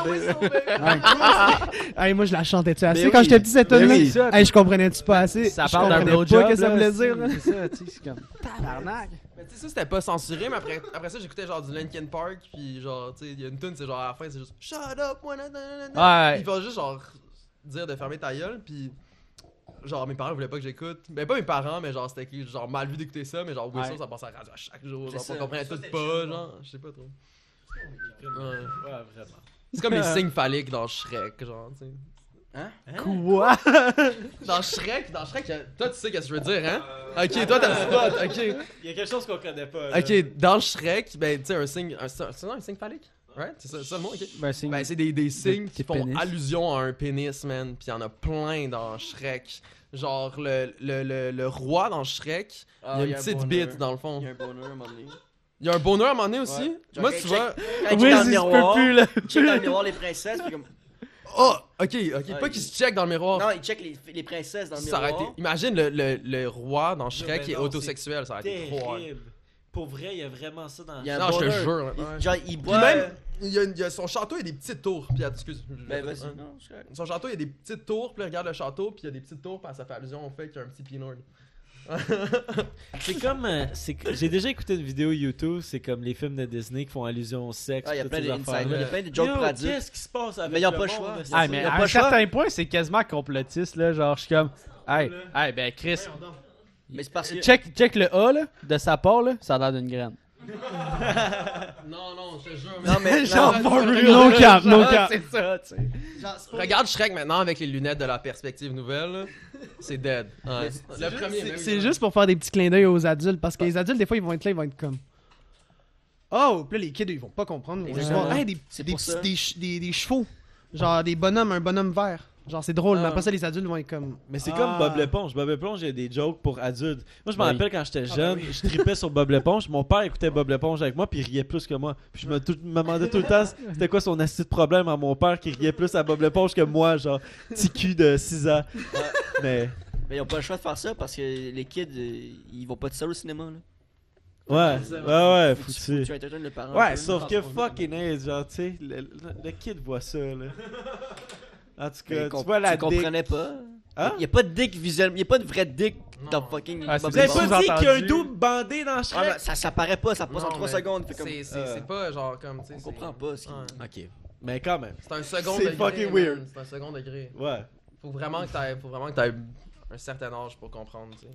[SPEAKER 2] whistle, baby?
[SPEAKER 5] Hey, moi, je la chantais-tu assez
[SPEAKER 2] Ben
[SPEAKER 5] quand
[SPEAKER 2] oui.
[SPEAKER 5] j'étais petit, cette
[SPEAKER 2] Ben
[SPEAKER 5] tune-là?
[SPEAKER 2] oui.
[SPEAKER 1] Ça,
[SPEAKER 5] Hey, je comprenais-tu pas assez?
[SPEAKER 1] Ça
[SPEAKER 5] Je
[SPEAKER 1] parle d'un
[SPEAKER 5] comprenais
[SPEAKER 1] blowjob.
[SPEAKER 5] pas que ça
[SPEAKER 1] là,
[SPEAKER 5] voulait
[SPEAKER 1] c'est-
[SPEAKER 5] dire, là.
[SPEAKER 1] C'est ça, tu sais, c'est comme. Tabarnak.
[SPEAKER 3] Mais tu sais, ça c'était pas censuré, mais après, après ça j'écoutais genre du Linkin Park, puis genre, tu sais, il y a une tune, c'est genre à la fin, c'est juste Shut up, one, na, na, na, na.
[SPEAKER 1] Ouais.
[SPEAKER 3] Ils vont juste genre dire de fermer ta gueule, puis genre mes parents voulaient pas que j'écoute. Ben pas mes parents, mais genre c'était que- genre mal vu d'écouter ça, mais genre Whistle
[SPEAKER 1] Ouais.
[SPEAKER 3] ça passait à la radio à chaque jour,
[SPEAKER 2] C'est hein.
[SPEAKER 3] genre
[SPEAKER 2] ça.
[SPEAKER 3] on comprenait tout pas, genre, je sais pas trop. Ouais.
[SPEAKER 4] Ouais, vraiment.
[SPEAKER 3] C'est comme les signes phalliques dans Shrek, genre, tu sais.
[SPEAKER 2] Hein?
[SPEAKER 1] Quoi?
[SPEAKER 3] Dans Shrek, dans Shrek, y'a- toi tu sais qu'est-ce que je veux dire, hein? Ok, toi t'as le spot,
[SPEAKER 2] Euh.
[SPEAKER 3] ok.
[SPEAKER 4] Il y a quelque chose qu'on connaît pas.
[SPEAKER 3] Ok, dans Shrek, ben tu sais, un signe. un- C'est c'est non, un signe phallique? Right? C'est ça, c'est ça le mot, ok.
[SPEAKER 1] Ben, c'est.
[SPEAKER 3] Ben, c'est des, des signes
[SPEAKER 1] tes
[SPEAKER 3] qui font
[SPEAKER 1] pénis.
[SPEAKER 3] allusion à un pénis, man. Puis il y en a plein dans Shrek. Genre, le, le, le, le roi dans Shrek,
[SPEAKER 2] Ah,
[SPEAKER 3] il y a une petite bite dans le
[SPEAKER 2] Il y a
[SPEAKER 3] fond.
[SPEAKER 2] un bonheur à un moment donné.
[SPEAKER 3] Il y a un bonheur à un moment donné aussi.
[SPEAKER 2] Ouais. Genre,
[SPEAKER 3] Moi,
[SPEAKER 2] check,
[SPEAKER 3] tu
[SPEAKER 2] Quand
[SPEAKER 3] vois.
[SPEAKER 2] il
[SPEAKER 1] Oui,
[SPEAKER 2] check dans le
[SPEAKER 1] si je peux
[SPEAKER 2] miroir,
[SPEAKER 1] plus, là.
[SPEAKER 2] il check dans le miroir les princesses, puis comme...
[SPEAKER 3] Oh, ok, ok.
[SPEAKER 2] Ouais,
[SPEAKER 3] pas
[SPEAKER 2] il-
[SPEAKER 3] qu'il se check dans le miroir.
[SPEAKER 2] Non, il check les, les princesses dans le
[SPEAKER 3] ça
[SPEAKER 2] miroir.
[SPEAKER 3] aurait été... Imagine le, le, le roi dans Shrek
[SPEAKER 4] ben
[SPEAKER 3] qui est
[SPEAKER 4] non,
[SPEAKER 3] autosexuel, ça aurait été trop hard.
[SPEAKER 4] Terrible. Pour vrai, il y a vraiment ça dans
[SPEAKER 2] Il y a un
[SPEAKER 3] Non, je te
[SPEAKER 2] bonheur.
[SPEAKER 3] jure. ouais.
[SPEAKER 2] Il- Genre, il
[SPEAKER 3] Puis
[SPEAKER 2] boit... euh,
[SPEAKER 3] même, il y a, une- il y a- son château, il y a des petites tours. Puis, excuse. je-
[SPEAKER 2] Ben,
[SPEAKER 3] je-
[SPEAKER 2] vas-y. Non, je suis correct.
[SPEAKER 3] Son château, il y a des petites tours, puis il regarde le château, puis il y a des petites tours, puis ça fait allusion au fait qu'il y a un petit pinard.
[SPEAKER 4] C'est comme. euh, c'est que- J'ai déjà écouté une vidéo YouTube, c'est comme les films de Disney qui font allusion au sexe.
[SPEAKER 2] Ah, il y a
[SPEAKER 4] toutes
[SPEAKER 2] plein
[SPEAKER 4] ces
[SPEAKER 2] de insides,
[SPEAKER 4] affaires-là.
[SPEAKER 2] il y a plein de jokes pour
[SPEAKER 4] Yo,
[SPEAKER 2] adultes.
[SPEAKER 4] Qu'est-ce qui se passe avec
[SPEAKER 2] Mais ils ont
[SPEAKER 4] le
[SPEAKER 2] pas le
[SPEAKER 4] monde,
[SPEAKER 2] choix.
[SPEAKER 4] là, c'est
[SPEAKER 1] Ah,
[SPEAKER 4] ça.
[SPEAKER 1] mais
[SPEAKER 2] y a
[SPEAKER 1] à
[SPEAKER 2] pas
[SPEAKER 1] un
[SPEAKER 2] le choix.
[SPEAKER 1] certain point, c'est quasiment complotiste, là. Genre, je suis comme. Hey, hey, ben, Chris.
[SPEAKER 2] Mais c'est parce que...
[SPEAKER 1] Check, check le A, là, de sa part, là, ça a l'air d'une graine.
[SPEAKER 3] Non, non, je te jure.
[SPEAKER 2] Non, mais...
[SPEAKER 1] Genre,
[SPEAKER 2] non,
[SPEAKER 1] for real, no cap, no cap.
[SPEAKER 3] C'est ça, tu sais. Regarde Shrek maintenant avec les lunettes de la perspective nouvelle. là. C'est dead. Ouais. Le premier.
[SPEAKER 5] C'est-
[SPEAKER 3] même,
[SPEAKER 5] C'est
[SPEAKER 3] ouais.
[SPEAKER 5] juste pour faire des petits clins d'œil aux adultes, parce que les adultes, des fois, ils vont être là, ils vont être comme. Oh, puis là, les kids, ils vont pas comprendre. Ils vont juste
[SPEAKER 2] Exactement.
[SPEAKER 5] voir, hey, des,
[SPEAKER 2] C'est
[SPEAKER 5] des
[SPEAKER 2] pour
[SPEAKER 5] petits-
[SPEAKER 2] ça.
[SPEAKER 5] des ch- des- des chevaux. Genre des bonhommes, un bonhomme vert. Genre, c'est drôle,
[SPEAKER 2] Ah.
[SPEAKER 5] mais après ça, les adultes vont être comme.
[SPEAKER 4] Mais c'est
[SPEAKER 5] Ah.
[SPEAKER 4] comme Bob l'éponge. Bob l'éponge, il y a des jokes pour adultes. Moi, je me
[SPEAKER 1] Oui.
[SPEAKER 4] rappelle quand j'étais jeune, je tripais sur Bob l'éponge. Mon père écoutait Bob l'éponge avec moi, puis il riait plus que moi. Puis je me, tout- me demandais tout le temps c'était quoi son assis de problème à mon père qui riait plus à Bob l'éponge que moi, genre petit cul de 6 ans. Mais
[SPEAKER 2] Mais ils ont pas le choix de faire ça parce que les kids, euh, ils vont pas tout seuls au cinéma, là.
[SPEAKER 4] ouais, ouais, ouais,
[SPEAKER 2] Faut que tu-
[SPEAKER 4] foutu.
[SPEAKER 2] faut que Tu entertaines le parent.
[SPEAKER 4] Ouais, sauf que fucking ass, genre, tu sais, le, le- le kid voit ça, là. En tout
[SPEAKER 2] Mais
[SPEAKER 4] cas,
[SPEAKER 2] com-
[SPEAKER 4] tu vois la
[SPEAKER 2] tu
[SPEAKER 4] dick.
[SPEAKER 2] comprenais pas.
[SPEAKER 4] Hein?
[SPEAKER 2] Il y a pas de dick visuel, il y a pas de vrai dick dans
[SPEAKER 3] Non.
[SPEAKER 2] fucking
[SPEAKER 1] Ah, c'est
[SPEAKER 2] Bob
[SPEAKER 4] Vous avez
[SPEAKER 1] Bon.
[SPEAKER 4] pas dit qu'il y a un
[SPEAKER 1] Sous-entendu.
[SPEAKER 4] double bandé dans
[SPEAKER 2] Ah, mais
[SPEAKER 4] Shrek?
[SPEAKER 2] ça, ça paraît pas, ça passe en
[SPEAKER 3] Non,
[SPEAKER 2] 3
[SPEAKER 3] mais
[SPEAKER 2] secondes. fait comme-
[SPEAKER 3] C'est c'est-
[SPEAKER 4] euh,
[SPEAKER 3] c'est pas genre comme. tu sais,
[SPEAKER 2] On
[SPEAKER 3] c'est-
[SPEAKER 2] comprend pas ce qu'il-
[SPEAKER 3] Ouais.
[SPEAKER 4] Ok, mais quand même.
[SPEAKER 3] C'est un second
[SPEAKER 4] C'est
[SPEAKER 3] degré.
[SPEAKER 4] fucking
[SPEAKER 3] man.
[SPEAKER 4] weird.
[SPEAKER 3] C'est un second degré.
[SPEAKER 4] Ouais.
[SPEAKER 3] Faut vraiment que t'aies faut vraiment que t'aies un certain âge pour comprendre, tu sais.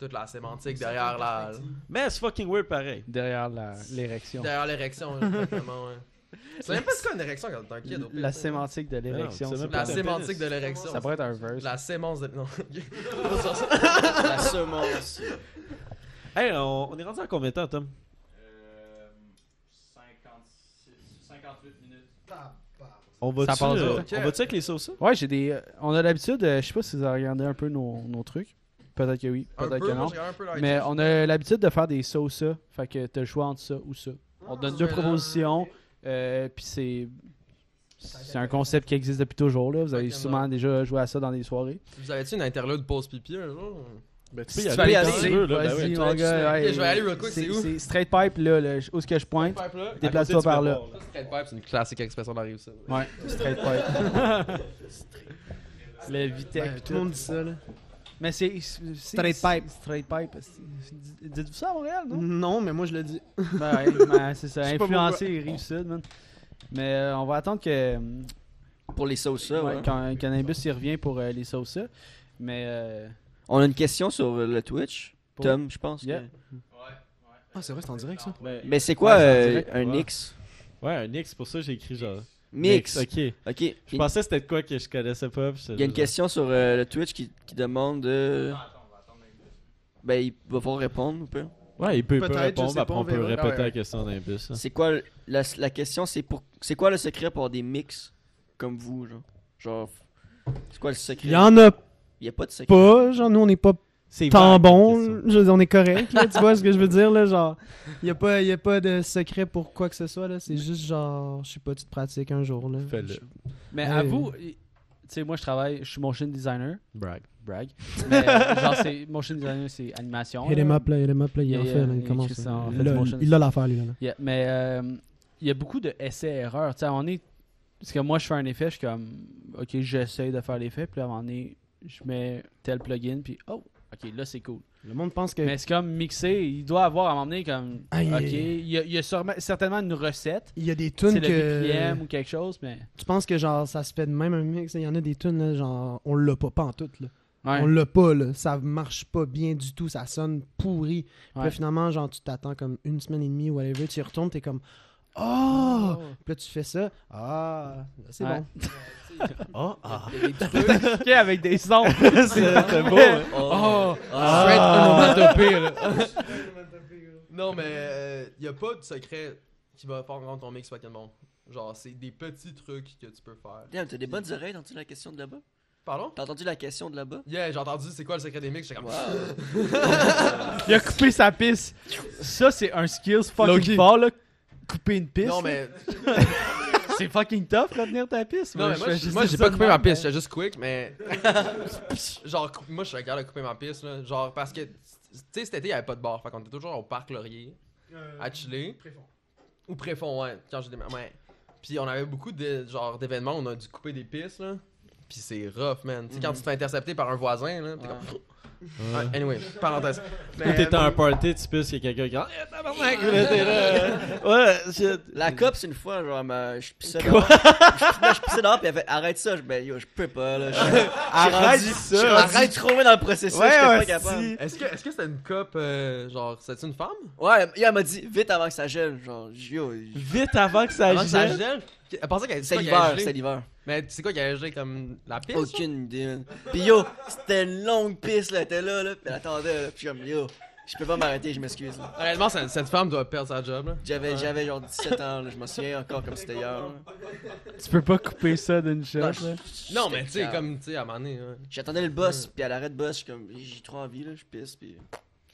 [SPEAKER 3] Toute la sémantique derrière la.
[SPEAKER 4] Mais c'est fucking weird pareil.
[SPEAKER 1] Derrière la- l'érection.
[SPEAKER 3] Derrière l'érection, exactement, ouais. C'est même pas ce qu'est une érection quand t'es un kid, au pire,
[SPEAKER 1] La
[SPEAKER 3] tu sais.
[SPEAKER 1] sémantique de l'érection.
[SPEAKER 4] Non, c'est
[SPEAKER 1] c'est
[SPEAKER 4] même
[SPEAKER 1] pas-
[SPEAKER 3] La
[SPEAKER 4] pas-
[SPEAKER 3] sémantique de l'érection.
[SPEAKER 1] Ça pourrait être un verse.
[SPEAKER 3] La sémence de. Non. ok.
[SPEAKER 2] La semence.
[SPEAKER 4] Hey, on, on est rendu à combien de temps, Tom?
[SPEAKER 7] Euh, 56, 58 minutes.
[SPEAKER 4] On va-tu
[SPEAKER 1] Ça passe
[SPEAKER 4] euh,
[SPEAKER 1] vite.
[SPEAKER 4] on va-tu avec les sauces?
[SPEAKER 1] Ouais, j'ai des. euh, on a l'habitude, euh, je sais pas si vous avez regardé un peu nos, nos trucs. Peut-être que oui,
[SPEAKER 3] Un
[SPEAKER 1] peut-être
[SPEAKER 3] peu,
[SPEAKER 1] que
[SPEAKER 3] moi,
[SPEAKER 1] non.
[SPEAKER 3] j'ai un peu l'arrêté.
[SPEAKER 1] Mais on a l'habitude de faire des ça ou ça. Fait que t'as le choix entre ça ou ça. On te donne deux
[SPEAKER 3] Ah,
[SPEAKER 1] propositions. euh, Puis c'est. C'est un concept qui existe depuis toujours. Là. Vous avez
[SPEAKER 3] Fucking
[SPEAKER 1] sûrement déjà joué à ça dans des soirées.
[SPEAKER 3] Vous avez-tu une interlude pause pipi un jour?
[SPEAKER 4] Ben, tu
[SPEAKER 2] peux y
[SPEAKER 1] Tu
[SPEAKER 2] aller
[SPEAKER 1] vas aller
[SPEAKER 2] quand tu
[SPEAKER 1] pisser,
[SPEAKER 4] veux, là, ben
[SPEAKER 1] Vas-y,
[SPEAKER 4] oui.
[SPEAKER 1] mon gars.
[SPEAKER 3] Ok,
[SPEAKER 1] hey,
[SPEAKER 3] je vais aller real quick, c'est où?
[SPEAKER 1] C'est straight pipe, là, le- où est-ce que je pointe.
[SPEAKER 3] Pipe là.
[SPEAKER 1] Des- Déplace-toi par là.
[SPEAKER 3] Straight pipe, c'est une classique expression de la réussite.
[SPEAKER 1] Ouais, straight pipe. le Vitech.
[SPEAKER 5] Tout le monde dit ça, là.
[SPEAKER 1] Mais c'est. c'est-
[SPEAKER 5] Straight pipe.
[SPEAKER 1] Straight pipe. c'est- d- Dites-vous ça à Montréal, non?
[SPEAKER 5] Non, mais moi, je le dis.
[SPEAKER 1] Ben ouais, ben c'est ça.
[SPEAKER 5] Je sais pas
[SPEAKER 1] Influencer les rives sud, man. Mais euh, on va attendre que hum,
[SPEAKER 2] Pour les hein. sauces,
[SPEAKER 1] ouais,
[SPEAKER 2] ouais.
[SPEAKER 1] quand Cannabis y revient pour euh, les sauces. ça. Mais euh,
[SPEAKER 2] On a une question sur euh, le Twitch.
[SPEAKER 1] Pour-
[SPEAKER 2] Tom, je pense. que-
[SPEAKER 1] Yeah.
[SPEAKER 5] Ah, c'est vrai, c'est en direct, ça.
[SPEAKER 2] Mais c'est quoi
[SPEAKER 4] Ouais, c'est en
[SPEAKER 2] euh,
[SPEAKER 4] direct,
[SPEAKER 2] un
[SPEAKER 4] ouais.
[SPEAKER 2] X
[SPEAKER 4] Ouais, un X, pour ça j'ai écrit genre.
[SPEAKER 2] Mix.
[SPEAKER 4] Ok. Je
[SPEAKER 2] Ok. Il y a-
[SPEAKER 4] pensais que c'était de quoi que je connaissais pas. puis
[SPEAKER 2] il y a une question sur euh, le Twitch qui, qui demande. euh, Ben, il va falloir répondre ou pas
[SPEAKER 4] Ouais, il peut, il peut
[SPEAKER 5] Peut-être, je
[SPEAKER 4] répondre,
[SPEAKER 5] sais
[SPEAKER 4] après
[SPEAKER 5] pas,
[SPEAKER 4] on
[SPEAKER 5] on
[SPEAKER 4] peut
[SPEAKER 5] verra.
[SPEAKER 4] répéter
[SPEAKER 5] Ah ouais.
[SPEAKER 4] la question d'un bus.
[SPEAKER 2] C'est quoi le- la, la question C'est pour c'est quoi le secret pour avoir des mix comme vous genre Genre f- c'est quoi le secret
[SPEAKER 5] Il y en a
[SPEAKER 2] Il y a pas de secret.
[SPEAKER 5] pas, genre nous on n'est pas
[SPEAKER 4] C'est
[SPEAKER 5] tant
[SPEAKER 4] vague, comme
[SPEAKER 5] bon,
[SPEAKER 4] question.
[SPEAKER 5] je veux dire, on est correct, là, tu vois ce que je veux dire, là, genre, il n'y a, pas- y a pas de secret pour quoi que ce soit, là, c'est juste genre, je sais pas, tu te pratiques un jour, là.
[SPEAKER 4] Fais-le.
[SPEAKER 1] Mais
[SPEAKER 5] Ouais.
[SPEAKER 1] avoue, tu sais, moi je travaille, je suis motion designer,
[SPEAKER 4] Brag.
[SPEAKER 1] brag. Mais genre, c'est motion designer, c'est animation.
[SPEAKER 5] Hit
[SPEAKER 1] là.
[SPEAKER 5] him up, là, hit him up, là, il
[SPEAKER 1] Yeah,
[SPEAKER 5] en fait,
[SPEAKER 1] yeah,
[SPEAKER 5] là, il
[SPEAKER 1] il
[SPEAKER 5] commence.
[SPEAKER 1] écrit
[SPEAKER 5] là.
[SPEAKER 1] ça, en fait,
[SPEAKER 5] Là,
[SPEAKER 1] motion
[SPEAKER 5] il a l'affaire, lui, là. là.
[SPEAKER 1] Yeah, mais euh, il y a beaucoup de essais-erreurs. Tu sais, on est. Parce que moi, je fais un effet, je suis comme. Ok, j'essaye de faire l'effet, puis là, à un moment donné, je mets tel plugin, puis oh, ok, là, c'est cool.
[SPEAKER 5] Le monde pense que...
[SPEAKER 1] Mais c'est comme mixé, il doit avoir à un moment donné comme.
[SPEAKER 5] Aïe.
[SPEAKER 1] ok, il y a, il y a sûrement- certainement une recette.
[SPEAKER 5] Il y a des
[SPEAKER 1] C'est
[SPEAKER 5] tunes
[SPEAKER 1] le
[SPEAKER 5] que...
[SPEAKER 1] BPM ou quelque chose, mais.
[SPEAKER 5] Tu penses que, genre, ça se fait de même un mix, il y en a des tunes, là, genre, on l'a pas, pas en tout, là.
[SPEAKER 1] Ouais,
[SPEAKER 5] On l'a pas, là. Ça marche pas bien du tout. Ça sonne pourri. Puis là,
[SPEAKER 1] Ouais.
[SPEAKER 5] finalement, genre, tu t'attends comme une semaine et demie ou whatever. Tu y retournes, t'es comme. Oh! Puis là, tu fais ça. Ah! C'est
[SPEAKER 1] Ouais.
[SPEAKER 5] bon.
[SPEAKER 4] Oh, ah.
[SPEAKER 1] Ok, avec des sons.
[SPEAKER 4] C'était beau, hein?
[SPEAKER 3] Oh!
[SPEAKER 4] Ah.
[SPEAKER 3] Non, mais il n'y a pas de secret qui va faire rendre ton mix fucking bon. Genre, c'est des petits trucs que tu peux faire.
[SPEAKER 2] Damn, t'as des bonnes oreilles, t'as entendu la question de là-bas
[SPEAKER 3] Pardon?
[SPEAKER 2] T'as entendu la question de là-bas
[SPEAKER 3] Yeah, j'ai entendu c'est quoi le secret des mix, j'étais comme... Ah.
[SPEAKER 1] il a coupé sa piste. Ça, c'est un skills fucking
[SPEAKER 3] Low-key.
[SPEAKER 1] fort, là. Couper une piste.
[SPEAKER 3] Non, mais,
[SPEAKER 1] C'est fucking tough, retenir ta piste.
[SPEAKER 3] non, mais
[SPEAKER 1] je
[SPEAKER 3] moi,
[SPEAKER 1] fais
[SPEAKER 3] j'ai-
[SPEAKER 1] juste
[SPEAKER 3] moi, j'ai
[SPEAKER 1] ça
[SPEAKER 3] pas
[SPEAKER 1] de
[SPEAKER 3] coupé
[SPEAKER 1] même,
[SPEAKER 3] ma piste, j'étais juste quick, mais... Genre, cou- moi, je suis capable de couper ma piste, là. Genre, parce que, tu sais, cet été, il n'y avait pas de bar, fait qu'on était toujours au Parc Laurier, à chiller.
[SPEAKER 6] Préfond.
[SPEAKER 3] Ou Préfond, ouais, quand j'ai des... Ouais. Puis on avait beaucoup de genre d'événements, on a dû couper des pistes, là. Puis c'est rough, man. Tu sais, quand
[SPEAKER 1] Mm-hmm.
[SPEAKER 3] tu te fais intercepter par un voisin, là, t'es comme... Ouais, Anyway, parenthèse.
[SPEAKER 4] Ou t'es à un party, tu pisses, il y a quelqu'un qui rentre. Eh, tabarnak, là, t'es là. Ouais, shit.
[SPEAKER 2] La COPS, une fois, genre, ma- je pissais dehors. je, non, je pissais dehors, puis elle fait arrête ça. Je, ben yo, je peux pas, là. Je,
[SPEAKER 4] Arrête
[SPEAKER 2] je suis
[SPEAKER 4] ça.
[SPEAKER 2] rendu trop loin dans le processus, j'étais pas capable.
[SPEAKER 3] Est-ce que est-ce que c'était une cop euh, genre c'était une femme
[SPEAKER 2] Ouais, yo, elle m'a dit vite avant que ça gèle. Genre, yo, je-
[SPEAKER 4] Vite avant que ça
[SPEAKER 3] Avant que ça
[SPEAKER 4] gèle.
[SPEAKER 3] gèle? Elle pensait qu'elle
[SPEAKER 2] c'est
[SPEAKER 3] c'était
[SPEAKER 2] l'hiver, c'est l'hiver.
[SPEAKER 3] Mais c'est quoi qu'elle a gelé comme la piste
[SPEAKER 2] Aucune idée. man. Puis yo, c'était une longue piste là, t'es là, là, puis elle attendait, là, puis je suis comme yo, je peux pas m'arrêter, je m'excuse. là.
[SPEAKER 3] Honnêtement, cette, cette femme doit perdre sa job. Là.
[SPEAKER 2] J'avais j'avais genre 17 ans, là, je m'en souviens encore comme c'était hier. là.
[SPEAKER 1] Tu peux pas couper ça d'une shot.
[SPEAKER 2] Non,
[SPEAKER 1] là.
[SPEAKER 2] je-
[SPEAKER 3] Non,
[SPEAKER 2] j'étais
[SPEAKER 3] mais tu sais
[SPEAKER 2] calme.
[SPEAKER 3] comme tu sais à un moment donné, hein. ouais.
[SPEAKER 2] J'attendais le boss, puis à l'arrêt de boss, je suis comme j'ai trop envie là, je pisse puis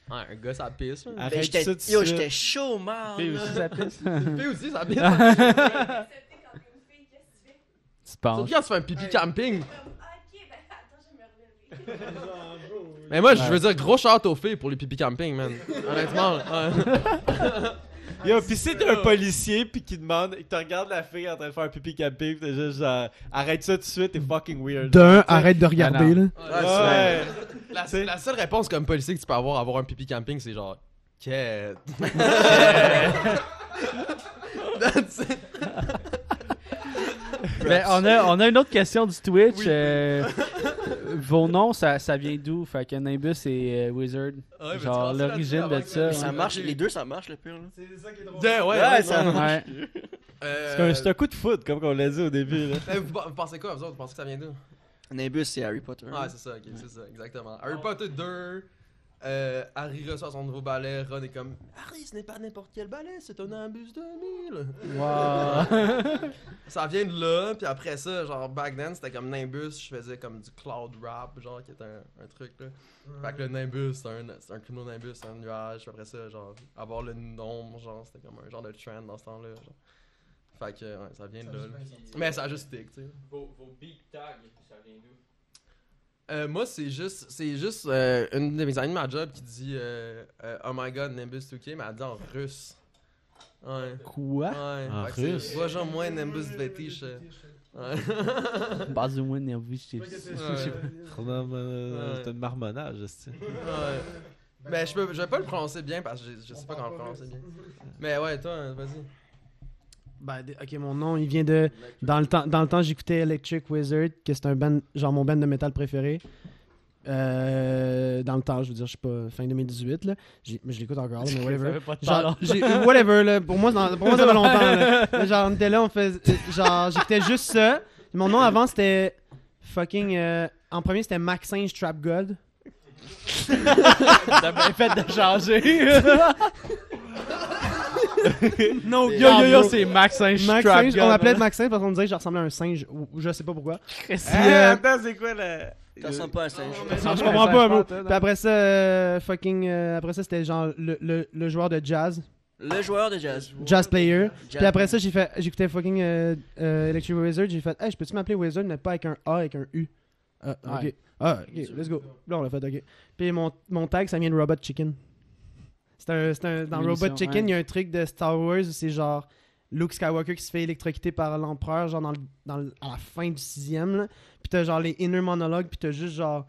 [SPEAKER 3] Ouais, un gars ça pisse. là.
[SPEAKER 2] Ben,
[SPEAKER 4] Arrête
[SPEAKER 2] j'étais
[SPEAKER 4] ça, tu
[SPEAKER 2] yo,
[SPEAKER 4] sais.
[SPEAKER 2] j'étais chaud man.
[SPEAKER 1] Fais aussi sa piste.
[SPEAKER 3] Une fille aussi ça pisse.
[SPEAKER 8] accepté quand t'es une fille, qu'est-ce que tu fais?
[SPEAKER 1] Tu te penches.
[SPEAKER 3] Surtout quand tu fais un pipi camping.
[SPEAKER 8] Comme, ah, ok, ben attends, je vais me relever.
[SPEAKER 3] Mais moi, je veux dire gros shout aux filles pour les pipi camping, man. Honnêtement. là, ouais.
[SPEAKER 4] Yo, pis si t'es un policier pis qui demande, il te regarde la fille en train de faire un pipi camping pis t'es juste genre, arrête ça tout de suite, t'es fucking weird.
[SPEAKER 5] D'un, arrête de regarder,
[SPEAKER 1] non.
[SPEAKER 5] là.
[SPEAKER 3] Ah,
[SPEAKER 4] Ouais.
[SPEAKER 2] Ouais.
[SPEAKER 3] La, la seule réponse comme policier que tu peux avoir à avoir un pipi camping, c'est genre. Quête. That's it.
[SPEAKER 1] Mais on a, on a une autre question du Twitch. euh, vos noms, ça, ça vient d'où? Fait que Nimbus et euh, Wizard.
[SPEAKER 3] Ouais, mais tu
[SPEAKER 1] Genre,
[SPEAKER 3] penses
[SPEAKER 1] l'origine
[SPEAKER 3] là-dessus
[SPEAKER 1] de
[SPEAKER 3] avant
[SPEAKER 1] ça.
[SPEAKER 3] que-
[SPEAKER 2] Mais ça marche, les deux ça marche le pire là.
[SPEAKER 6] C'est ça qui est drôle.
[SPEAKER 3] Yeah, ouais,
[SPEAKER 2] Ouais,
[SPEAKER 3] ouais,
[SPEAKER 2] ça
[SPEAKER 3] ouais.
[SPEAKER 2] marche.
[SPEAKER 1] Ouais.
[SPEAKER 4] C'est un, c'est un coup de foot, comme on l'a dit au début. Là.
[SPEAKER 3] Eh, Vous vous pensez quoi, vous autres Vous pensez que ça vient d'où
[SPEAKER 2] Nimbus c'est Harry Potter.
[SPEAKER 3] Ouais, c'est ça, ok, c'est ça, exactement. Harry Potter 2, euh, Harry reçoit son nouveau balai, Ron est comme Harry, ce n'est pas n'importe quel balai, c'est un ambus 2000. ça vient de là, puis après ça, genre, back then, c'était comme Nimbus, je faisais comme du cloud rap, genre, qui était un, un truc, là. Fait que le Nimbus, c'est un, c'est un créneau Nimbus, c'est un nuage, puis après ça, genre, avoir le nombre, genre, c'était comme un genre de trend dans ce temps-là, genre. Fait que, ouais, ça vient de là. là. Mais ça a juste stick, tu sais.
[SPEAKER 7] Vos, vos big tags, ça vient d'où
[SPEAKER 3] Euh, moi, c'est juste, c'est juste euh, une de mes amies de ma job qui dit euh, euh, Oh my god, Nimbus 2K, mais elle dit en russe. Ouais.
[SPEAKER 1] Quoi?
[SPEAKER 3] Ouais.
[SPEAKER 4] En
[SPEAKER 3] Fait que c'est-
[SPEAKER 4] russe?
[SPEAKER 3] Bonjour, moi, Nimbus Vetish. Ouais.
[SPEAKER 1] Bazouin, Nimbus, je
[SPEAKER 3] Ah. Ouais.
[SPEAKER 4] euh, C'est un marmonnage, c'est
[SPEAKER 3] Ouais. Mais je, peux, je vais pas le prononcer bien parce que je, je sais pas comment le prononcer bien. Mais ouais, toi, hein, vas-y.
[SPEAKER 5] Ben, d- ok, mon nom, il vient de. Dans le temps, dans le temps j'écoutais Electric Wizard, que c'est un band, genre mon band de métal préféré. Euh, dans le temps, je veux dire, je sais pas, fin 2018, là. J'ai- mais Je l'écoute encore, là, mais whatever. Genre, j'ai- whatever, là. Pour moi, dans- pour moi, ça fait longtemps, là. Mais Genre, on était là, on faisait. euh, Genre, j'écoutais juste ça. Mon nom avant, c'était fucking. euh, en premier, c'était Maxinge Trap God.
[SPEAKER 1] T'as bien fait de changer.
[SPEAKER 5] No,
[SPEAKER 1] yo, yo, yo, c'est Max Singe
[SPEAKER 5] Max
[SPEAKER 1] Strap
[SPEAKER 5] Singe,
[SPEAKER 1] Gun,
[SPEAKER 5] on l'appelait
[SPEAKER 1] hein.
[SPEAKER 5] Max Singe parce qu'on disait que je ressemblais à un singe, ou ou je sais pas pourquoi. Puis,
[SPEAKER 1] Ah,
[SPEAKER 5] euh,
[SPEAKER 9] Attends, c'est quoi la.
[SPEAKER 2] T'en sens pas un singe.
[SPEAKER 5] je comprends pas un mot.
[SPEAKER 9] Attends,
[SPEAKER 5] Puis après ça, euh, fucking, euh, après ça c'était genre le, le, le joueur de jazz,
[SPEAKER 2] Le joueur de jazz.
[SPEAKER 5] jazz player.
[SPEAKER 2] Jazz.
[SPEAKER 5] Puis après ça, j'ai fait, j'écoutais fucking euh, euh, Electric Wizard, j'ai fait, hey, je peux-tu m'appeler Wizard, mais pas avec un A, avec un U. Ah, ok.
[SPEAKER 1] Ouais.
[SPEAKER 5] Ah, ok, let's go. Là, on l'a fait, ok. Puis mon, mon tag, ça vient de Robot Chicken. C'est un, c'est un- dans
[SPEAKER 1] Une
[SPEAKER 5] Robot
[SPEAKER 1] émission,
[SPEAKER 5] Chicken, il
[SPEAKER 1] ouais.
[SPEAKER 5] y a un truc de Star Wars où c'est genre Luke Skywalker qui se fait électrocuter par l'empereur, genre dans le- dans le- à la fin du sixième, là. Puis t'as genre les inner monologues, puis t'as juste genre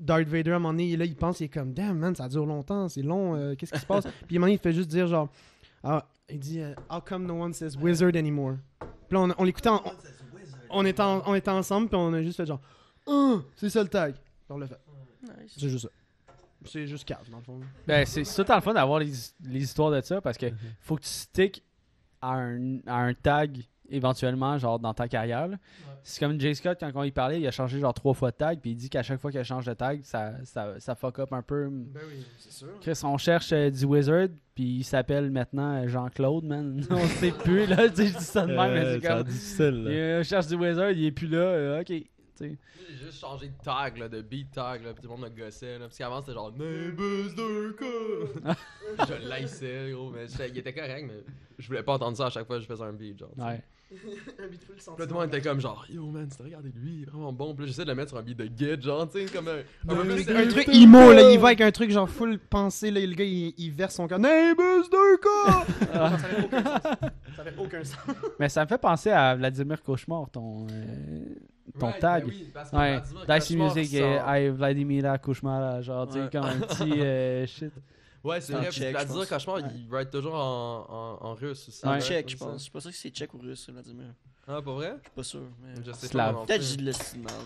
[SPEAKER 5] Darth Vader à un moment donné, il est là, il pense, il est comme Damn man, ça dure longtemps, c'est long, euh, qu'est-ce qui se passe? puis à un moment donné, il fait juste dire genre Ah, il dit euh, How come no one says wizard anymore? Puis là, on, on l'écoutait, en- on, était en- on était ensemble, puis on a juste fait genre Ah, c'est ça le tag. Puis on l'a fait.
[SPEAKER 2] Nice.
[SPEAKER 5] C'est juste ça. C'est juste calme, dans le fond.
[SPEAKER 1] Ben, c'est c'est tout le temps le fun d'avoir les, les histoires de ça parce que
[SPEAKER 5] Mhm.
[SPEAKER 1] faut que tu sticks à un, à un tag éventuellement, genre dans ta carrière. là. C'est comme Jay Scott, quand on y parlait, il a changé genre trois fois de tag, puis il dit qu'à chaque fois qu'il change de tag, ça, ça, ça fuck up un peu.
[SPEAKER 5] Ben oui, c'est sûr.
[SPEAKER 1] Chris, on cherche euh, du Wizard, puis il s'appelle maintenant euh, Jean-Claude, man. on sait plus, là. Tu sais, je dis ça de même, mais
[SPEAKER 4] Euh,
[SPEAKER 1] c'est
[SPEAKER 4] ça va
[SPEAKER 1] comme.
[SPEAKER 4] être difficile.
[SPEAKER 1] Il,
[SPEAKER 4] là.
[SPEAKER 1] euh, cherche du Wizard, il est plus là, euh, ok. tu sais.
[SPEAKER 3] J'ai juste changé de tag, là, de beat tag, là, pis tout le monde me gossait, là, parce qu'avant c'était genre Nimbus 2K! je laissais, gros, mais j'étais- il était correct, mais je voulais pas entendre ça à chaque fois que je faisais un beat, genre. tu sais.
[SPEAKER 1] Ouais.
[SPEAKER 3] Puis là, tout le monde était comme genre Yo man, tu te regardes, lui, il est vraiment bon. Puis là, j'essaie de le mettre sur un beat de guide, genre, tu sais, comme un. un peu plus
[SPEAKER 5] Un
[SPEAKER 3] sérieux.
[SPEAKER 5] truc emo, là, il va avec un truc genre full pensée, là, et le gars, il, il verse son cœur. Nimbus 2K! Ça fait aucun sens.
[SPEAKER 1] Mais ça me fait penser à Vladimir Cauchemar, ton, euh, ton
[SPEAKER 3] Right,
[SPEAKER 1] tag.
[SPEAKER 3] ben oui, parce que
[SPEAKER 1] Ouais,
[SPEAKER 3] Vladimir
[SPEAKER 1] Dicey
[SPEAKER 3] Cauchemar
[SPEAKER 1] Music
[SPEAKER 3] sort-
[SPEAKER 1] et I euh, Vladimir Cauchemar, genre, tu sais,
[SPEAKER 2] Ouais.
[SPEAKER 1] comme un petit euh, shit.
[SPEAKER 3] Ouais, c'est
[SPEAKER 2] En
[SPEAKER 3] vrai,
[SPEAKER 2] tchèque,
[SPEAKER 3] check,
[SPEAKER 2] je pense.
[SPEAKER 3] Vladimir Cauchemar, il write toujours en, en, en russe aussi.
[SPEAKER 2] En
[SPEAKER 1] Ouais.
[SPEAKER 2] tchèque, je
[SPEAKER 3] comme ça.
[SPEAKER 2] pense. Je suis pas sûr que c'est tchèque ou russe, Vladimir.
[SPEAKER 3] Ah, pas vrai?
[SPEAKER 2] Je suis pas sûr. Mais...
[SPEAKER 3] Je sais
[SPEAKER 1] Slave.
[SPEAKER 3] pas. moi non
[SPEAKER 2] Peut-être que
[SPEAKER 3] plus.
[SPEAKER 2] j'ai de l'estimation.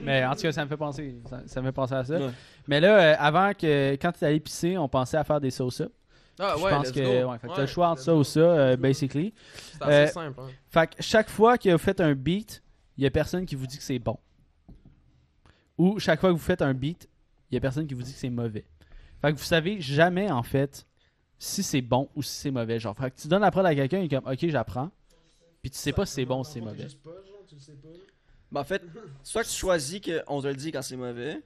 [SPEAKER 1] Mais en tout cas, ça me fait penser, ça, ça me fait penser à ça.
[SPEAKER 2] Ouais.
[SPEAKER 1] Mais là, euh, avant que, quand tu allé pisser, on pensait à faire des sauce-up.
[SPEAKER 3] Ah,
[SPEAKER 1] je
[SPEAKER 3] ouais,
[SPEAKER 1] pense
[SPEAKER 3] let's
[SPEAKER 1] que,
[SPEAKER 3] go.
[SPEAKER 1] ouais, fait que t'as le choix entre
[SPEAKER 3] let's
[SPEAKER 1] ça
[SPEAKER 3] go.
[SPEAKER 1] ou ça, euh, basically.
[SPEAKER 3] C'est assez
[SPEAKER 1] Euh,
[SPEAKER 3] simple, hein.
[SPEAKER 1] Fait que chaque fois que vous faites un beat, il y a personne qui vous dit que c'est bon. Ou chaque fois que vous faites un beat, il y a personne qui vous dit que c'est mauvais. Fait que vous savez jamais en fait si c'est bon ou si c'est mauvais. Genre, fait que tu donnes la prod à quelqu'un, il est comme OK, j'apprends. Puis tu sais pas si c'est bon ou si c'est mauvais.
[SPEAKER 2] Ben, en fait, soit que tu choisis qu'on te le dit quand c'est mauvais,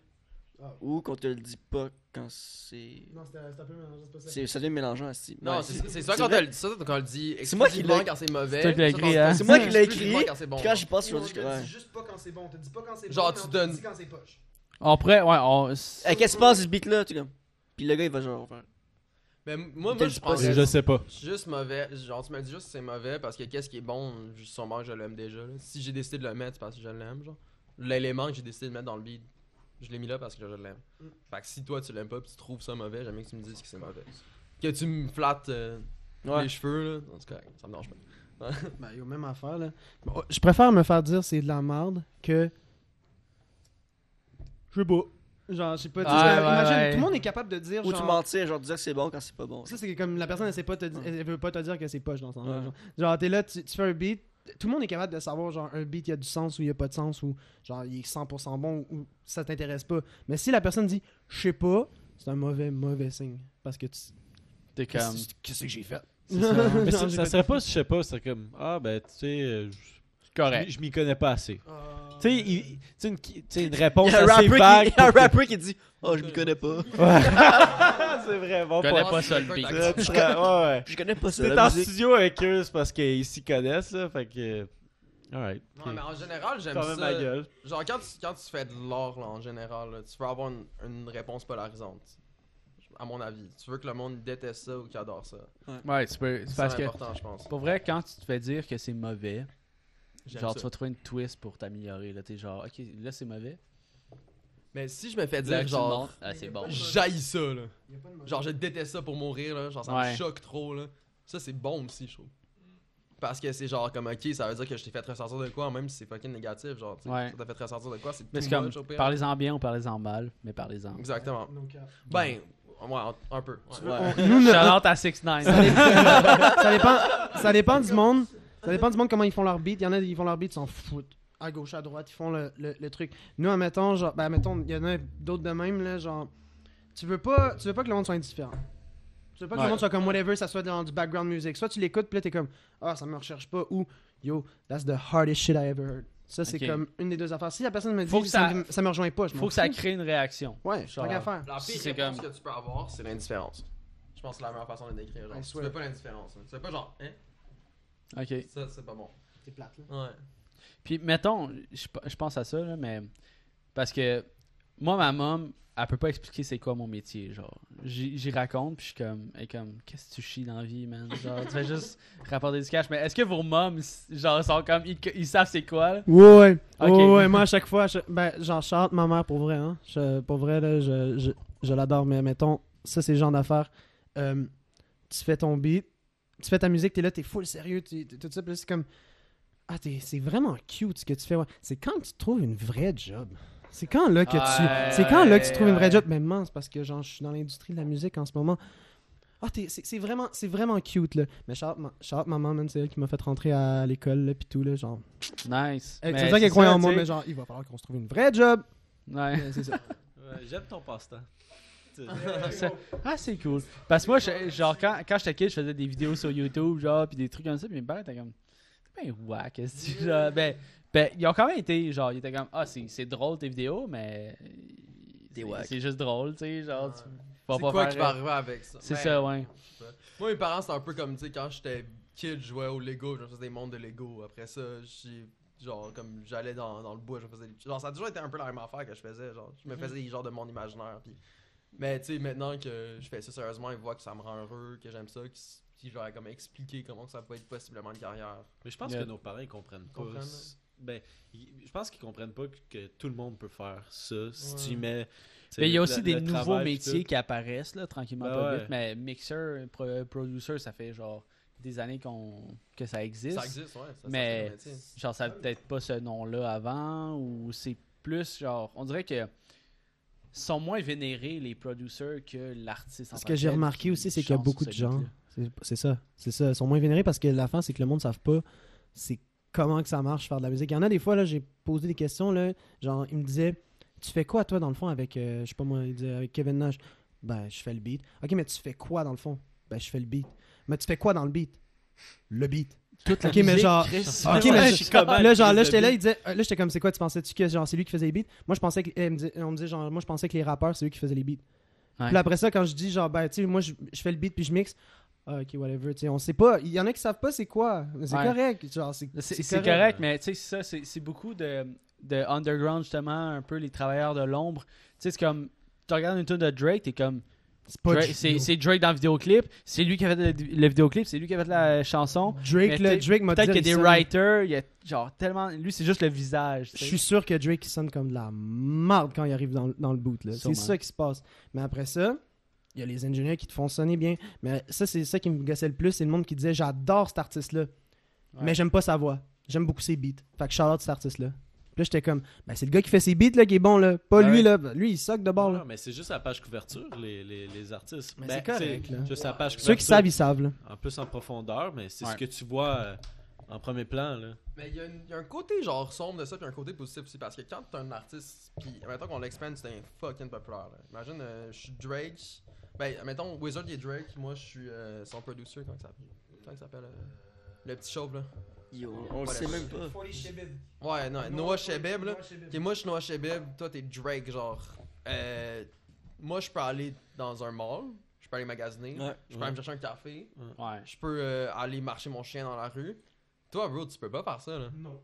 [SPEAKER 5] Ah.
[SPEAKER 2] ou qu'on te le dit pas quand c'est.
[SPEAKER 5] Non, c'était un peu mélangeant, c'est pas
[SPEAKER 2] c'est- Ça devient mélangeant, Asti.
[SPEAKER 3] Non,
[SPEAKER 2] Ouais.
[SPEAKER 3] c'est c'est ça
[SPEAKER 2] C'est
[SPEAKER 3] quand
[SPEAKER 2] vrai.
[SPEAKER 3] on le- ça, quand on le dit.
[SPEAKER 2] C'est moi qui l'ai-
[SPEAKER 3] exclusivement quand c'est mauvais.
[SPEAKER 1] C'est toi qui l'as
[SPEAKER 3] ça, quand-
[SPEAKER 1] écrit, hein?
[SPEAKER 2] C'est moi qui l'ai
[SPEAKER 3] exclusivement
[SPEAKER 2] écrit,
[SPEAKER 3] quand c'est bon. hein.
[SPEAKER 2] Puis quand j'y pense, je
[SPEAKER 5] On
[SPEAKER 2] me dis que.
[SPEAKER 5] te
[SPEAKER 2] Ouais.
[SPEAKER 5] dit juste pas quand c'est bon, on te dit pas quand c'est
[SPEAKER 3] Genre,
[SPEAKER 5] mais
[SPEAKER 3] tu
[SPEAKER 5] on te
[SPEAKER 3] donnes-
[SPEAKER 5] dit quand c'est poche.
[SPEAKER 1] On pourrait, ouais, on.
[SPEAKER 2] Hey, qu'est-ce qui se passe, ce beat-là? Tu sais, comme. Puis le gars, il va genre. faire-
[SPEAKER 3] Mais moi,
[SPEAKER 2] T'as
[SPEAKER 3] moi
[SPEAKER 2] dit
[SPEAKER 3] je
[SPEAKER 2] pas
[SPEAKER 3] pense
[SPEAKER 2] ça.
[SPEAKER 3] que
[SPEAKER 4] Je sais pas.
[SPEAKER 3] je suis juste mauvais. Genre, tu me dis juste que c'est mauvais parce que qu'est-ce qui est bon, je- sûrement que je l'aime déjà. là. Si j'ai décidé de le mettre, c'est parce que je l'aime, genre. L'élément que j'ai décidé de mettre dans le beat, je l'ai mis là parce que je l'aime.
[SPEAKER 2] Mm.
[SPEAKER 3] Fait que si toi, tu l'aimes pas pis tu trouves ça mauvais, j'aime mieux que tu me dises que c'est mauvais. Que tu me flattes euh,
[SPEAKER 2] Ouais.
[SPEAKER 3] les cheveux, là. Non, c'est correct, ça me dérange pas.
[SPEAKER 5] Ben, yo, même affaire, là. Bon, oh, je préfère me faire dire c'est de la merde que. Je sais pas. Genre, je sais pas. tu sais,
[SPEAKER 1] Ouais,
[SPEAKER 5] je-
[SPEAKER 1] ouais,
[SPEAKER 5] imagine,
[SPEAKER 1] ouais.
[SPEAKER 5] tout le monde est capable de dire.
[SPEAKER 2] Ou
[SPEAKER 5] genre,
[SPEAKER 2] tu mentir, genre dire que c'est bon quand c'est pas bon.
[SPEAKER 5] Ça, c'est comme la personne, elle, sait pas te di- elle veut pas te dire que c'est poche dans ce temps-là.
[SPEAKER 2] Ouais.
[SPEAKER 5] Genre, genre, t'es là, tu, tu fais un beat. Tout le monde est capable de savoir, genre, un beat, il y a du sens ou il y a pas de sens, ou genre, il est 100% bon, ou, ou ça t'intéresse pas. Mais si la personne dit, je sais pas, c'est un mauvais, mauvais signe. Parce que tu.
[SPEAKER 1] T'es comme.
[SPEAKER 5] Qu'est-ce qu'est-ce que j'ai fait?
[SPEAKER 1] C'est ça.
[SPEAKER 4] Mais
[SPEAKER 5] Genre,
[SPEAKER 4] ça,
[SPEAKER 5] j'ai
[SPEAKER 4] ça
[SPEAKER 5] fait-
[SPEAKER 4] serait pas, je sais pas, c'est comme. Ah, ben, tu sais. euh, je-
[SPEAKER 1] Correct.
[SPEAKER 4] Je m'y connais pas assez. Tu sais, il- tu sais, une, qui- tu sais, une
[SPEAKER 2] Il
[SPEAKER 4] réponse
[SPEAKER 2] y a un
[SPEAKER 4] assez
[SPEAKER 2] rapper,
[SPEAKER 4] vague.
[SPEAKER 2] qui... il y a un rapper qui dit Oh, je m'y connais pas.
[SPEAKER 4] c'est vraiment
[SPEAKER 1] Je connais
[SPEAKER 4] pas.
[SPEAKER 1] pas ça le beat.
[SPEAKER 4] Ouais, ouais.
[SPEAKER 2] Je connais pas ça.
[SPEAKER 4] T'es
[SPEAKER 2] la
[SPEAKER 4] en
[SPEAKER 2] musique.
[SPEAKER 4] studio avec eux, c'est parce qu'ils s'y connaissent, là. Fait que. euh, Alright.
[SPEAKER 3] Ouais, mais en général, j'aime
[SPEAKER 4] Quand même
[SPEAKER 3] ça.
[SPEAKER 4] ma gueule.
[SPEAKER 3] Genre, quand tu, quand tu fais de l'art, là, en général, là, tu veux avoir une, une réponse polarisante. À mon avis. Tu veux que le monde déteste ça ou qu'il adore ça.
[SPEAKER 1] Ouais, tu peux.
[SPEAKER 3] C'est
[SPEAKER 1] C'est parce que.
[SPEAKER 3] important, je pense.
[SPEAKER 1] Pour vrai, quand tu te fais dire que c'est mauvais,
[SPEAKER 3] J'aime
[SPEAKER 1] genre,
[SPEAKER 3] ça.
[SPEAKER 1] tu vas trouver une twist pour t'améliorer. Là, t'es genre, OK, là, c'est mauvais.
[SPEAKER 3] Mais si je me fais
[SPEAKER 1] Là,
[SPEAKER 3] dire,
[SPEAKER 1] tu
[SPEAKER 3] genre,
[SPEAKER 1] montres, ah, c'est bon.
[SPEAKER 3] j'haïs ça, là. Genre, je déteste ça pour mourir, là. Genre, ça
[SPEAKER 1] Ouais.
[SPEAKER 3] me choque trop, là. Ça, c'est bon aussi, je trouve. Parce que c'est genre comme, ok, ça veut dire que je t'ai fait ressortir de quoi, même si c'est fucking négatif. Genre, tu sais,
[SPEAKER 1] Ouais.
[SPEAKER 3] ça t'a fait ressortir de quoi, c'est
[SPEAKER 1] Mais c'est
[SPEAKER 3] too
[SPEAKER 1] comme,
[SPEAKER 3] much au pire.
[SPEAKER 1] parlez-en bien ou parlez-en mal, mais parlez-en.
[SPEAKER 3] Exactement.
[SPEAKER 5] No cap.
[SPEAKER 3] Ben, ouais, un, un peu. ouais.
[SPEAKER 2] Ouais.
[SPEAKER 5] Nous, notre-
[SPEAKER 1] Shout-out à 6 9
[SPEAKER 5] ça dépend ça dépend du monde ça dépend du monde comment ils font leur beat il y en a ils font leur beat ils s'en foutent à gauche, à droite, ils font le, le- le truc. Nous, admettons, genre, ben, admettons, il y en a d'autres de même, là, genre, tu veux pas, tu veux pas que le monde soit indifférent. Tu veux pas que
[SPEAKER 4] Ouais.
[SPEAKER 5] le monde soit comme whatever, ça soit dans du background music. Soit tu l'écoutes, puis là, t'es comme, ah, ça me recherche pas, ou, yo, that's the hardest shit I ever heard. Ça, c'est
[SPEAKER 1] Ok.
[SPEAKER 5] comme une des deux affaires. Si la personne me dit,
[SPEAKER 1] Faut que
[SPEAKER 5] ça,
[SPEAKER 1] ça-
[SPEAKER 5] me- ça me rejoint pas, je
[SPEAKER 1] Faut
[SPEAKER 5] m'en
[SPEAKER 1] que ça
[SPEAKER 5] fous.
[SPEAKER 1] crée une réaction.
[SPEAKER 5] Ouais,
[SPEAKER 1] Genre-
[SPEAKER 5] tant qu'à faire.
[SPEAKER 3] La pire
[SPEAKER 7] C'est
[SPEAKER 3] réponse
[SPEAKER 7] comme-
[SPEAKER 3] que tu peux avoir, c'est l'indifférence. Je pense que c'est la meilleure façon de le décrire. Genre,
[SPEAKER 5] I
[SPEAKER 3] tu
[SPEAKER 5] swear.
[SPEAKER 3] veux pas l'indifférence. hein. Tu veux pas genre, hein,
[SPEAKER 1] OK.
[SPEAKER 3] ça c'est pas bon.
[SPEAKER 5] T'es plate, là.
[SPEAKER 3] Ouais.
[SPEAKER 1] Puis, mettons, je je pense à ça, là, mais. Parce que moi, ma mom, elle peut pas expliquer c'est quoi mon métier. Genre, j'y j'y raconte, puis je suis comme, elle est comme, qu'est-ce que tu chies dans la vie, man? Genre, tu fais juste rapporter du cash. Mais est-ce que vos moms, genre, sont comme, ils, ils savent c'est quoi, là?
[SPEAKER 5] Ouais, ouais.
[SPEAKER 1] Ok.
[SPEAKER 5] Ouais, ouais, moi à chaque fois, je- ben, j'en chante ma mère pour vrai, hein. Je- pour vrai, là, je, je, je l'adore, mais mettons, ça c'est le genre d'affaire. Euh, tu fais ton beat, tu fais ta musique, t'es là, t'es full sérieux, tu- t'es- tout ça, puis là, c'est comme. Ah, t'es- c'est vraiment cute ce que tu fais. ouais. C'est quand tu trouves une vraie job. C'est quand là que tu.
[SPEAKER 1] Ouais,
[SPEAKER 5] c'est quand là que tu
[SPEAKER 1] ouais,
[SPEAKER 5] trouves une vraie
[SPEAKER 1] ouais.
[SPEAKER 5] job. Mais mince, parce que genre, je suis dans l'industrie de la musique en ce moment. Ah, t'es- c'est c'est vraiment, c'est vraiment cute, là. Mais shout out ma- shout out maman, man, c'est elle qui m'a fait rentrer à l'école, là, pis tout, là, genre.
[SPEAKER 1] Nice.
[SPEAKER 5] Eh,
[SPEAKER 1] Mais
[SPEAKER 5] C'est ça qu'elle croyait en moi,
[SPEAKER 4] tu sais.
[SPEAKER 5] mais genre, il va falloir qu'on se trouve une vraie job.
[SPEAKER 1] Ouais.
[SPEAKER 5] Mais C'est ça.
[SPEAKER 4] J'aime ton passe-temps.
[SPEAKER 1] Ah, c'est cool. Parce que moi, je- genre, quand, quand j'étais kid, je faisais des vidéos sur YouTube, genre, puis des trucs comme ça, puis mes parents étaient comme, c'est ben whack, est-ce que, genre, ben, ben, ils ont quand même été, genre, ils étaient comme, ah, c'est c'est drôle tes vidéos, mais.
[SPEAKER 2] Des
[SPEAKER 1] c'est-
[SPEAKER 2] whack.
[SPEAKER 1] C'est juste drôle, tu sais, genre, tu vas
[SPEAKER 3] C'est
[SPEAKER 1] pas
[SPEAKER 3] quoi
[SPEAKER 1] faire.
[SPEAKER 3] qui va arriver avec ça?
[SPEAKER 1] C'est
[SPEAKER 3] Ben,
[SPEAKER 1] ça, ouais.
[SPEAKER 3] Moi, mes parents, c'est un peu comme, tu sais, quand j'étais kid, je jouais au Lego, je faisais des mondes de Lego. Après ça, j'ai genre comme j'allais dans, dans le bois, je faisais des petits- genre ça a toujours été un peu la même affaire que je faisais, genre je
[SPEAKER 5] Mm-hmm.
[SPEAKER 3] me faisais des genres de monde imaginaire puis mais tu sais maintenant que je fais ça sérieusement, ils voient que ça me rend heureux, que j'aime ça, qu'ils qu'ils genre comme expliquer comment ça peut être possiblement une carrière.
[SPEAKER 4] Mais je pense
[SPEAKER 1] Yeah.
[SPEAKER 4] que nos parents ils comprennent pas.
[SPEAKER 3] Comprennent,
[SPEAKER 4] s- Ben, ils- je pense qu'ils comprennent pas que, que tout le monde peut faire ça si
[SPEAKER 3] Ouais.
[SPEAKER 4] tu y mets. tu
[SPEAKER 1] Mais Ben, il y
[SPEAKER 4] sais,
[SPEAKER 1] a aussi
[SPEAKER 4] le-
[SPEAKER 1] des
[SPEAKER 4] le
[SPEAKER 1] nouveaux
[SPEAKER 4] travail pis
[SPEAKER 1] métiers
[SPEAKER 4] tout.
[SPEAKER 1] qui apparaissent là, tranquillement
[SPEAKER 4] Ben
[SPEAKER 1] pas
[SPEAKER 4] ouais.
[SPEAKER 1] vite. Mais mixer, pro- producer, ça fait genre des années qu'on que ça existe.
[SPEAKER 3] Ça existe, ouais, ça
[SPEAKER 1] mais
[SPEAKER 3] ça, c'est un métier.
[SPEAKER 1] genre ça avait peut-être pas ce nom-là avant ou c'est plus genre on dirait que sont moins vénérés les producers que l'artiste. en
[SPEAKER 5] Ce
[SPEAKER 1] tant
[SPEAKER 5] que j'ai
[SPEAKER 1] tel
[SPEAKER 5] remarqué
[SPEAKER 1] qui
[SPEAKER 5] aussi, c'est qu'il y a
[SPEAKER 1] chante
[SPEAKER 5] beaucoup
[SPEAKER 1] sur
[SPEAKER 5] de
[SPEAKER 1] ce beat-là.
[SPEAKER 5] gens. C'est- C'est ça. C'est ça. Ils sont moins vénérés parce que la fin, c'est que le monde ne savent pas c'est comment que ça marche faire de la musique. Il y en a des fois, là, j'ai posé des questions, là, genre, ils me disaient Tu fais quoi, toi, dans le fond, avec, euh, je sais pas moi, ils disaient, avec Kevin Nash Ben, je fais le beat. Ok, mais tu fais quoi, dans le fond Ben, je fais le beat. Mais tu fais quoi dans le beat Le beat.
[SPEAKER 1] Toute la
[SPEAKER 5] Ok, mais
[SPEAKER 1] musique,
[SPEAKER 5] genre-
[SPEAKER 1] Chris,
[SPEAKER 5] Ok,
[SPEAKER 1] ouais.
[SPEAKER 5] mais
[SPEAKER 4] je suis
[SPEAKER 1] ben,
[SPEAKER 4] comme,
[SPEAKER 5] Ah, là, genre,
[SPEAKER 4] Chris
[SPEAKER 5] là,
[SPEAKER 4] de
[SPEAKER 5] j'étais là,
[SPEAKER 4] beat.
[SPEAKER 5] il disait, euh, là, j'étais comme, c'est quoi, tu pensais-tu que, genre, c'est lui qui faisait les beats? Moi, je pensais que, elle me dit- on me dit, genre, moi, je pensais que les rappeurs, c'est eux qui faisaient les beats.
[SPEAKER 1] Ouais.
[SPEAKER 5] Puis après ça, quand je dis, genre, ben, tu sais, moi, je, je fais le beat puis je mixe, ah, ok, whatever, tu sais, on sait pas, il y en a qui savent pas c'est quoi, mais c'est
[SPEAKER 1] Ouais.
[SPEAKER 5] correct, genre, c'est
[SPEAKER 1] C'est
[SPEAKER 5] c'est
[SPEAKER 1] c'est correct,
[SPEAKER 5] correct.
[SPEAKER 1] mais tu sais, c'est ça, c'est c'est beaucoup de, de underground, justement, un peu les travailleurs de l'ombre. Tu sais, c'est comme, tu regardes une tune de Drake, t'es comme,
[SPEAKER 5] C'est pas
[SPEAKER 1] Drake-
[SPEAKER 5] du-
[SPEAKER 1] c'est c'est Drake dans le vidéoclip, c'est lui qui a fait le, le vidéoclip, c'est lui qui a fait la chanson. mais
[SPEAKER 5] Drake, là,
[SPEAKER 1] t'sais,
[SPEAKER 5] Drake m'a
[SPEAKER 1] Peut-être
[SPEAKER 5] dit,
[SPEAKER 1] qu'il y a des
[SPEAKER 5] il sonne-
[SPEAKER 1] writers, il y a genre tellement. Lui, c'est juste le visage. tu
[SPEAKER 5] Je
[SPEAKER 1] sais.
[SPEAKER 5] suis sûr que Drake il sonne comme de la marde quand il arrive dans, le- dans le boot. là. C'est
[SPEAKER 1] Sûrement.
[SPEAKER 5] ça qui se passe. Mais après ça, il y a les ingénieurs qui te font sonner bien. Mais ça, c'est ça qui me gossait le plus. C'est le monde qui disait J'adore cet artiste-là, mais j'aime pas sa voix. J'aime beaucoup ses beats. Fait que shout out cet artiste-là. Puis là, j'étais comme ben, C'est le gars qui fait ses beats là, qui est bon, là. pas
[SPEAKER 1] Ah
[SPEAKER 5] lui.
[SPEAKER 1] ouais.
[SPEAKER 5] là. Ben, Lui, il soque de bord.
[SPEAKER 4] Non,
[SPEAKER 5] Là.
[SPEAKER 4] mais c'est juste la page couverture, les, les, les artistes.
[SPEAKER 5] Mais
[SPEAKER 4] Ben,
[SPEAKER 5] c'est correct,
[SPEAKER 4] tu sais,
[SPEAKER 5] là.
[SPEAKER 4] Juste la page couverture.
[SPEAKER 5] Ceux qui savent, ils savent. là.
[SPEAKER 4] En plus en profondeur, mais c'est
[SPEAKER 1] Ouais.
[SPEAKER 4] ce que tu vois euh, en premier plan. Là.
[SPEAKER 3] Mais il y, a une- il y a un côté genre sombre de ça, puis un côté positif aussi, parce que quand t'es un artiste, puis mettons qu'on l'expande, c'est un fucking populaire. là. Imagine, euh, je suis Drake, ben mettons Wizard il est Drake, moi je suis euh, son producer, comment il s'appelle Comment il s'appelle euh, Le petit chauve là.
[SPEAKER 2] Yo, on le sait même pas.
[SPEAKER 3] Ouais, non, Noah Shebeb là. Ok, moi je suis Noah Shebeb, toi t'es Drake, genre. Euh, moi je peux aller dans un mall, je peux aller magasiner,
[SPEAKER 2] Ouais.
[SPEAKER 3] je peux aller me chercher un café,
[SPEAKER 1] Ouais.
[SPEAKER 3] je peux euh, aller marcher mon chien dans la rue. Toi, bro, tu peux pas faire ça, là.
[SPEAKER 6] Non.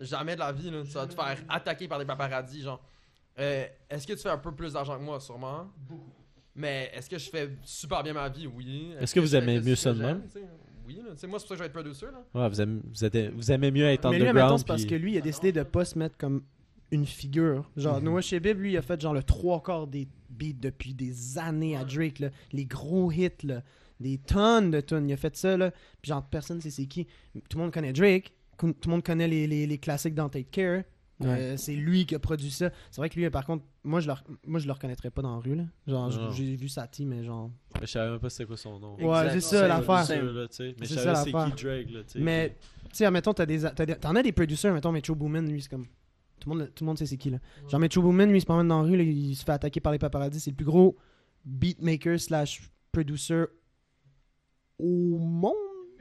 [SPEAKER 3] Jamais de la vie, là. Tu vas te faire attaquer par des paparazzis, genre. Euh, est-ce que tu fais un peu plus d'argent que moi, sûrement? Beaucoup. Mais est-ce que je fais super bien ma vie? Oui.
[SPEAKER 4] Est-ce que vous
[SPEAKER 3] je fais
[SPEAKER 4] aimez
[SPEAKER 3] juste
[SPEAKER 4] mieux
[SPEAKER 3] ce que
[SPEAKER 4] ça de
[SPEAKER 3] j'aime,
[SPEAKER 4] même?
[SPEAKER 3] tu sais? Oui, là. Tu sais, moi, c'est pour ça que je vais être producer, là.
[SPEAKER 4] Ouais, vous, aimez, vous, êtes- vous aimez mieux être
[SPEAKER 5] Mais lui, admettons,
[SPEAKER 4] underground.
[SPEAKER 5] c'est parce
[SPEAKER 4] puis-
[SPEAKER 5] que lui, il a décidé de pas se mettre comme une figure. Genre,
[SPEAKER 4] Mhm.
[SPEAKER 5] Noah Shebib, lui, il a fait genre le trois quarts des beats depuis des années à Drake, là. Les gros hits, là. Des tonnes de tonnes. Il a fait ça, là. Puis genre, personne sait c'est qui. Tout le monde connaît Drake. Tout le monde connaît les, les- les classiques dans Take Care. Euh, c'est lui qui a produit ça. C'est vrai que lui, par contre, moi je le, re- moi, je le reconnaîtrais pas dans la rue. Là. Genre, j-
[SPEAKER 4] Non.
[SPEAKER 5] j'ai vu Satie, mais genre.
[SPEAKER 4] Mais je savais même pas c'était quoi son nom.
[SPEAKER 5] Ouais, c'est ça l'affaire.
[SPEAKER 4] C'est sûr, là, tu sais. Mais
[SPEAKER 5] C'est
[SPEAKER 4] je savais
[SPEAKER 5] ça,
[SPEAKER 4] c'est
[SPEAKER 5] l'affaire.
[SPEAKER 4] qui Drake, là, tu sais.
[SPEAKER 5] Mais, tu sais, admettons, t'as des, t'as des- t'en as des producers, mettons, Metro Boomin, lui, c'est comme. Tout le, monde, tout le monde sait c'est qui, là. Genre, Metro Boomin, lui, il se promène dans la rue, là, il se fait attaquer par les paparazzis. C'est le plus gros beatmaker slash producer au monde.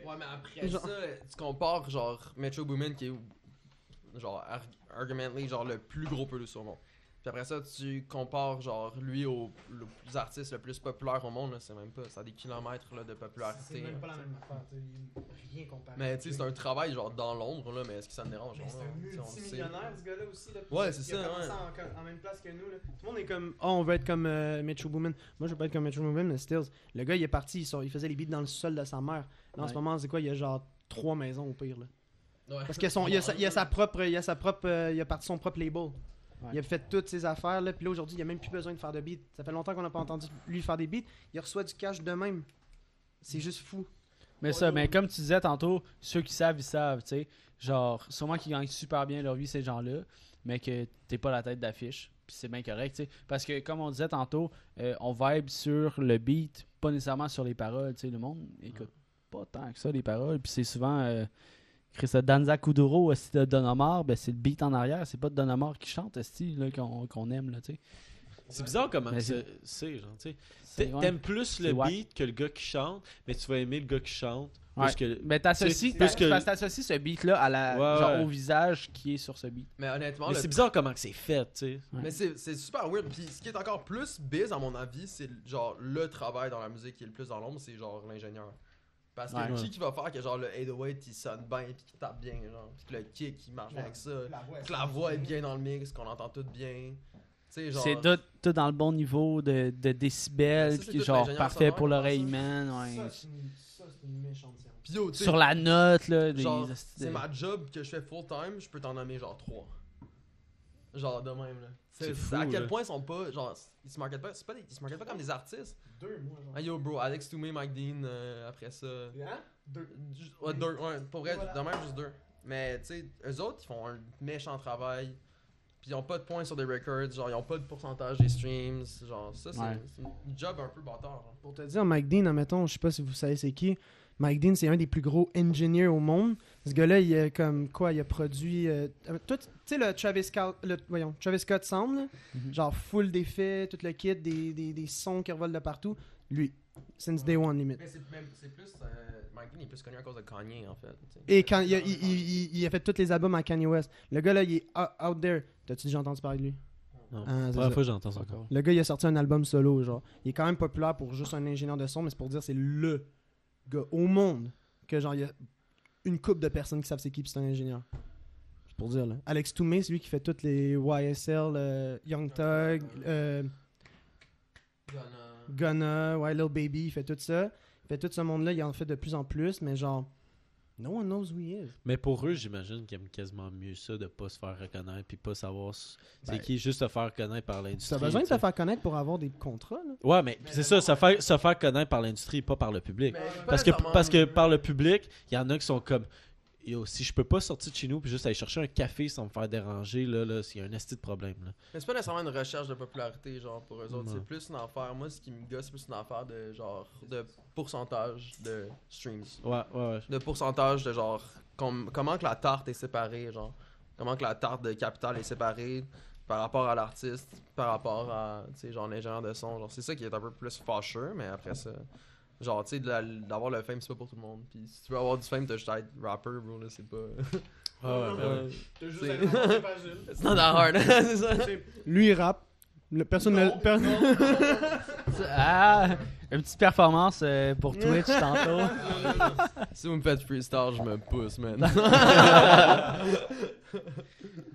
[SPEAKER 3] Ouais, mais après
[SPEAKER 5] Genre-
[SPEAKER 3] ça, tu compares genre Metro Boomin qui est genre arg- argumently genre le plus gros producer au monde. Puis après ça, tu compares genre lui au le plus artiste le plus populaire au monde, là, c'est même pas ça a des kilomètres là, de popularité. là.
[SPEAKER 5] même affaire, rien comparé.
[SPEAKER 3] Mais tu sais, c'est un travail genre dans l'ombre là, mais est-ce que ça me dérange genre, là, tu sais, on le sait.
[SPEAKER 5] ce gars-là aussi. Là,
[SPEAKER 3] Ouais, c'est ça, ouais.
[SPEAKER 5] en, même place que nous. Tout le monde est comme, oh, on veut être comme euh, Metro Boomin. Moi, je veux pas être comme Metro Boomin, mais Stills. Le gars, il est parti, il, sort- il faisait les beats dans le sol de sa mère. Là, En ce moment, c'est quoi Il y a genre trois maisons au pire. Là.
[SPEAKER 3] Ouais.
[SPEAKER 5] Parce qu'il a, son- il a, sa- il a sa propre. Il a, sa propre, euh, il a parti son propre label. Il a fait toutes ses affaires. Là. Puis là, aujourd'hui, il a même plus besoin de faire de beats. Ça fait longtemps qu'on n'a pas entendu lui faire des beats. Il reçoit du cash de même. C'est juste fou.
[SPEAKER 1] Mais ça, mais comme tu disais tantôt, ceux qui savent, ils savent, tu sais. Genre, sûrement qu'ils gagnent super bien leur vie, ces gens-là, mais que t'es pas la tête d'affiche. Puis c'est bien correct, tu sais. Parce que, comme on disait tantôt, euh, on vibe sur le beat, pas nécessairement sur les paroles, tu sais. Le monde écoute pas tant que ça, les paroles. Puis c'est souvent. Euh, Christa Danza Kuduro, aussi de Don Omar, ben c'est le beat en arrière, c'est pas Don Omar qui chante, esti, là, qu'on qu'on aime, là, tu sais.
[SPEAKER 4] C'est bizarre comment
[SPEAKER 1] Mais
[SPEAKER 4] c'est, c'est, genre, tu sais.
[SPEAKER 1] C'est-
[SPEAKER 4] T'a-
[SPEAKER 1] ouais.
[SPEAKER 4] T'aimes plus le
[SPEAKER 1] C'est whack.
[SPEAKER 4] beat que le gars qui chante, mais tu vas aimer le gars qui chante.
[SPEAKER 1] Ouais.
[SPEAKER 4] Parce que.
[SPEAKER 1] Mais Ben, t'associes
[SPEAKER 4] C'est-
[SPEAKER 1] t'as-
[SPEAKER 4] parce que-
[SPEAKER 1] parce que t'associes ce beat-là à la,
[SPEAKER 4] Ouais,
[SPEAKER 1] genre,
[SPEAKER 4] ouais.
[SPEAKER 1] au visage qui est sur ce beat.
[SPEAKER 3] Mais honnêtement,
[SPEAKER 4] Mais
[SPEAKER 3] le
[SPEAKER 4] c'est bizarre comment que c'est fait, tu sais.
[SPEAKER 1] Ouais.
[SPEAKER 3] Mais c'est c'est super weird. Puis ce qui est encore plus biz, à mon avis, c'est genre le travail dans la musique qui est le plus dans l'ombre, c'est genre l'ingénieur. Parce que
[SPEAKER 1] Ouais.
[SPEAKER 3] qui qui va faire que genre le 808 il sonne bien puis qu'il tape bien, genre, puis que le kick il marche bien avec ça, que la voix est bien dans le mix, qu'on entend tout bien. Tu sais, genre.
[SPEAKER 1] C'est tout, euh, tout dans le bon niveau de, de décibels,
[SPEAKER 3] Ça, c'est
[SPEAKER 1] puis
[SPEAKER 3] tout
[SPEAKER 1] genre
[SPEAKER 3] l'ingénieur
[SPEAKER 1] parfait
[SPEAKER 3] sonore
[SPEAKER 1] pour
[SPEAKER 3] qui fait
[SPEAKER 1] l'oreille
[SPEAKER 3] ça.
[SPEAKER 1] humaine. ouais.
[SPEAKER 5] une méchante
[SPEAKER 3] Puis yo, tu sais,
[SPEAKER 1] Sur la note, là. Des,
[SPEAKER 3] genre,
[SPEAKER 1] des-
[SPEAKER 3] c'est ma job que je fais full time, je peux t'en nommer genre 3. Genre de même là. Tu sais,
[SPEAKER 4] C'est
[SPEAKER 3] c'est
[SPEAKER 4] fou,
[SPEAKER 3] à quel
[SPEAKER 4] là.
[SPEAKER 3] point ils sont pas genre ils se marketent pas, c'est pas des- ils se marketent pas comme des artistes.
[SPEAKER 5] Deux, moi, genre.
[SPEAKER 3] Ah yo bro, Alex Toomey, Mike Dean euh, après ça.
[SPEAKER 5] Deux.
[SPEAKER 3] Ju- Ouais, deux, ouais, pour vrai,
[SPEAKER 5] Voilà.
[SPEAKER 3] de même juste deux. Mais tu sais, eux autres, ils font un méchant travail. Puis ils ont pas de points sur des records, genre ils ont pas de pourcentage des streams. Genre ça, c'est
[SPEAKER 1] Ouais.
[SPEAKER 3] c'est une job un peu bâtard. hein.
[SPEAKER 5] Pour te dire, Mike Dean, admettons, je sais pas si vous savez c'est qui. Mike Dean, c'est un des plus gros engineers au monde. Ce gars-là, il a comme quoi, il a produit. euh, euh, tout- tu sais, le Travis, Scal- le, voyons, Travis Scott Sound, là, genre full d'effets, tout le kit, des, des, des sons qui revolent de partout. Lui, since day one, limite.
[SPEAKER 3] Mais c'est même- c'est plus. euh, Mike Dean est plus connu à cause de Kanye en fait. tu sais.
[SPEAKER 5] Et quand il a, il- il- il- il a fait tous les albums à Kanye West. Le gars là, il est out, out there. T'as-tu déjà entendu parler de lui?
[SPEAKER 4] Non.
[SPEAKER 5] Ah, c'est
[SPEAKER 4] Première
[SPEAKER 5] ça.
[SPEAKER 4] fois que j'entends ça encore.
[SPEAKER 5] Le gars, il a sorti un album solo, genre. Il est quand même populaire pour juste un ingénieur de son, mais c'est pour dire c'est le gars au monde que genre il y a une coupe de personnes qui savent c'est qui, puis c'est un ingénieur. C'est pour dire là. Alex Toomey, c'est lui qui fait toutes les YSL, euh, Young Thug, euh, Gunna, ouais, Lil Baby, il fait tout ça. Il fait tout ce monde-là, il en fait de plus en plus, mais genre, no one knows who he is.
[SPEAKER 4] Mais pour eux, j'imagine qu'ils aiment quasiment mieux ça de pas se faire reconnaître puis pas savoir s- c'est
[SPEAKER 5] Ben,
[SPEAKER 4] qui, juste se faire connaître par l'industrie.
[SPEAKER 5] T'as besoin de
[SPEAKER 4] tu
[SPEAKER 5] te
[SPEAKER 4] sais.
[SPEAKER 5] faire connaître pour avoir des contrats, là.
[SPEAKER 4] Ouais, mais c'est ça, se faire, se faire connaître par l'industrie, pas par le public.
[SPEAKER 3] Mais pas
[SPEAKER 4] Parce que,
[SPEAKER 3] nécessairement-
[SPEAKER 4] parce que par le public, il y en a qui sont comme Yo, si je peux pas sortir de chez nous puis juste aller chercher un café sans me faire déranger, là, là, s'il y a un esti de problème. Là.
[SPEAKER 3] Mais c'est pas nécessairement une recherche de popularité, genre pour eux autres.
[SPEAKER 4] Ouais.
[SPEAKER 3] C'est plus une affaire. Moi, ce qui me gosse, c'est plus une affaire de genre de pourcentage de streams.
[SPEAKER 4] Ouais, ouais, ouais.
[SPEAKER 3] de pourcentage de genre com- comment que la tarte est séparée genre comment que la tarte de capital est séparée par rapport à l'artiste par rapport à tu sais genre l'ingénieur de son genre c'est ça qui est un peu plus fâcheux mais après ça genre tu sais de la- d'avoir le fame c'est pas pour tout le monde puis si tu veux avoir du fame t'as juste à être rapper bro là c'est pas
[SPEAKER 4] Ouais,
[SPEAKER 2] Ah,
[SPEAKER 4] ouais, ben ouais.
[SPEAKER 6] T'as juste
[SPEAKER 3] C'est-
[SPEAKER 6] à commencer par Gilles.
[SPEAKER 3] it's not that hard c'est ça
[SPEAKER 5] Lui, il rappe. Le, personne ne- per-
[SPEAKER 1] Ah! Une petite performance euh, pour Twitch tantôt.
[SPEAKER 3] si vous me faites freestyle je me pousse man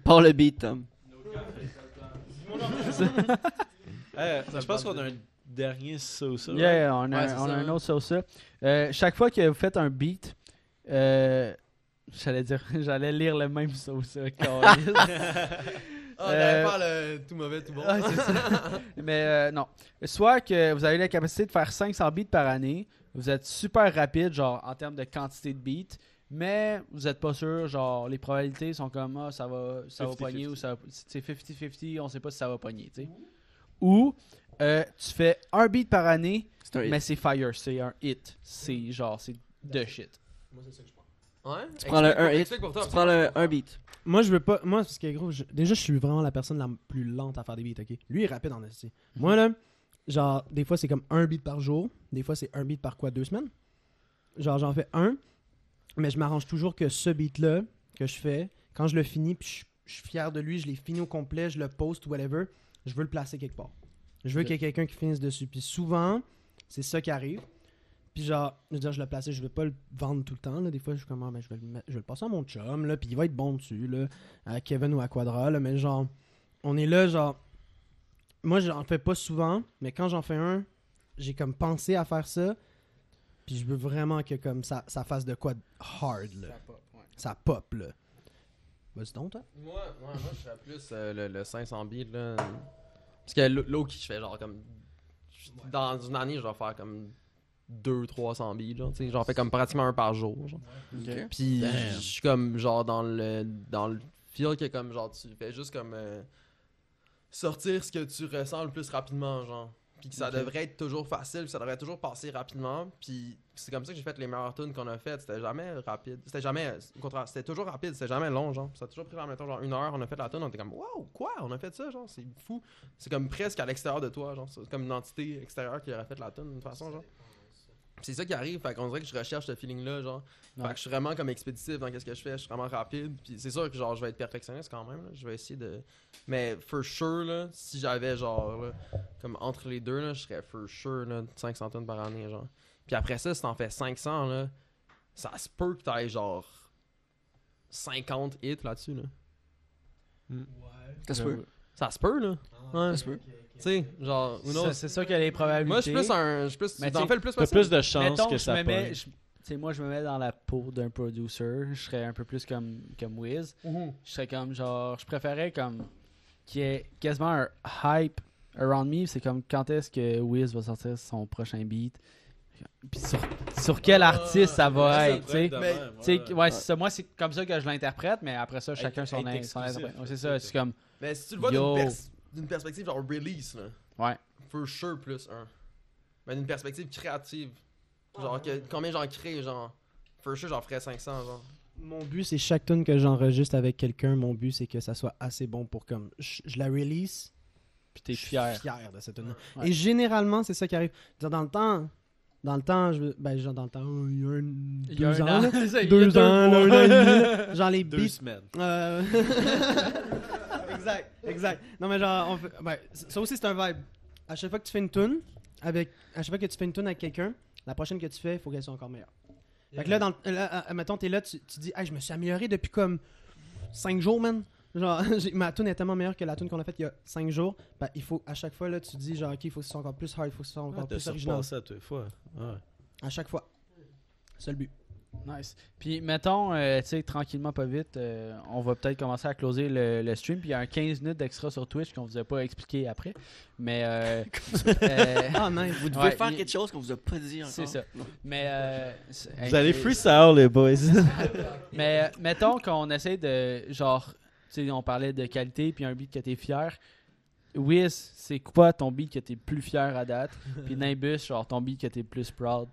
[SPEAKER 2] Par le beat, Tom.
[SPEAKER 4] Eh, je pense qu'on a un dernier ça ou ça.
[SPEAKER 1] Yeah, yeah, on a,
[SPEAKER 3] Ouais, c'est
[SPEAKER 1] on a
[SPEAKER 3] ça,
[SPEAKER 1] un
[SPEAKER 3] ouais.
[SPEAKER 1] autre sur ça. Euh, chaque fois que vous faites un beat, euh, j'allais dire, j'allais lire le même euh, sur ça. câlisse.
[SPEAKER 3] ah t'allais
[SPEAKER 1] Euh,
[SPEAKER 3] faire le tout mauvais tout bon
[SPEAKER 1] Ouais, Ah, c'est ça. Mais euh, non. Soit que vous avez la capacité de faire 500 beats par année, vous êtes super rapide, genre en termes de quantité de beats, Mais vous êtes pas sûr, genre les probabilités sont comme ah, ça va ça va
[SPEAKER 4] 50-50.
[SPEAKER 1] pogner ou ça va c'est 50-50, on sait pas si ça va pogner, tu sais. Ou euh, tu fais un beat par année,
[SPEAKER 2] C'est un hit.
[SPEAKER 1] mais c'est fire, c'est un hit, c'est genre c'est de shit.
[SPEAKER 6] Moi, c'est ça que je pense.
[SPEAKER 3] Ouais?
[SPEAKER 2] Tu prends le
[SPEAKER 3] Explique-
[SPEAKER 2] 1 hit,
[SPEAKER 3] explique pour toi,
[SPEAKER 2] tu prends le 1 beat.
[SPEAKER 5] Moi, je veux pas. Moi, parce que gros, je- déjà, je suis vraiment la personne la plus lente à faire des beats, ok? Lui, il est rapide en esti. Moi, là, genre, des fois, c'est comme un beat par jour. Des fois, c'est un beat par quoi, deux semaines? Genre, j'en fais un, mais je m'arrange toujours que ce beat-là, que je fais, quand je le finis, puis je, je suis fier de lui, je l'ai fini au complet, je le poste, whatever, je veux le placer quelque part. Je veux
[SPEAKER 1] Ok.
[SPEAKER 5] qu'il y ait quelqu'un qui finisse dessus. Puis souvent, c'est ça qui arrive. Puis genre, je veux dire, je le plaçais, je vais pas le vendre tout le temps. Là. Des fois, je suis comme, ah, mais je vais, le mettre- je vais le passer à mon chum, là, puis il va être bon dessus, là, à Kevin ou à Quadra, là, mais genre, on est là, genre, moi, j'en fais pas souvent, mais quand j'en fais un, j'ai comme pensé à faire ça, puis je veux vraiment que comme ça, ça fasse de quoi de hard, là. Ça pop, là. Vas-y donc, toi.
[SPEAKER 3] Moi, moi, moi je serais plus euh, le, le 500 bits là. Parce que l- l'eau qui je fais genre comme dans une année, je vais faire comme 2 300 bits genre, tu sais, j'en fais comme pratiquement un par jour, genre.
[SPEAKER 2] Ok.
[SPEAKER 3] Puis je suis comme genre dans le dans le feel que comme genre tu fais juste comme euh, sortir ce que tu ressens le plus rapidement, genre. Puis que ça
[SPEAKER 2] Ok.
[SPEAKER 3] devrait être toujours facile, puis ça devrait toujours passer rapidement. Puis c'est comme ça que j'ai fait les meilleurs tunes qu'on a faites. C'était jamais rapide. C'était jamais. Au contraire, c'était toujours rapide, c'était jamais long, genre. Ça a toujours pris, mettons, genre une heure, on a fait la tune, on était comme, waouh, quoi, on a fait ça, genre, c'est fou. C'est comme presque à l'extérieur de toi, genre. C'est comme une entité extérieure qui aurait fait la tune, de toute façon, genre. Puis c'est ça qui arrive, fait qu'on dirait que je recherche ce feeling-là, genre. Fait
[SPEAKER 1] Ouais.
[SPEAKER 3] que je suis vraiment comme expéditif dans qu'est-ce que je fais, je suis vraiment rapide. Puis c'est sûr que genre je vais être perfectionniste quand même, là. je vais essayer de. Mais for sure là, si j'avais genre là, comme entre les deux là, je serais for sure là 500 tonnes par année genre. Puis après ça, si t'en fais 500 là, ça se peut que t'ailles genre 50 hits là-dessus là.
[SPEAKER 2] Ça se peut.
[SPEAKER 3] Ça se peut là. Ouais.
[SPEAKER 2] Ça se peut.
[SPEAKER 3] Tu sais, genre ou non.
[SPEAKER 1] Ça, C'est ça que les probabilités.
[SPEAKER 3] Moi je suis plus un, je suis plus.
[SPEAKER 1] Mais
[SPEAKER 3] T'en
[SPEAKER 1] tu-
[SPEAKER 3] fais le plus
[SPEAKER 4] T'as
[SPEAKER 3] possible.
[SPEAKER 4] plus de chances
[SPEAKER 1] Mettons
[SPEAKER 4] que
[SPEAKER 1] je me
[SPEAKER 4] ça
[SPEAKER 1] mets,
[SPEAKER 4] pogne.
[SPEAKER 1] je- tu sais, moi je me mets dans la peau d'un producer, je serais un peu plus comme comme Wiz.
[SPEAKER 3] Mhm.
[SPEAKER 1] Je serais comme genre, je préférais comme qu'il y ait quasiment un hype around me. C'est comme quand est-ce que Wiz va sortir son prochain beat. Puis sur, sur quel artiste ça
[SPEAKER 4] Ah,
[SPEAKER 1] va être, tu sais. Tu sais, ouais, c'est ça. Moi, c'est comme ça que je l'interprète, mais après ça, chacun
[SPEAKER 4] être
[SPEAKER 1] son, in- son
[SPEAKER 4] exclusif,
[SPEAKER 1] interprète. Ouais, c'est
[SPEAKER 4] c'est
[SPEAKER 1] ça,
[SPEAKER 4] ça.
[SPEAKER 1] c'est comme.
[SPEAKER 3] Mais si tu le vois
[SPEAKER 1] Yo.
[SPEAKER 3] d'une, pers- d'une perspective genre release, là.
[SPEAKER 1] Ouais.
[SPEAKER 3] For sure plus un. Mais d'une perspective créative. Genre, que, combien j'en crée, genre. For sure, j'en ferais 500, genre.
[SPEAKER 5] Mon but, c'est chaque tune que j'enregistre avec quelqu'un, mon but, c'est que ça soit assez bon pour comme, je, je la release,
[SPEAKER 1] Puis t'es
[SPEAKER 5] Je suis
[SPEAKER 1] fier.
[SPEAKER 5] de cette tune
[SPEAKER 1] Ouais.
[SPEAKER 5] Et généralement, c'est ça qui arrive. Je veux dire, dans le temps, dans le temps, je veux- ben, genre dans le temps, oh, il y a un,
[SPEAKER 1] Il y a
[SPEAKER 5] deux
[SPEAKER 1] un
[SPEAKER 5] ans,
[SPEAKER 1] an,
[SPEAKER 5] là.
[SPEAKER 1] ça, il y a
[SPEAKER 5] deux
[SPEAKER 1] deux
[SPEAKER 5] ans, là,
[SPEAKER 1] mois.
[SPEAKER 5] un an et demi, là. genre les
[SPEAKER 4] Deux
[SPEAKER 5] beats.
[SPEAKER 4] semaines.
[SPEAKER 5] euh, exact, exact. Non mais genre, on fait- ben, c- ça aussi c'est un vibe. À chaque fois que tu fais une tune avec, à chaque fois que tu fais une tune avec quelqu'un, la prochaine que tu fais, il faut qu'elle soit encore meilleure. Fait que là, dans, le- là, euh, mettons, t'es là, tu, tu dis, hey, je me suis amélioré depuis comme 5 jours, man. Genre, j'ai- ma tune est tellement meilleure que la tune qu'on a faite il y a 5 jours. Ben, il faut, à chaque fois, là, tu dis, genre, ok, il faut que ce soit encore plus hard, il faut que ce soit encore
[SPEAKER 4] Ah, T'as
[SPEAKER 5] plus original.
[SPEAKER 4] surpassé à toutes les fois. Ouais.
[SPEAKER 5] À chaque fois. C'est le but.
[SPEAKER 1] Nice. Puis, mettons, euh, tu sais, tranquillement, pas vite, euh, on va peut-être commencer à closer le, le stream. Puis, il y a un 15 minutes d'extra sur Twitch qu'on vous a pas expliqué après. Mais, euh, euh,
[SPEAKER 5] Ah, nice.
[SPEAKER 2] Vous devez
[SPEAKER 1] Ouais,
[SPEAKER 2] faire
[SPEAKER 1] il-
[SPEAKER 2] quelque chose qu'on vous a pas dit encore.
[SPEAKER 1] C'est ça. mais, euh, c'est-
[SPEAKER 4] Vous allez
[SPEAKER 1] c'est-
[SPEAKER 4] freestyle, les boys.
[SPEAKER 1] Mais euh, mettons qu'on essaie de genre tu sais on parlait de qualité puis un beat que t'es fier. Wiz, c'est quoi ton beat que t'es plus fier à date? Puis Nimbus, genre ton beat que t'es plus proud.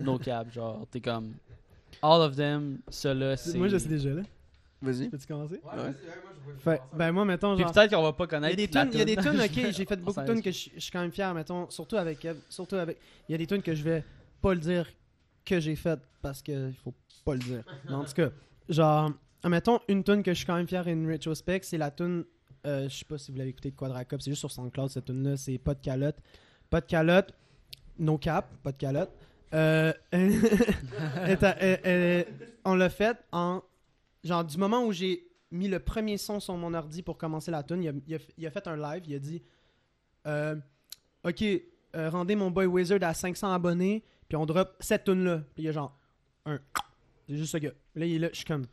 [SPEAKER 1] No cap, genre t'es comme all of them, ceux-là c'est.
[SPEAKER 5] Moi, je sais déjà, là.
[SPEAKER 2] Vas-y.
[SPEAKER 5] Peux-tu commencer?
[SPEAKER 3] Ouais,
[SPEAKER 2] Ouais.
[SPEAKER 3] vas-y, ouais, moi, je vois- je vois
[SPEAKER 5] Fait,
[SPEAKER 3] ça.
[SPEAKER 5] ben, moi, mettons,
[SPEAKER 1] Puis
[SPEAKER 5] genre.
[SPEAKER 1] peut-être qu'on va pas
[SPEAKER 5] Il y
[SPEAKER 1] connaître.
[SPEAKER 5] a des
[SPEAKER 1] la
[SPEAKER 5] tunes, il y a des
[SPEAKER 1] tune.
[SPEAKER 5] tunes, ok, j'ai fait beaucoup de
[SPEAKER 1] s'en
[SPEAKER 5] tunes que je je suis quand même fier, mettons, surtout avec Kev, surtout avec, il y a des tunes que je vais pas le dire que j'ai faites parce que il faut pas le dire. Mais en tout cas, genre, mettons une tune que je suis quand même fier in retrospect, c'est la tune, euh, je sais pas si vous l'avez écouté de Quadracop, c'est juste sur SoundCloud cette tune là, c'est pas de calotte, pas de calotte, no cap, pas de calotte. Euh, est à- euh, euh, on l'a fait en genre du moment où j'ai mis le premier son sur mon ordi pour commencer la tune, il a, il a- il a fait un live, il a dit euh, OK, euh, rendez mon boy Wizard à 500 abonnés, puis on drop cette tune là. Puis il y a genre un c'est juste ce gars. Là il est là, je suis comme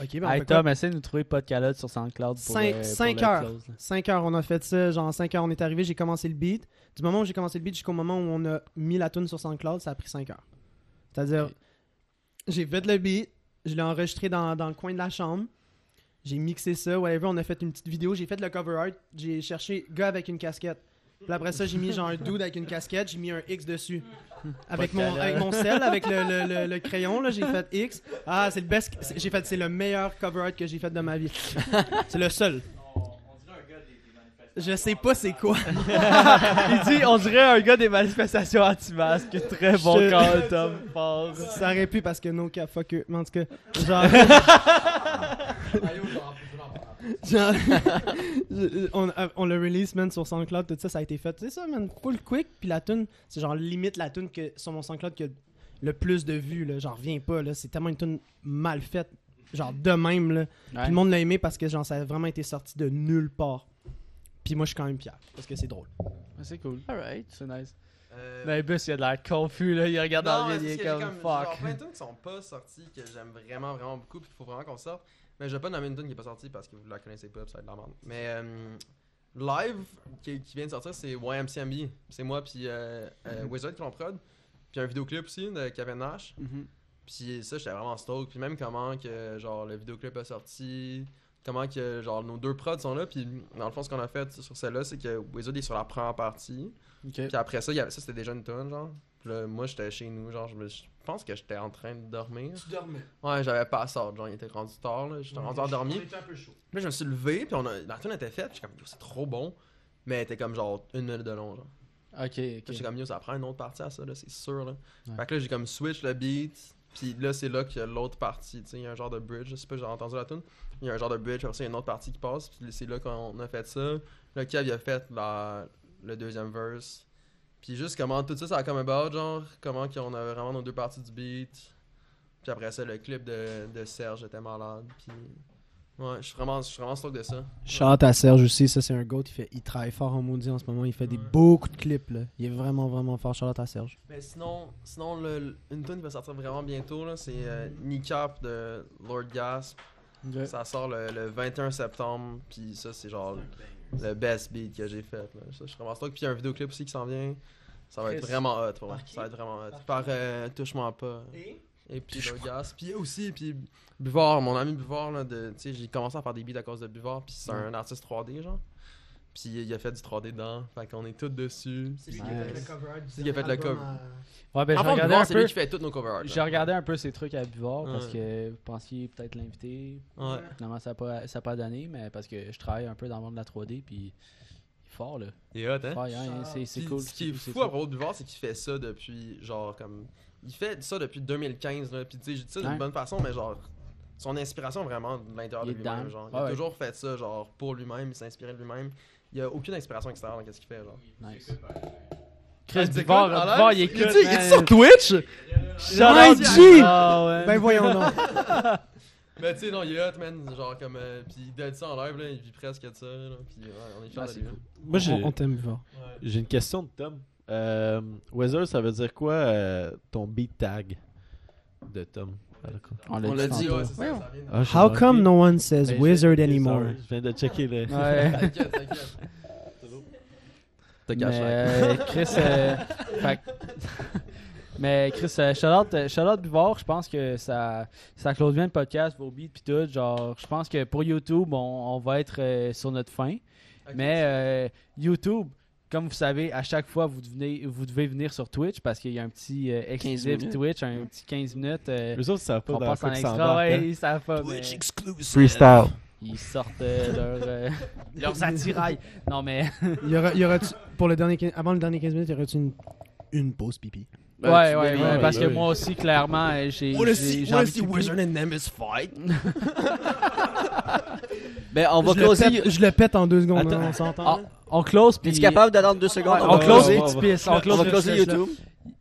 [SPEAKER 5] OK, ben on
[SPEAKER 1] Hey
[SPEAKER 5] fait quoi?
[SPEAKER 1] Tom, essaie de nous trouver pas de calotte sur SoundCloud pour,
[SPEAKER 5] Cinq-
[SPEAKER 1] euh, pour
[SPEAKER 5] cinq
[SPEAKER 1] le
[SPEAKER 5] heures.
[SPEAKER 1] close, là.
[SPEAKER 5] 5 heures, on a fait ça. Genre, 5 heures, on est arrivé, j'ai commencé le beat. Du moment où j'ai commencé le beat jusqu'au moment où on a mis la tune sur SoundCloud, ça a pris 5 heures. C'est-à-dire, j'ai fait le beat, Je l'ai enregistré dans, dans le coin de la chambre. J'ai mixé ça, whatever. On a fait une petite vidéo. J'ai fait le cover art. J'ai cherché gars avec une casquette. Puis après ça, j'ai mis genre un dude avec une casquette. J'ai mis un X dessus. Avec mon, avec mon sel, avec le, le- le- le crayon, là, j'ai fait X. Ah, c'est le best. c'est- J'ai fait, c'est le meilleur cover art que j'ai fait de ma vie. C'est le seul.
[SPEAKER 7] On, on dirait un gars des, des manifestations.
[SPEAKER 5] Je sais pas c'est quoi.
[SPEAKER 1] Il dit, on dirait un gars des manifestations anti-masques. Très bon
[SPEAKER 5] Je-
[SPEAKER 1] call, Tom. Fort.
[SPEAKER 5] Ça aurait pu parce que no cap, fuck you. Mais en tout cas, genre.
[SPEAKER 3] Ayo, j'en j'en parle.
[SPEAKER 5] Genre, je- on, euh, on le release, man, sur SoundCloud, tout ça, ça a été fait. C'est ça, man, full quick, puis la tune, c'est genre limite la tune que, sur mon SoundCloud que le plus de vues, là, j'en reviens pas, là, c'est tellement une tune mal faite, genre de même, là. Puis le monde l'a aimé parce que, genre, ça a vraiment été sorti de nulle part. Puis moi, je suis quand même fier, parce que c'est drôle.
[SPEAKER 1] C'est cool.
[SPEAKER 2] Alright.
[SPEAKER 1] C'est nice.
[SPEAKER 3] Euh,
[SPEAKER 1] Mais bus, il a de l'air confus, là. Il regarde
[SPEAKER 3] Non,
[SPEAKER 1] dans
[SPEAKER 3] mais
[SPEAKER 1] le
[SPEAKER 3] c'est
[SPEAKER 1] vide, il
[SPEAKER 3] parce
[SPEAKER 1] est
[SPEAKER 3] que j'ai
[SPEAKER 1] comme,
[SPEAKER 3] genre
[SPEAKER 1] fuck.
[SPEAKER 3] plein de tunes qui sont pas sorties que j'aime vraiment vraiment beaucoup puis qu'il faut vraiment qu'on sorte. Mais je vais pas nommer une tune qui est pas sortie parce que vous la connaissez pas, puis ça va être de la merde. Mais euh, live qui, qui vient de sortir c'est YMCMB, c'est moi puis euh,
[SPEAKER 1] Mm-hmm.
[SPEAKER 3] euh, Wizard qui l'ont prod. Puis un vidéoclip aussi de Kevin Nash.
[SPEAKER 2] Mhm.
[SPEAKER 3] Puis ça j'étais vraiment stoked. Puis même comment que genre le vidéoclip a sorti, comment que genre nos deux prods sont là puis dans le fond ce qu'on a fait sur celle-là c'est que Wizard est sur la première partie. Puis après ça, il y avait, ça c'était déjà une tonne, genre. Puis là, moi, j'étais chez nous, genre, je, me- je pense que j'étais en train de dormir.
[SPEAKER 6] Tu dormais.
[SPEAKER 3] Ouais, j'avais pas sorte, genre, il était rendu tard, là. J'étais rendu endormi.
[SPEAKER 6] J'étais un peu chaud.
[SPEAKER 3] Puis là, je me suis levé, puis on a, la tune était faite, puis j'étais comme, yo, c'est trop bon. Mais elle était comme, genre, une minute de long, genre.
[SPEAKER 1] Ok,
[SPEAKER 3] Puis j'étais
[SPEAKER 1] ok.
[SPEAKER 3] comme, yo, ça prend une autre partie à ça, là, c'est sûr, là.
[SPEAKER 1] Ouais.
[SPEAKER 3] Fait que là, j'ai comme switch le beat, puis là, c'est là qu'il y a l'autre partie, tu sais, il y a un genre de bridge, je sais pas, j'ai entendu la tune. Il y a un genre de bridge, après ça, il y a une autre partie qui passe, puis c'est là qu'on a fait ça. Là, Kev, il a fait la- le deuxième verse. Puis juste comment tout ça, ça a comme about, genre, comment qu'on avait vraiment nos deux parties du beat. Puis après ça, le clip de, de Serge était malade, puis... Ouais, je suis vraiment, je suis vraiment stoked de ça.
[SPEAKER 5] Chante à Serge aussi, ça, c'est un goat, il, fait, il travaille fort en maudit en ce moment, il fait des
[SPEAKER 3] Ouais.
[SPEAKER 5] beaucoup de clips, là. Il est vraiment, vraiment fort, Charlotte à Serge.
[SPEAKER 3] Mais sinon, sinon le- le- une tune qui va sortir vraiment bientôt, là, c'est euh, Kneecap de Lord Gasp.
[SPEAKER 1] Ok.
[SPEAKER 3] Ça sort le, le 21 septembre, puis ça, c'est genre le best beat que j'ai fait. Là. Ça, je suis vraiment stoked. Puis il y a un vidéoclip aussi qui s'en vient. Ça va être
[SPEAKER 1] Chris.
[SPEAKER 3] vraiment hot pour moi.
[SPEAKER 6] Par qui?
[SPEAKER 3] Ça va être vraiment hot.
[SPEAKER 6] Par
[SPEAKER 3] Par euh, Touche-moi pas.
[SPEAKER 6] Et
[SPEAKER 3] Et puis Lord Gasp. Puis aussi, puis Buvard, mon ami Buvard, là, de, tu sais, j'ai commencé à faire des beats à cause de Buvard, puis c'est
[SPEAKER 6] Mm.
[SPEAKER 3] un artiste 3D, genre. Puis il a fait du 3D dedans, fait qu'on est tous dessus.
[SPEAKER 6] c'est lui qui a fait le cover art du
[SPEAKER 3] C'est lui qui a fait le
[SPEAKER 6] album
[SPEAKER 3] cover.
[SPEAKER 6] à-
[SPEAKER 1] Ouais, ben, j'ai
[SPEAKER 3] Avant
[SPEAKER 1] regardé
[SPEAKER 3] Buvard,
[SPEAKER 1] un
[SPEAKER 3] c'est lui
[SPEAKER 1] peu.
[SPEAKER 3] qui fait toutes nos cover art,
[SPEAKER 1] J'ai
[SPEAKER 3] là.
[SPEAKER 1] regardé un peu ces trucs à Buvard parce
[SPEAKER 3] Ouais.
[SPEAKER 1] que vous pensiez peut-être l'inviter.
[SPEAKER 3] Ouais.
[SPEAKER 1] Finalement, ça n'a pas, ça a pas donné, mais parce que je travaille un peu dans le monde de la 3D, puis il est fort, là.
[SPEAKER 3] Il est hot, hein?
[SPEAKER 1] Fort, il est- hein, c'est c'est
[SPEAKER 3] Puis,
[SPEAKER 1] cool.
[SPEAKER 3] Ce qui est
[SPEAKER 1] c'est
[SPEAKER 3] fou
[SPEAKER 1] cool.
[SPEAKER 3] à propos de Buvard, c'est qu'il fait ça depuis, genre, comme. Il fait ça depuis 2015, là. Puis, tu sais, je dis ça d'une
[SPEAKER 1] Ouais.
[SPEAKER 3] bonne façon, mais genre, son inspiration vraiment de l'intérieur
[SPEAKER 1] Il
[SPEAKER 3] de
[SPEAKER 1] est
[SPEAKER 3] lui-même,
[SPEAKER 1] dedans.
[SPEAKER 3] genre. Il
[SPEAKER 1] Ouais,
[SPEAKER 3] a
[SPEAKER 1] ouais.
[SPEAKER 3] toujours fait ça, genre, pour lui-même, il s'inspirait de lui-même. Il y a aucune inspiration extérieure dans ce qu'il fait, genre.
[SPEAKER 1] Nice.
[SPEAKER 3] Ah,
[SPEAKER 1] Chris
[SPEAKER 3] c'est
[SPEAKER 1] Buvard,
[SPEAKER 3] cool, alors?
[SPEAKER 1] Buvard, il est
[SPEAKER 3] Il est-
[SPEAKER 1] cool.
[SPEAKER 3] il est sur
[SPEAKER 1] Twitch?
[SPEAKER 5] Ouais, G!
[SPEAKER 1] Ben
[SPEAKER 5] Ben voyons donc.
[SPEAKER 3] Mais, tu sais, non, il est hot, man. Genre, comme. euh, puis, il donne ça en live, là. Il vit presque de ça, là. Puis, ouais, on est fiers
[SPEAKER 1] Ah,
[SPEAKER 3] de
[SPEAKER 1] c'est
[SPEAKER 3] lui.
[SPEAKER 1] cool.
[SPEAKER 4] Moi, j'ai
[SPEAKER 5] On, on t'aime fort.
[SPEAKER 3] Ouais.
[SPEAKER 4] j'ai une question de Tom. Euh, Weather, ça veut dire quoi euh, ton beat tag de Tom
[SPEAKER 2] On l'a dit,
[SPEAKER 1] tantôt.
[SPEAKER 3] Ouais, c'est ça, ça vient de-
[SPEAKER 4] Ah, j'ai
[SPEAKER 5] How
[SPEAKER 4] manqué.
[SPEAKER 5] come no one says
[SPEAKER 4] Ben, j'ai-
[SPEAKER 5] wizard
[SPEAKER 4] sorry,
[SPEAKER 5] anymore?
[SPEAKER 4] Je viens de checker le.
[SPEAKER 1] Ouais.
[SPEAKER 3] T'inquiète, t'inquiète. T'as
[SPEAKER 1] Mais euh, Chris, euh, fait que- mais Chris, euh, shout-out, euh, shout-out Buvard, je pense que ça, ça close bien le podcast, vos beats puis tout. Genre, je pense que pour YouTube, on, on va être euh, sur notre fin. Mais euh, YouTube, comme vous savez, à chaque fois, vous, devenez, vous devez venir sur Twitch parce qu'il y a un petit euh,
[SPEAKER 2] 15
[SPEAKER 1] exclusif
[SPEAKER 2] minutes.
[SPEAKER 1] Twitch, un petit 15 minutes. euh,
[SPEAKER 4] Eux autres, ils savent pas
[SPEAKER 1] on
[SPEAKER 4] dans
[SPEAKER 1] passe en
[SPEAKER 4] quoi ils
[SPEAKER 1] extra. Ouais,
[SPEAKER 4] s'embarquent.
[SPEAKER 1] ils savent pas, mais
[SPEAKER 2] Twitch exclusive.
[SPEAKER 4] Freestyle.
[SPEAKER 1] ils sortent euh, leur, euh, leurs attirails. Non, mais.
[SPEAKER 5] Y aura, y aura pour le dernier, quin- avant le dernier 15 minutes, y aura-tu une, une pause pipi?
[SPEAKER 2] Ben,
[SPEAKER 1] ouais,
[SPEAKER 2] tu
[SPEAKER 1] ouais,
[SPEAKER 2] veux
[SPEAKER 1] ouais,
[SPEAKER 4] les-
[SPEAKER 1] parce que
[SPEAKER 4] oui.
[SPEAKER 1] moi aussi, clairement, euh, j'ai. j'ai- j'ai envie de pipi.
[SPEAKER 2] and Nemesis fight? ben, on va
[SPEAKER 5] je, le
[SPEAKER 2] closer.
[SPEAKER 5] pète, je le pète en deux secondes,
[SPEAKER 4] Attends.
[SPEAKER 5] hein, on s'entend.
[SPEAKER 2] Ah,
[SPEAKER 5] là?
[SPEAKER 1] On close, puis.
[SPEAKER 2] Es-tu capable d'attendre deux secondes?
[SPEAKER 1] On
[SPEAKER 4] va-
[SPEAKER 1] close
[SPEAKER 4] on
[SPEAKER 1] et
[SPEAKER 4] va-
[SPEAKER 1] tu pisses. On
[SPEAKER 2] On
[SPEAKER 1] close
[SPEAKER 2] va
[SPEAKER 1] et tu
[SPEAKER 2] closer
[SPEAKER 1] pisses, là.
[SPEAKER 2] YouTube.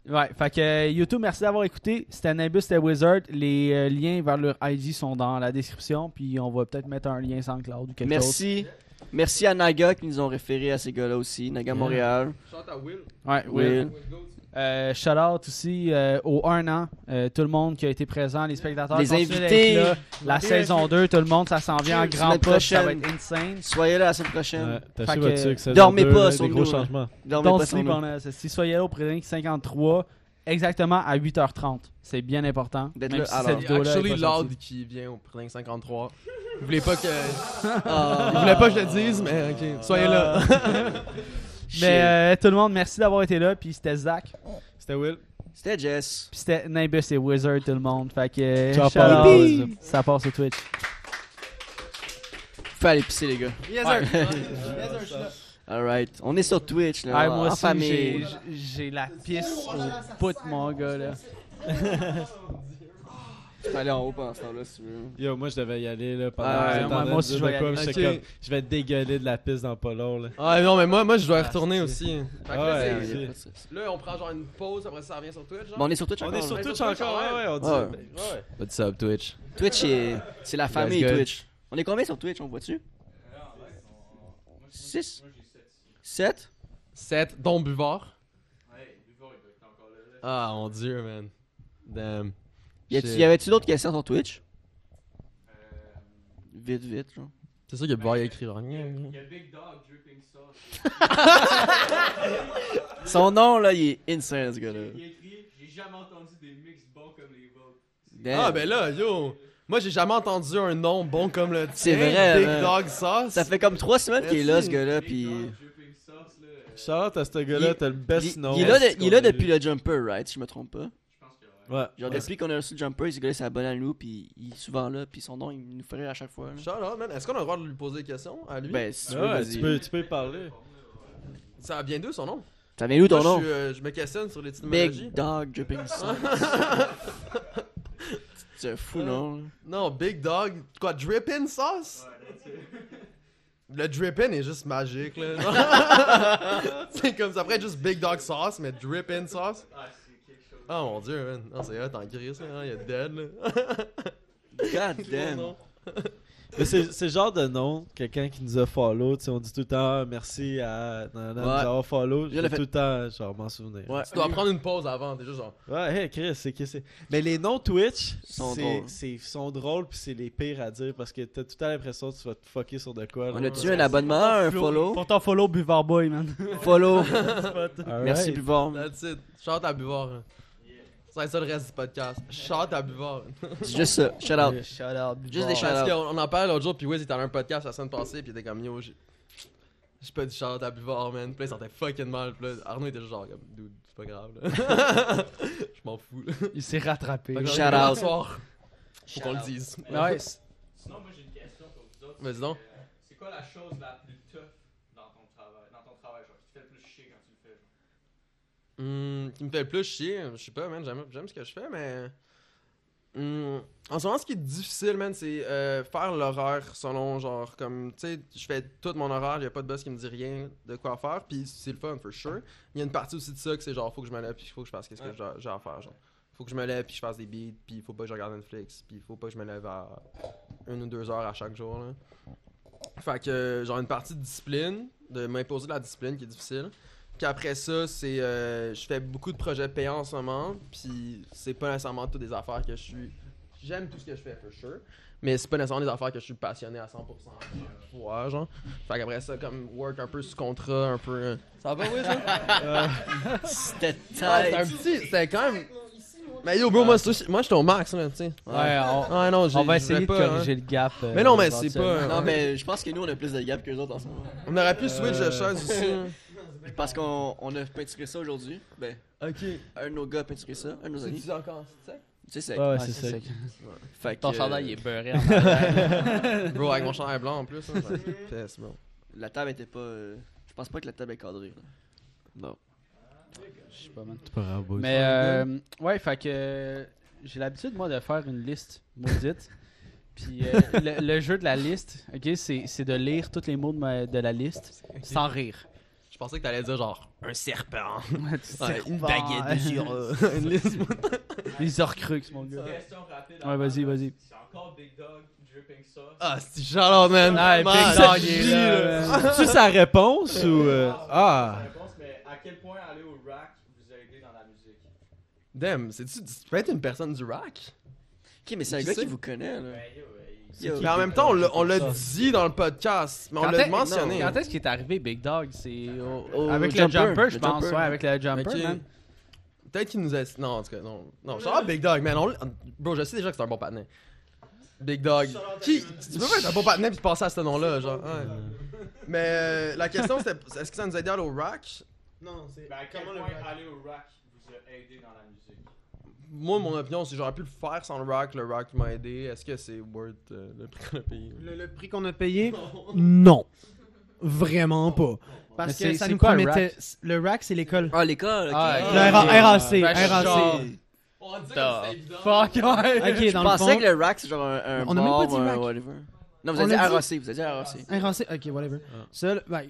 [SPEAKER 1] Ouais, fait que euh, YouTube, merci d'avoir écouté. C'était Nimbus, c'était Wizard. Les euh, liens vers leur IG sont dans la description, puis on va peut-être mettre un lien SoundCloud ou quelque chose.
[SPEAKER 2] Merci. Merci à Naga qui nous ont référé à ces gars-là aussi. Naga Montréal.
[SPEAKER 3] Chante à Will.
[SPEAKER 1] Ouais, oui.
[SPEAKER 2] Will.
[SPEAKER 3] Will Goat.
[SPEAKER 1] Euh, shout out aussi euh, aux 1 an, euh, tout le monde qui a été présent, les spectateurs,
[SPEAKER 2] Les
[SPEAKER 1] continuez d'être
[SPEAKER 2] invités.
[SPEAKER 1] là. la saison 2, tout le monde, ça s'en vient en
[SPEAKER 2] Cheers.
[SPEAKER 1] grand
[SPEAKER 2] Semaine
[SPEAKER 1] poche, ça va
[SPEAKER 2] prochaine.
[SPEAKER 1] être insane.
[SPEAKER 2] Soyez là la semaine prochaine.
[SPEAKER 4] Ouais, t'as
[SPEAKER 1] Fait
[SPEAKER 4] su
[SPEAKER 1] que-
[SPEAKER 4] votre truc, saison
[SPEAKER 2] Dormez
[SPEAKER 4] deux,
[SPEAKER 2] pas
[SPEAKER 4] là,
[SPEAKER 1] hein.
[SPEAKER 2] sur
[SPEAKER 4] des
[SPEAKER 2] nous,
[SPEAKER 4] gros
[SPEAKER 2] là.
[SPEAKER 4] changements.
[SPEAKER 2] Dormez
[SPEAKER 1] Don't
[SPEAKER 2] pas sans
[SPEAKER 1] sleep
[SPEAKER 2] nous.
[SPEAKER 1] on us. Si soyez là au président 53, exactement à 8h30. C'est bien important.
[SPEAKER 2] D'être
[SPEAKER 1] même
[SPEAKER 2] là
[SPEAKER 1] si
[SPEAKER 2] à
[SPEAKER 1] cette
[SPEAKER 2] l'heure.
[SPEAKER 3] Il y a
[SPEAKER 1] vidéo-là est
[SPEAKER 3] actually
[SPEAKER 1] pas
[SPEAKER 3] Lord
[SPEAKER 1] sortie.
[SPEAKER 3] qui vient au Printemps 53. Vous voulez pas que.
[SPEAKER 2] Ah.
[SPEAKER 3] Il voulait pas que je le dise, mais ok, soyez là.
[SPEAKER 1] Mais euh, tout le monde, merci d'avoir été là. Puis c'était Zach.
[SPEAKER 4] C'était Will.
[SPEAKER 2] C'était Jess.
[SPEAKER 1] Puis c'était Nimbus et Wizard, tout le monde. Fait que.
[SPEAKER 4] Ciao,
[SPEAKER 1] shout-out. Ça part sur Twitch.
[SPEAKER 2] Faut aller pisser, les gars.
[SPEAKER 5] Yes,
[SPEAKER 2] Ouais.
[SPEAKER 5] sir. Yes, sir, je suis là.
[SPEAKER 2] Alright. On est sur Twitch, là.
[SPEAKER 1] Ouais,
[SPEAKER 2] en
[SPEAKER 1] Ah, moi aussi,
[SPEAKER 2] famille.
[SPEAKER 1] j'ai- j'ai la pisse au bout de mon gars, là.
[SPEAKER 2] Faut aller en haut pendant ce temps-là, si tu veux.
[SPEAKER 4] Yo, moi, je devais y aller, là, pendant
[SPEAKER 2] Ah,
[SPEAKER 4] que
[SPEAKER 2] ouais,
[SPEAKER 4] j'étais en
[SPEAKER 1] moi-
[SPEAKER 4] train
[SPEAKER 1] moi
[SPEAKER 4] de
[SPEAKER 1] aussi,
[SPEAKER 4] dire
[SPEAKER 1] je vais
[SPEAKER 4] de
[SPEAKER 1] y
[SPEAKER 4] quoi,
[SPEAKER 1] aller.
[SPEAKER 4] puis j'étais
[SPEAKER 3] Ok.
[SPEAKER 4] comme, je vais dégueuler de la piste dans pas long, là.
[SPEAKER 3] Ah non, mais moi, moi je dois retourner aussi. Fait que là,
[SPEAKER 4] Ouais,
[SPEAKER 3] c'est-
[SPEAKER 4] ok.
[SPEAKER 2] Pas de stress.
[SPEAKER 3] là, on prend genre une pause, après ça, ça revient sur Twitch. Genre.
[SPEAKER 2] Mais on est sur Twitch
[SPEAKER 4] On
[SPEAKER 2] encore,
[SPEAKER 4] est sur
[SPEAKER 2] là.
[SPEAKER 4] Twitch encore, ouais, ouais, on dit.
[SPEAKER 2] Ouais.
[SPEAKER 4] ben, ouais.
[SPEAKER 3] What's up, Twitch?
[SPEAKER 2] Twitch, est- c'est la famille,
[SPEAKER 3] good?
[SPEAKER 2] Twitch. On est combien sur Twitch, on voit-tu? 6? 7?
[SPEAKER 3] 7, Don Buvard. Ah, mon dieu, man. Damn.
[SPEAKER 2] Y a-tu-
[SPEAKER 3] Shit.
[SPEAKER 2] y avait-tu d'autres questions sur Twitch? Euh, Vite, vite, genre.
[SPEAKER 3] C'est sûr que Buvard il a écrit rien.
[SPEAKER 7] Il y a Big Dog Dripping Sauce.
[SPEAKER 2] Son nom, là, il est insane, ce gars-là.
[SPEAKER 7] Il écrit J'ai jamais entendu des mix bons comme les vôtres.
[SPEAKER 3] Ah,
[SPEAKER 2] Damn.
[SPEAKER 3] ben là, yo. Moi, j'ai jamais entendu un nom bon comme le
[SPEAKER 2] C'est
[SPEAKER 3] tien,
[SPEAKER 2] vrai,
[SPEAKER 3] Big
[SPEAKER 2] man.
[SPEAKER 3] Dog Sauce.
[SPEAKER 2] Ça fait comme 3 semaines qu'il est là, ce gars-là,
[SPEAKER 7] Big
[SPEAKER 2] puis...
[SPEAKER 7] Dog Dripping Sauce, là. euh,
[SPEAKER 4] Shout-out à ce gars-là,
[SPEAKER 2] Il-
[SPEAKER 4] t'as le best
[SPEAKER 2] Il,
[SPEAKER 4] nom.
[SPEAKER 2] il est là, de-
[SPEAKER 4] Est-ce
[SPEAKER 2] il est là
[SPEAKER 4] qu'on a
[SPEAKER 2] depuis
[SPEAKER 4] eu?
[SPEAKER 2] le jumper, right, si je me trompe pas.
[SPEAKER 7] Je pense que ouais.
[SPEAKER 4] Ouais.
[SPEAKER 2] Genre, depuis qu'on a reçu le jumper, ce gars-là s'est abonné à nous, puis il est souvent là, puis son nom, il nous ferait à chaque fois. là.
[SPEAKER 3] Shout out, man. Est-ce qu'on a le droit de lui poser des questions à lui?
[SPEAKER 2] Ben, si tu veux,
[SPEAKER 4] Ouais,
[SPEAKER 2] vas-y.
[SPEAKER 4] tu peux, tu peux y parler.
[SPEAKER 3] Ça vient d'où son nom?
[SPEAKER 2] Ça vient d'où ton
[SPEAKER 3] Moi,
[SPEAKER 2] nom?
[SPEAKER 3] Je, suis, euh, je me questionne sur
[SPEAKER 2] Big
[SPEAKER 3] l'étymologie.
[SPEAKER 2] Dog Dripping Sauce. C'est fou, non? là?
[SPEAKER 3] Non, Big Dog. Quoi, Drippin' Sauce? Le drippin' est juste magique, là. c'est comme ça pourrait être juste Big Dog Sauce, mais Drippin' Sauce.
[SPEAKER 7] Ah, c'est quelque chose.
[SPEAKER 3] Oh mon dieu, man. Non, c'est hot en gris, là. hein, Il est dead, là.
[SPEAKER 2] God damn.
[SPEAKER 3] Non.
[SPEAKER 4] Mais c'est c'est le genre de nom, quelqu'un qui nous a follow, tu sais, on dit tout le temps ah, merci à nanana,
[SPEAKER 2] Ouais.
[SPEAKER 4] nous avoir follow, je
[SPEAKER 2] Je l'ai
[SPEAKER 4] vais
[SPEAKER 2] fait.
[SPEAKER 4] tout le temps genre m'en souvenir.
[SPEAKER 2] Ouais.
[SPEAKER 3] Tu dois prendre une pause avant, t'es juste genre.
[SPEAKER 4] Ouais, hey Chris, c'est qui c'est Mais les noms Twitch
[SPEAKER 2] Sont
[SPEAKER 4] c'est-
[SPEAKER 2] drôles.
[SPEAKER 4] c'est sont drôles puis c'est les pires à dire parce que t'as tout à l'impression que tu vas te fucker sur de quoi.
[SPEAKER 2] On
[SPEAKER 4] là.
[SPEAKER 2] a-tu un abonnement, un follow?
[SPEAKER 1] Pour ton follow, Buvard Boy, man.
[SPEAKER 2] Follow.
[SPEAKER 4] Alright.
[SPEAKER 2] Merci, Buvard.
[SPEAKER 3] That's it. Shout à Buvard. hein. Ça va être ça le reste du podcast. Shout à Buvard.
[SPEAKER 2] C'est juste ça. Shout out.
[SPEAKER 1] Shout out,
[SPEAKER 2] Juste des
[SPEAKER 3] Parce
[SPEAKER 2] shout out.
[SPEAKER 3] qu'on on en parlait l'autre jour, puis Wiz était allé à un podcast la semaine passée, puis il était comme yo, j'ai. J'ai pas du shout à Buvard, man. Puis là, il sentait fucking mal. Puis là, Arnaud était juste genre, comme, dude, c'est pas grave, là. Je m'en fous, là.
[SPEAKER 1] Il s'est rattrapé.
[SPEAKER 3] Fait qu'on
[SPEAKER 2] Shout
[SPEAKER 3] est là
[SPEAKER 2] out.
[SPEAKER 3] ce soir. Faut qu'on le dise.
[SPEAKER 1] Nice.
[SPEAKER 7] Sinon, moi j'ai une question pour vous autres.
[SPEAKER 3] Vas-y donc.
[SPEAKER 7] Euh, C'est quoi la chose la plus tough dans ton travail, dans ton travail genre, qui te fait le plus chier quand tu le fais? genre?
[SPEAKER 3] Hum, qui me fait le plus chier, je sais pas, man, j'aime, j'aime ce que je fais, mais. Hum, en ce moment, ce qui est difficile, man, c'est euh, faire l'horaire selon, genre, comme, tu sais, je fais tout mon horaire, y a pas de boss qui me dit rien de quoi faire, puis c'est le fun, for sure. Il y a une partie aussi de ça que c'est genre, faut que je me lève, puis faut que je fasse qu'est-ce que j'ai, j'ai à faire, genre. Faut que je me lève, puis je fasse des beats, puis faut pas que je regarde Netflix, puis faut pas que je me lève à une ou deux heures à chaque jour, là. Fait que, genre, une partie de discipline, de m'imposer de la discipline qui est difficile. Puis après ça, c'est euh, je fais beaucoup de projets payants en ce moment, puis c'est pas nécessairement toutes des affaires que je suis j'aime tout ce que je fais for sure, mais c'est pas nécessairement des affaires que je suis passionné à 100% ouais, genre. Fait qu'après ça comme work un peu sous contrat, un peu euh, Ça va oui ça
[SPEAKER 2] C'était
[SPEAKER 3] Ah, Ouais, c'est un
[SPEAKER 2] tight.
[SPEAKER 3] petit, c'est quand même Mais yo bro, moi c'est- moi je suis au max là, tu sais.
[SPEAKER 1] Ouais, on,
[SPEAKER 3] Ah non, j'ai-
[SPEAKER 1] on va
[SPEAKER 3] je voulais
[SPEAKER 1] essayer de
[SPEAKER 3] pas, hein.
[SPEAKER 1] corriger le gap. euh,
[SPEAKER 3] Mais non, mais c'est
[SPEAKER 1] éventuellement.
[SPEAKER 3] pas-
[SPEAKER 2] Non, mais je pense que nous, on a plus de gap que les autres en ce moment.
[SPEAKER 3] hein. On aurait pu switch de chaise aussi. hein.
[SPEAKER 2] Parce qu'on on a peinturé ça aujourd'hui. Ben,
[SPEAKER 3] OK.
[SPEAKER 2] un de nos gars a peinturé ça, un de nos
[SPEAKER 3] Tu
[SPEAKER 2] amis.
[SPEAKER 3] dis encore, tu sais
[SPEAKER 2] Tu sais, c'est.
[SPEAKER 4] Ouais, ouais,
[SPEAKER 1] Ouais,
[SPEAKER 4] c'est
[SPEAKER 1] c'est
[SPEAKER 4] ça.
[SPEAKER 1] ça.
[SPEAKER 2] Fait que,
[SPEAKER 9] Ton
[SPEAKER 2] euh,
[SPEAKER 9] chandail il est beurré.
[SPEAKER 3] Bro, avec mon chandail blanc en plus, hein, ça me pèse, bro.
[SPEAKER 2] La table était pas. euh, Je pense pas que la table est cadrée. là. Non.
[SPEAKER 1] Je suis pas mal.
[SPEAKER 4] Pas
[SPEAKER 5] Ah,
[SPEAKER 4] grave, boys.
[SPEAKER 1] Mais euh, ouais, fait que euh, j'ai l'habitude moi de faire une liste maudite. Puis euh, le, le jeu de la liste, ok, c'est c'est de lire tous les mots de, ma- de la liste sans rire.
[SPEAKER 3] Je pensais que t'allais dire genre un serpent.
[SPEAKER 1] Ouais,
[SPEAKER 3] une baguette de sur une liste.
[SPEAKER 1] Les orcrux, mon gars.
[SPEAKER 7] Question rapide.
[SPEAKER 1] Ouais, vas-y, vas-y.
[SPEAKER 7] C'est encore Big Dog Dripping Sauce.
[SPEAKER 3] Ah, c'est Charlotte, man.
[SPEAKER 1] Ouais,
[SPEAKER 3] Man,
[SPEAKER 1] Ah, Big
[SPEAKER 3] ça
[SPEAKER 1] Dog, il est
[SPEAKER 3] chie,
[SPEAKER 1] là,
[SPEAKER 3] là.
[SPEAKER 1] man.
[SPEAKER 4] C'est sa réponse ou euh,
[SPEAKER 7] La
[SPEAKER 4] ah
[SPEAKER 7] réponse, mais à quel point aller au rack vous a aidé dans la musique?
[SPEAKER 3] Damn, c'est-tu tu peux être une personne du rack?
[SPEAKER 2] Ok, mais c'est un
[SPEAKER 3] Tu
[SPEAKER 2] gars
[SPEAKER 3] sais-
[SPEAKER 2] qui vous connaît, là.
[SPEAKER 7] Ben yo, hey,
[SPEAKER 2] Yo.
[SPEAKER 3] Mais en même temps, on l'a- on l'a dit dans le podcast, mais on
[SPEAKER 1] Quand
[SPEAKER 3] l'a
[SPEAKER 1] est-
[SPEAKER 3] mentionné.
[SPEAKER 1] non, Quand est-ce qu'il est arrivé Big Dog C'est au-
[SPEAKER 2] Au
[SPEAKER 1] avec le
[SPEAKER 2] jumper,
[SPEAKER 1] jumper, je
[SPEAKER 2] le
[SPEAKER 1] pense.
[SPEAKER 2] jumper.
[SPEAKER 1] Ouais, avec le jumper,
[SPEAKER 3] Ok.
[SPEAKER 1] man.
[SPEAKER 3] Peut-être qu'il nous a. Non, en tout cas, non. Non, je ah, Big Dog, man. on l- Bro, je sais déjà que c'est un bon patinet. Big Dog. Qui Tu peux pas être un bon patinet puis passer à ce nom-là, genre. ouais. Mais euh, la question, c'était est-ce que ça nous aide à aller au rack
[SPEAKER 5] Non, c'est.
[SPEAKER 7] Ben, à quel
[SPEAKER 5] Comment le
[SPEAKER 7] point
[SPEAKER 5] rock?
[SPEAKER 7] aller au rack vous a aidé dans la musique?
[SPEAKER 3] Moi, mon opinion, c'est j'aurais pu le faire sans le rack. Le rack m'a aidé. Est-ce que c'est worth euh, le prix qu'on a payé
[SPEAKER 5] Le, le prix qu'on a payé Non. Vraiment pas.
[SPEAKER 1] Mais
[SPEAKER 5] Parce que
[SPEAKER 1] c'est-
[SPEAKER 5] ça
[SPEAKER 1] c'est
[SPEAKER 5] nous
[SPEAKER 1] quoi, le
[SPEAKER 5] permettait. Le rack, c'est l'école.
[SPEAKER 2] Ah, l'école, ok.
[SPEAKER 3] Ah,
[SPEAKER 5] Le
[SPEAKER 3] ok.
[SPEAKER 5] R- RAC.
[SPEAKER 3] Ben, genre-
[SPEAKER 5] RAC.
[SPEAKER 3] On dit
[SPEAKER 2] Duh.
[SPEAKER 3] évident.
[SPEAKER 5] Fuck, ouais. Ok,
[SPEAKER 2] Je
[SPEAKER 5] dans le
[SPEAKER 2] pensais
[SPEAKER 5] fond.
[SPEAKER 2] que le rack, c'est genre un, un
[SPEAKER 5] On a même
[SPEAKER 2] bar
[SPEAKER 5] pas dit
[SPEAKER 2] ou un
[SPEAKER 5] rack.
[SPEAKER 2] whatever. Non, vous
[SPEAKER 5] On
[SPEAKER 2] avez dit
[SPEAKER 5] a dit-
[SPEAKER 2] RAC, vous avez dit RAC.
[SPEAKER 5] RAC, ok, whatever.
[SPEAKER 4] Ah.
[SPEAKER 5] Seul, ben,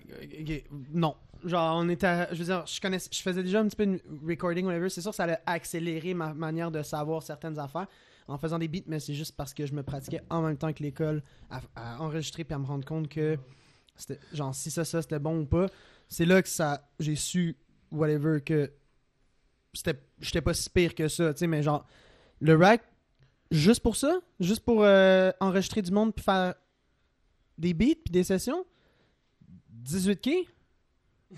[SPEAKER 5] ok, non. Genre, on était. à- Je veux dire, je, connaissais, je faisais déjà un petit peu de recording, whatever. C'est sûr que ça allait accélérer ma manière de savoir certaines affaires en faisant des beats, mais c'est juste parce que je me pratiquais en même temps que l'école à, à enregistrer puis à me rendre compte que, c'était genre, si ça, ça, c'était bon ou pas. C'est là que ça j'ai su, whatever, que c'était j'étais pas si pire que ça, tu sais, mais genre, le rack, juste pour ça, juste pour euh, enregistrer du monde puis faire des beats puis des sessions 18k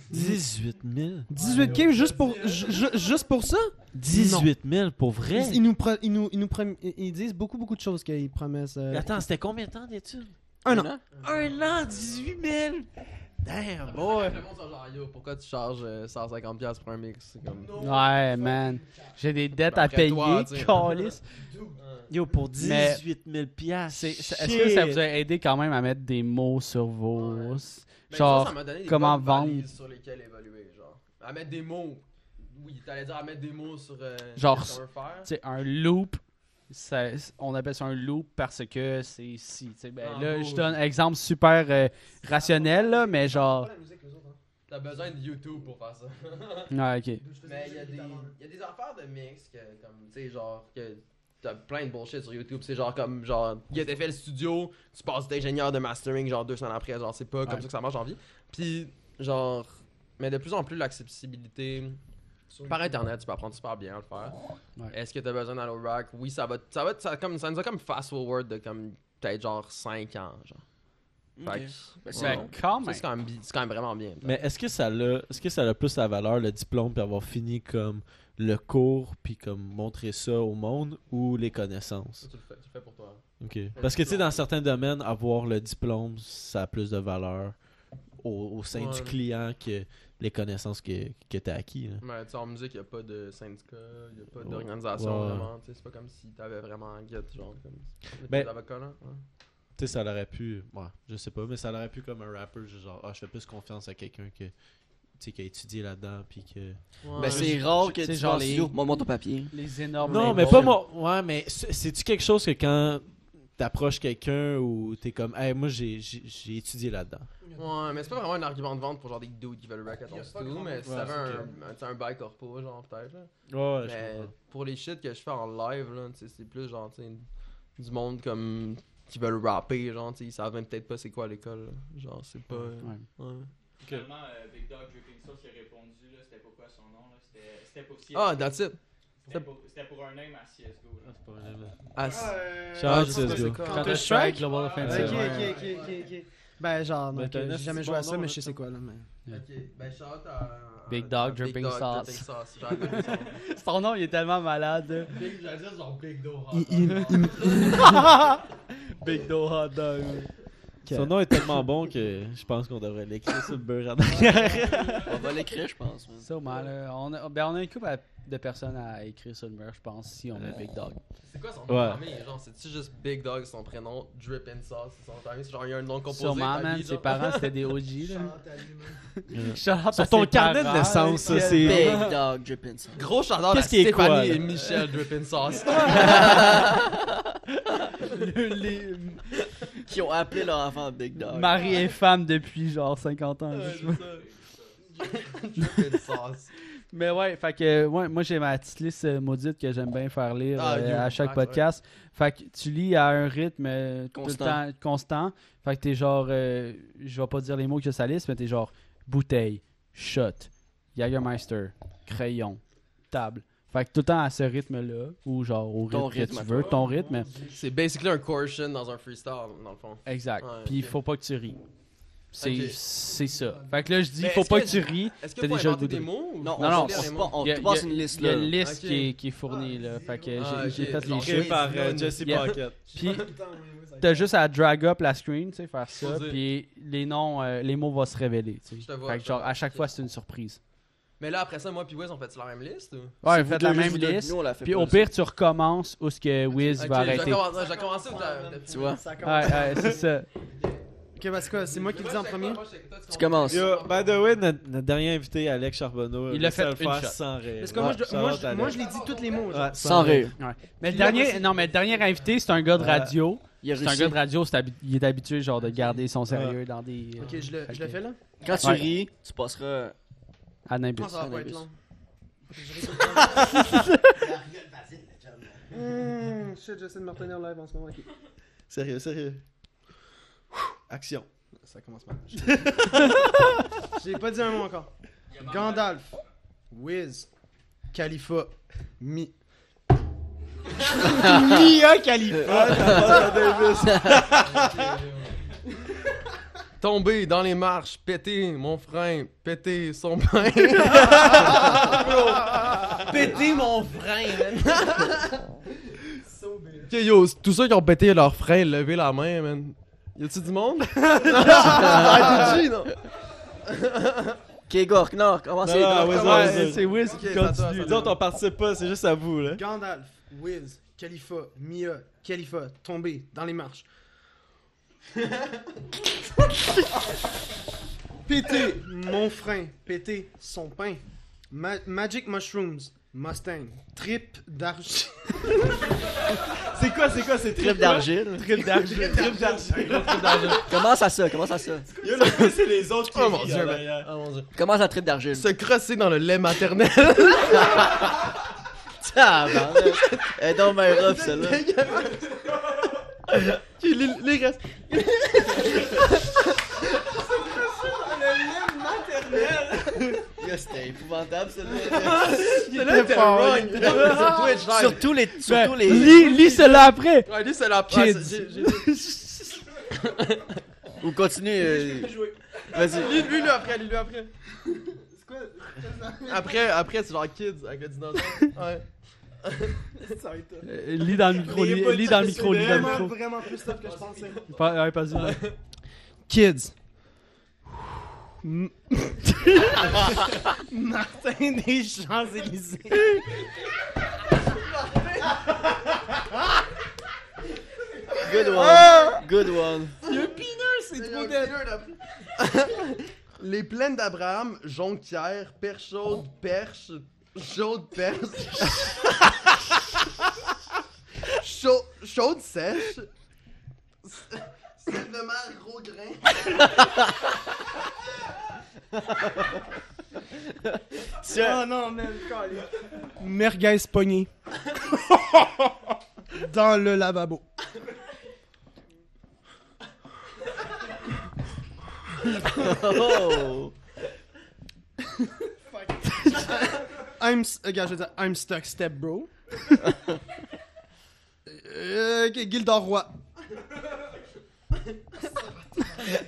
[SPEAKER 4] 18 000.
[SPEAKER 5] 18k juste pour ju- ju- juste pour ça
[SPEAKER 4] 18 000 pour vrai?
[SPEAKER 5] ils, ils nous pro- ils nous ils nous prom- ils disent beaucoup beaucoup de choses qu'ils promettent euh,
[SPEAKER 4] Attends, c'était combien de temps d'études?
[SPEAKER 5] un an
[SPEAKER 2] an.
[SPEAKER 4] Un an, 18 000! Damn, boy!
[SPEAKER 3] Le monde sont genre, yo, pourquoi tu charges euh, 150$ pour un mix C'est comme.
[SPEAKER 1] Ouais, man. J'ai des dettes
[SPEAKER 3] Ben,
[SPEAKER 1] à
[SPEAKER 3] après
[SPEAKER 1] payer,
[SPEAKER 3] toi, tu sais.
[SPEAKER 1] câlisse.
[SPEAKER 4] Yo, pour
[SPEAKER 1] Mais-
[SPEAKER 4] 18 000 piastres.
[SPEAKER 1] C'est- c'est- Est-ce que ça vous a aidé quand même à mettre des mots sur vos.
[SPEAKER 3] Mais
[SPEAKER 1] Genre,
[SPEAKER 3] ça, ça m'a donné des
[SPEAKER 1] comment
[SPEAKER 3] bonnes
[SPEAKER 1] vendre.
[SPEAKER 3] valises sur lesquelles évoluer, genre. À mettre des mots. Oui, t'allais dire à mettre des mots sur. euh,
[SPEAKER 1] Genre,
[SPEAKER 3] qu'est-ce qu'on veut faire.
[SPEAKER 1] tu sais, un loop, ça- on appelle ça un loop parce que c'est ici. tu sais. Ben,
[SPEAKER 3] Ah,
[SPEAKER 1] là,
[SPEAKER 3] bon,
[SPEAKER 1] je donne un exemple super euh, rationnel, là, mais genre.
[SPEAKER 3] T'as besoin de YouTube pour faire ça.
[SPEAKER 1] Ouais, ah, ok.
[SPEAKER 5] Ben,
[SPEAKER 3] Mais il y, a des- y a des affaires de mix que, comme, tu sais, genre, que t'as plein de bullshit sur YouTube. C'est genre comme, genre, YTFL Studio, tu passes d'ingénieur de mastering, genre, deux semaines après, genre, c'est pas comme
[SPEAKER 1] Ouais.
[SPEAKER 3] ça que ça marche en vie. Puis, genre, mais de plus en plus, l'accessibilité. Par internet, tu peux apprendre super bien à le faire.
[SPEAKER 1] Ouais.
[SPEAKER 3] Est-ce que t'as besoin d'aller au rack? Oui, ça va. Ça, va ça, comme, ça nous a comme fast-forward de comme peut-être genre 5 ans. Genre. Fait que,
[SPEAKER 2] Ben, c'est
[SPEAKER 1] Ben,
[SPEAKER 2] bon.
[SPEAKER 1] quand
[SPEAKER 3] ça,
[SPEAKER 1] même.
[SPEAKER 3] c'est quand, même bi- c'est quand même vraiment bien.
[SPEAKER 4] Mais est-ce que ça l'a est-ce que ça a plus la valeur le diplôme puis avoir fini comme le cours puis comme montrer ça au monde ou les connaissances
[SPEAKER 3] Ça, tu le fais, tu le fais pour toi.
[SPEAKER 4] OK. Parce que tu sais dans certains domaines avoir le diplôme ça a plus de valeur au, au sein
[SPEAKER 3] Ouais.
[SPEAKER 4] du client que les connaissances que, que tu as acquis là.
[SPEAKER 3] Mais tu sais, en musique, il a pas de syndicat, il a pas
[SPEAKER 4] Ouais.
[SPEAKER 3] d'organisation
[SPEAKER 4] Ouais.
[SPEAKER 3] vraiment. tu sais, C'est pas comme si t'avais vraiment un guide, genre comme.
[SPEAKER 4] Ben-
[SPEAKER 3] Les avocats, là. hein. ouais.
[SPEAKER 4] Tu sais ça l'aurait pu ouais, je sais pas mais ça l'aurait pu comme un rapper genre ah je fais plus confiance à quelqu'un que tu sais qui a étudié là-dedans puis que
[SPEAKER 2] Ben, c'est rare que
[SPEAKER 1] c'est
[SPEAKER 2] tu
[SPEAKER 1] genre
[SPEAKER 2] genre
[SPEAKER 1] les-
[SPEAKER 2] les... Montre ton papier.
[SPEAKER 1] Les énormes.
[SPEAKER 4] Non,
[SPEAKER 1] labels.
[SPEAKER 4] mais pas moi. Ouais, mais c- c'est-tu quelque chose que quand t'approches quelqu'un ou t'es comme, hey, moi j'ai j'ai- j'ai étudié là-dedans.
[SPEAKER 3] Ouais, mais c'est pas vraiment un argument de vente pour genre des dudes qui veulent rack à ton studio, mais si
[SPEAKER 4] Ouais,
[SPEAKER 3] t'avais
[SPEAKER 4] c'est
[SPEAKER 3] un, un, tu sais, un bail corpo, genre peut-être. là.
[SPEAKER 4] Ouais,
[SPEAKER 7] Ben,
[SPEAKER 3] Mais
[SPEAKER 7] euh,
[SPEAKER 3] pour les shit que je fais en live, là, tu sais, c'est plus genre tu sais, du monde comme qui veulent rapper, genre, tu sais, ils savent même peut-être pas c'est quoi à l'école. là. Genre, c'est pas. euh,
[SPEAKER 1] Ouais.
[SPEAKER 3] ouais.
[SPEAKER 7] Finalement, euh, Big Dog Dripping Sauce il a répondu, là, c'était pourquoi son nom, là, c'était c'était pour CS.
[SPEAKER 3] Ah, that's it.
[SPEAKER 7] C'était pour- c'était pour un aim à CSGO. là.
[SPEAKER 3] Ah, c'est-
[SPEAKER 7] Euh,
[SPEAKER 4] Charles,
[SPEAKER 3] je sais pas
[SPEAKER 4] CSGO.
[SPEAKER 3] c'est quoi.
[SPEAKER 1] Counter Strike, Global
[SPEAKER 5] ok
[SPEAKER 1] Offensive.
[SPEAKER 5] ok ok ok ok ben genre
[SPEAKER 4] Ben,
[SPEAKER 5] donc,
[SPEAKER 4] t'as un
[SPEAKER 5] j'ai jamais
[SPEAKER 4] assez
[SPEAKER 5] joué à
[SPEAKER 4] bon
[SPEAKER 5] ça
[SPEAKER 4] nom,
[SPEAKER 5] mais
[SPEAKER 4] là,
[SPEAKER 5] je sais c'est quoi là mais
[SPEAKER 3] Ok, ben shout à.
[SPEAKER 1] Big Dog, Dripping Sauce.
[SPEAKER 3] sauce. J'avais pas dit son nom.
[SPEAKER 1] Son nom, il est tellement malade.
[SPEAKER 3] Big- j'allais dire genre Big Dog.
[SPEAKER 5] Il- il- il-
[SPEAKER 1] Big Do Hot Dog.
[SPEAKER 4] Son nom est tellement bon que je pense qu'on devrait l'écrire sur le beurre
[SPEAKER 7] Ah,
[SPEAKER 4] à
[SPEAKER 2] On va l'écrire, je pense. man.
[SPEAKER 1] Ça, mal, euh, on, a, ben, on a une couple à- de personnes à écrire sur le mur, je pense, si on met Big Dog.
[SPEAKER 3] C'est quoi son nom
[SPEAKER 4] Ouais.
[SPEAKER 3] de famille? Genre, c'est-tu juste Big Dog, son prénom, Drip and Sauce, c'est son nom de famille? C'est genre, il y a un nom composé.
[SPEAKER 1] Sûrement,
[SPEAKER 3] ta
[SPEAKER 1] man,
[SPEAKER 3] vie,
[SPEAKER 1] ses
[SPEAKER 3] genre? oh,
[SPEAKER 1] parents, c'était des OG. là. Shout out à
[SPEAKER 4] Sur ton
[SPEAKER 1] ses
[SPEAKER 4] carnet de
[SPEAKER 1] parents.
[SPEAKER 4] naissance, ça, c'est.
[SPEAKER 2] Big Dog Drippin' Sauce.
[SPEAKER 3] Gros chanteur
[SPEAKER 4] Qu'est-ce qui est quoi,
[SPEAKER 3] Stéphanie
[SPEAKER 4] là?
[SPEAKER 3] et Michel Drip and Sauce.
[SPEAKER 1] Les-
[SPEAKER 2] Qui ont appelé leur enfant Big Dog.
[SPEAKER 1] Marie et femme depuis genre 50 ans. je sais pas.
[SPEAKER 3] Drip and Sauce.
[SPEAKER 1] Mais ouais, fait que ouais, moi j'ai ma petite liste euh, maudite que j'aime bien faire lire
[SPEAKER 3] Ah,
[SPEAKER 1] euh,
[SPEAKER 3] you,
[SPEAKER 1] à chaque
[SPEAKER 3] Max, ouais.
[SPEAKER 1] podcast. Fait que tu lis à un rythme euh, tout le
[SPEAKER 2] Constant.
[SPEAKER 1] temps constant. Fait que t'es genre, euh, je vais pas dire les mots que ça liste, mais t'es genre bouteille, shot, Jagermeister, crayon, table. Fait que tout le temps à ce rythme-là, ou genre au rythme,
[SPEAKER 2] Ton
[SPEAKER 1] que
[SPEAKER 2] rythme à
[SPEAKER 1] tu veux, ton rythme.
[SPEAKER 3] C'est basically un coercion dans un freestyle, dans le fond.
[SPEAKER 1] Exact.
[SPEAKER 3] Ouais,
[SPEAKER 1] Puis il
[SPEAKER 3] ok.
[SPEAKER 1] faut pas que tu ris. C'est
[SPEAKER 3] Ok.
[SPEAKER 1] c'est ça. Fait que là, je dis,
[SPEAKER 3] Mais
[SPEAKER 1] faut
[SPEAKER 3] est-ce
[SPEAKER 1] pas
[SPEAKER 3] que
[SPEAKER 1] que tu ries.
[SPEAKER 3] Est-ce
[SPEAKER 1] T'as
[SPEAKER 3] que faut
[SPEAKER 1] déjà le
[SPEAKER 3] inventer
[SPEAKER 1] goût de-
[SPEAKER 3] des mots ou
[SPEAKER 2] Non,
[SPEAKER 3] faut
[SPEAKER 1] non,
[SPEAKER 2] on,
[SPEAKER 1] non,
[SPEAKER 2] se
[SPEAKER 3] faire
[SPEAKER 2] passe-
[SPEAKER 3] des
[SPEAKER 2] on,
[SPEAKER 3] mots?
[SPEAKER 2] on
[SPEAKER 1] Il y a-
[SPEAKER 2] te passe
[SPEAKER 1] il y
[SPEAKER 2] une liste
[SPEAKER 1] Il y a
[SPEAKER 2] là.
[SPEAKER 1] une liste
[SPEAKER 3] Ok.
[SPEAKER 1] qui, est, qui est fournie, là. Fait que j'ai
[SPEAKER 3] Ah,
[SPEAKER 1] j'ai
[SPEAKER 3] ok.
[SPEAKER 1] fait les
[SPEAKER 3] Genre,
[SPEAKER 1] chiffres.
[SPEAKER 4] Créé par euh,
[SPEAKER 3] non,
[SPEAKER 4] Jesse
[SPEAKER 1] yeah.
[SPEAKER 4] Pocket.
[SPEAKER 1] Puis
[SPEAKER 6] Putain, oui, oui, ça-
[SPEAKER 1] t'as juste à drag up la screen, tu sais, faire
[SPEAKER 3] Faut
[SPEAKER 1] ça.
[SPEAKER 3] dire.
[SPEAKER 1] Puis les noms, euh, les mots vont se révéler, tu sais.
[SPEAKER 3] Je te vois,
[SPEAKER 1] Fait
[SPEAKER 3] je
[SPEAKER 1] que
[SPEAKER 3] te
[SPEAKER 1] genre,
[SPEAKER 3] vois.
[SPEAKER 1] à chaque
[SPEAKER 3] Ok.
[SPEAKER 1] fois, c'est une surprise.
[SPEAKER 3] Mais là, après ça, moi puis Wiz, on fait la même liste ou?
[SPEAKER 1] Ouais, faites
[SPEAKER 2] C'est vous
[SPEAKER 1] la
[SPEAKER 2] deux,
[SPEAKER 1] même
[SPEAKER 2] vous deux.
[SPEAKER 1] liste.
[SPEAKER 2] Nous, on l'a fait
[SPEAKER 1] Puis
[SPEAKER 2] pas,
[SPEAKER 1] au
[SPEAKER 2] ça.
[SPEAKER 1] pire, tu recommences où ce que Wiz
[SPEAKER 3] Ok,
[SPEAKER 1] va
[SPEAKER 3] je
[SPEAKER 1] arrêter.
[SPEAKER 3] vais
[SPEAKER 1] Ouais,
[SPEAKER 3] commencer- ouais, Je vais commencer ou t'as- t'as-
[SPEAKER 2] Tu vois.
[SPEAKER 5] Ça commence.
[SPEAKER 1] ouais, c'est ça.
[SPEAKER 5] Ok, bah, c'est quoi C'est moi qui
[SPEAKER 3] Mais
[SPEAKER 5] le dis en
[SPEAKER 3] je sais
[SPEAKER 5] premier
[SPEAKER 3] pas, moi, je sais que toi,
[SPEAKER 2] Tu commences.
[SPEAKER 4] Yo, by the way, notre, notre dernier invité, Alex Charbonneau,
[SPEAKER 1] Il
[SPEAKER 4] a
[SPEAKER 1] l'a fait
[SPEAKER 4] le
[SPEAKER 1] une
[SPEAKER 4] faire
[SPEAKER 1] shot.
[SPEAKER 4] sans rire.
[SPEAKER 5] Parce que moi, je, dois-
[SPEAKER 4] Ouais,
[SPEAKER 5] moi,
[SPEAKER 4] shout out
[SPEAKER 5] je,
[SPEAKER 4] Alex.
[SPEAKER 5] moi, je l'ai dit tous les mots. genre.
[SPEAKER 4] Ouais,
[SPEAKER 2] Sans rire.
[SPEAKER 1] Mais le
[SPEAKER 5] Puis là,
[SPEAKER 1] dernier,
[SPEAKER 5] moi,
[SPEAKER 1] non, mais le dernier invité, c'est un gars de
[SPEAKER 4] Euh,
[SPEAKER 1] radio.
[SPEAKER 2] Il a
[SPEAKER 1] C'est un
[SPEAKER 2] réussi.
[SPEAKER 1] gars de radio, c'est habi- il est habitué genre de garder son sérieux dans des euh,
[SPEAKER 5] Ok, je le, je le
[SPEAKER 1] Ok.
[SPEAKER 5] fais là
[SPEAKER 2] Quand tu
[SPEAKER 1] Ouais.
[SPEAKER 2] ris, tu passeras.
[SPEAKER 1] à
[SPEAKER 5] Je
[SPEAKER 1] n'importe
[SPEAKER 5] pense que ça va
[SPEAKER 2] un
[SPEAKER 5] pas être
[SPEAKER 2] abus.
[SPEAKER 5] long. Mmh, Shit, j'essaie de me retenir live en ce moment. ok.
[SPEAKER 4] Sérieux, sérieux. Action.
[SPEAKER 3] Ça commence mal.
[SPEAKER 5] J'ai pas dit un mot encore. Gandalf, Wiz, Khalifa, Mi. Mia Khalifa.
[SPEAKER 3] Tomber dans les marches, péter mon frein, péter son pain.
[SPEAKER 5] Péter mon frein, man.
[SPEAKER 3] Ok, yo, tous ceux qui ont pété leur frein, levez la main, man. Y a-tu du monde? Ah, t'es-tu, non?
[SPEAKER 2] Ok, Gork, non, commence
[SPEAKER 4] Non, non,
[SPEAKER 2] Gork,
[SPEAKER 4] Wiz,
[SPEAKER 2] commence.
[SPEAKER 4] Wiz, Wiz.
[SPEAKER 1] C'est Wiz
[SPEAKER 3] qui
[SPEAKER 1] qui
[SPEAKER 3] Ok, ça
[SPEAKER 1] continue.
[SPEAKER 3] continue. doit, ça
[SPEAKER 4] Nous autres, on participe pas, c'est juste à vous, là.
[SPEAKER 5] Gandalf, Wiz, Khalifa, Mia, Khalifa, tombé dans les marches. péter mon frein, péter son pain. Ma- Magic Mushrooms, Mustang, Trip d'argent.
[SPEAKER 4] C'est quoi, c'est quoi, c'est
[SPEAKER 2] Trip
[SPEAKER 4] trip d'argent?
[SPEAKER 2] d'argile.
[SPEAKER 4] Trip d'argile, trip d'argile.
[SPEAKER 2] Commence à ça, commence à ça.
[SPEAKER 4] Yo, le plus, c'est les autres qui
[SPEAKER 3] Oh, mon
[SPEAKER 4] rient,
[SPEAKER 3] Dieu,
[SPEAKER 4] en
[SPEAKER 3] ben.
[SPEAKER 4] arrière.
[SPEAKER 3] Ah, mon dieu.
[SPEAKER 2] Commence à trip d'argile.
[SPEAKER 3] Se crosser dans le lait maternel.
[SPEAKER 2] Tabarnak. Ah, ben, Elle est donc bien rough, celle-là.
[SPEAKER 3] les, les restes.
[SPEAKER 2] Yo, C'était épouvantable, celle-là.
[SPEAKER 3] C'était fort. Twitch, live.
[SPEAKER 2] Surtout les. Surtout les.
[SPEAKER 1] Ben, Lis, lis cela après.
[SPEAKER 3] Ouais, lui, c'est la
[SPEAKER 1] Kids.
[SPEAKER 3] place. J'ai- j'ai- Lui,
[SPEAKER 2] Ou continue. euh, Vas-y.
[SPEAKER 3] lui, lui, après, lui, lui, après. C'est quoi? Après, après, c'est genre kids avec le dinosaure. Ouais.
[SPEAKER 1] Euh, Lis dans le micro,
[SPEAKER 4] Les
[SPEAKER 1] lis, lis dans le micro, lis dans le
[SPEAKER 5] Vraiment,
[SPEAKER 1] micro.
[SPEAKER 5] vraiment plus tough que je pensais.
[SPEAKER 1] Pas- ouais, pas du tout.
[SPEAKER 5] Kids. M- Martin des Champs-Élysées.
[SPEAKER 2] Good
[SPEAKER 1] Ah!
[SPEAKER 2] one. Good one.
[SPEAKER 3] C'est trop d'après. Les plaines d'Abraham, jonquière, perche chaude, perche, chaude perche. Chaude, chaude sèche. C'est de mer gros grain.
[SPEAKER 5] Oh non, même Merguez pogné. Dans le lavabo.
[SPEAKER 2] Oh.
[SPEAKER 5] I'm. s- euh, Gars, je veux dire, I'm stuck, step bro. euh, ok, Gildor Roy.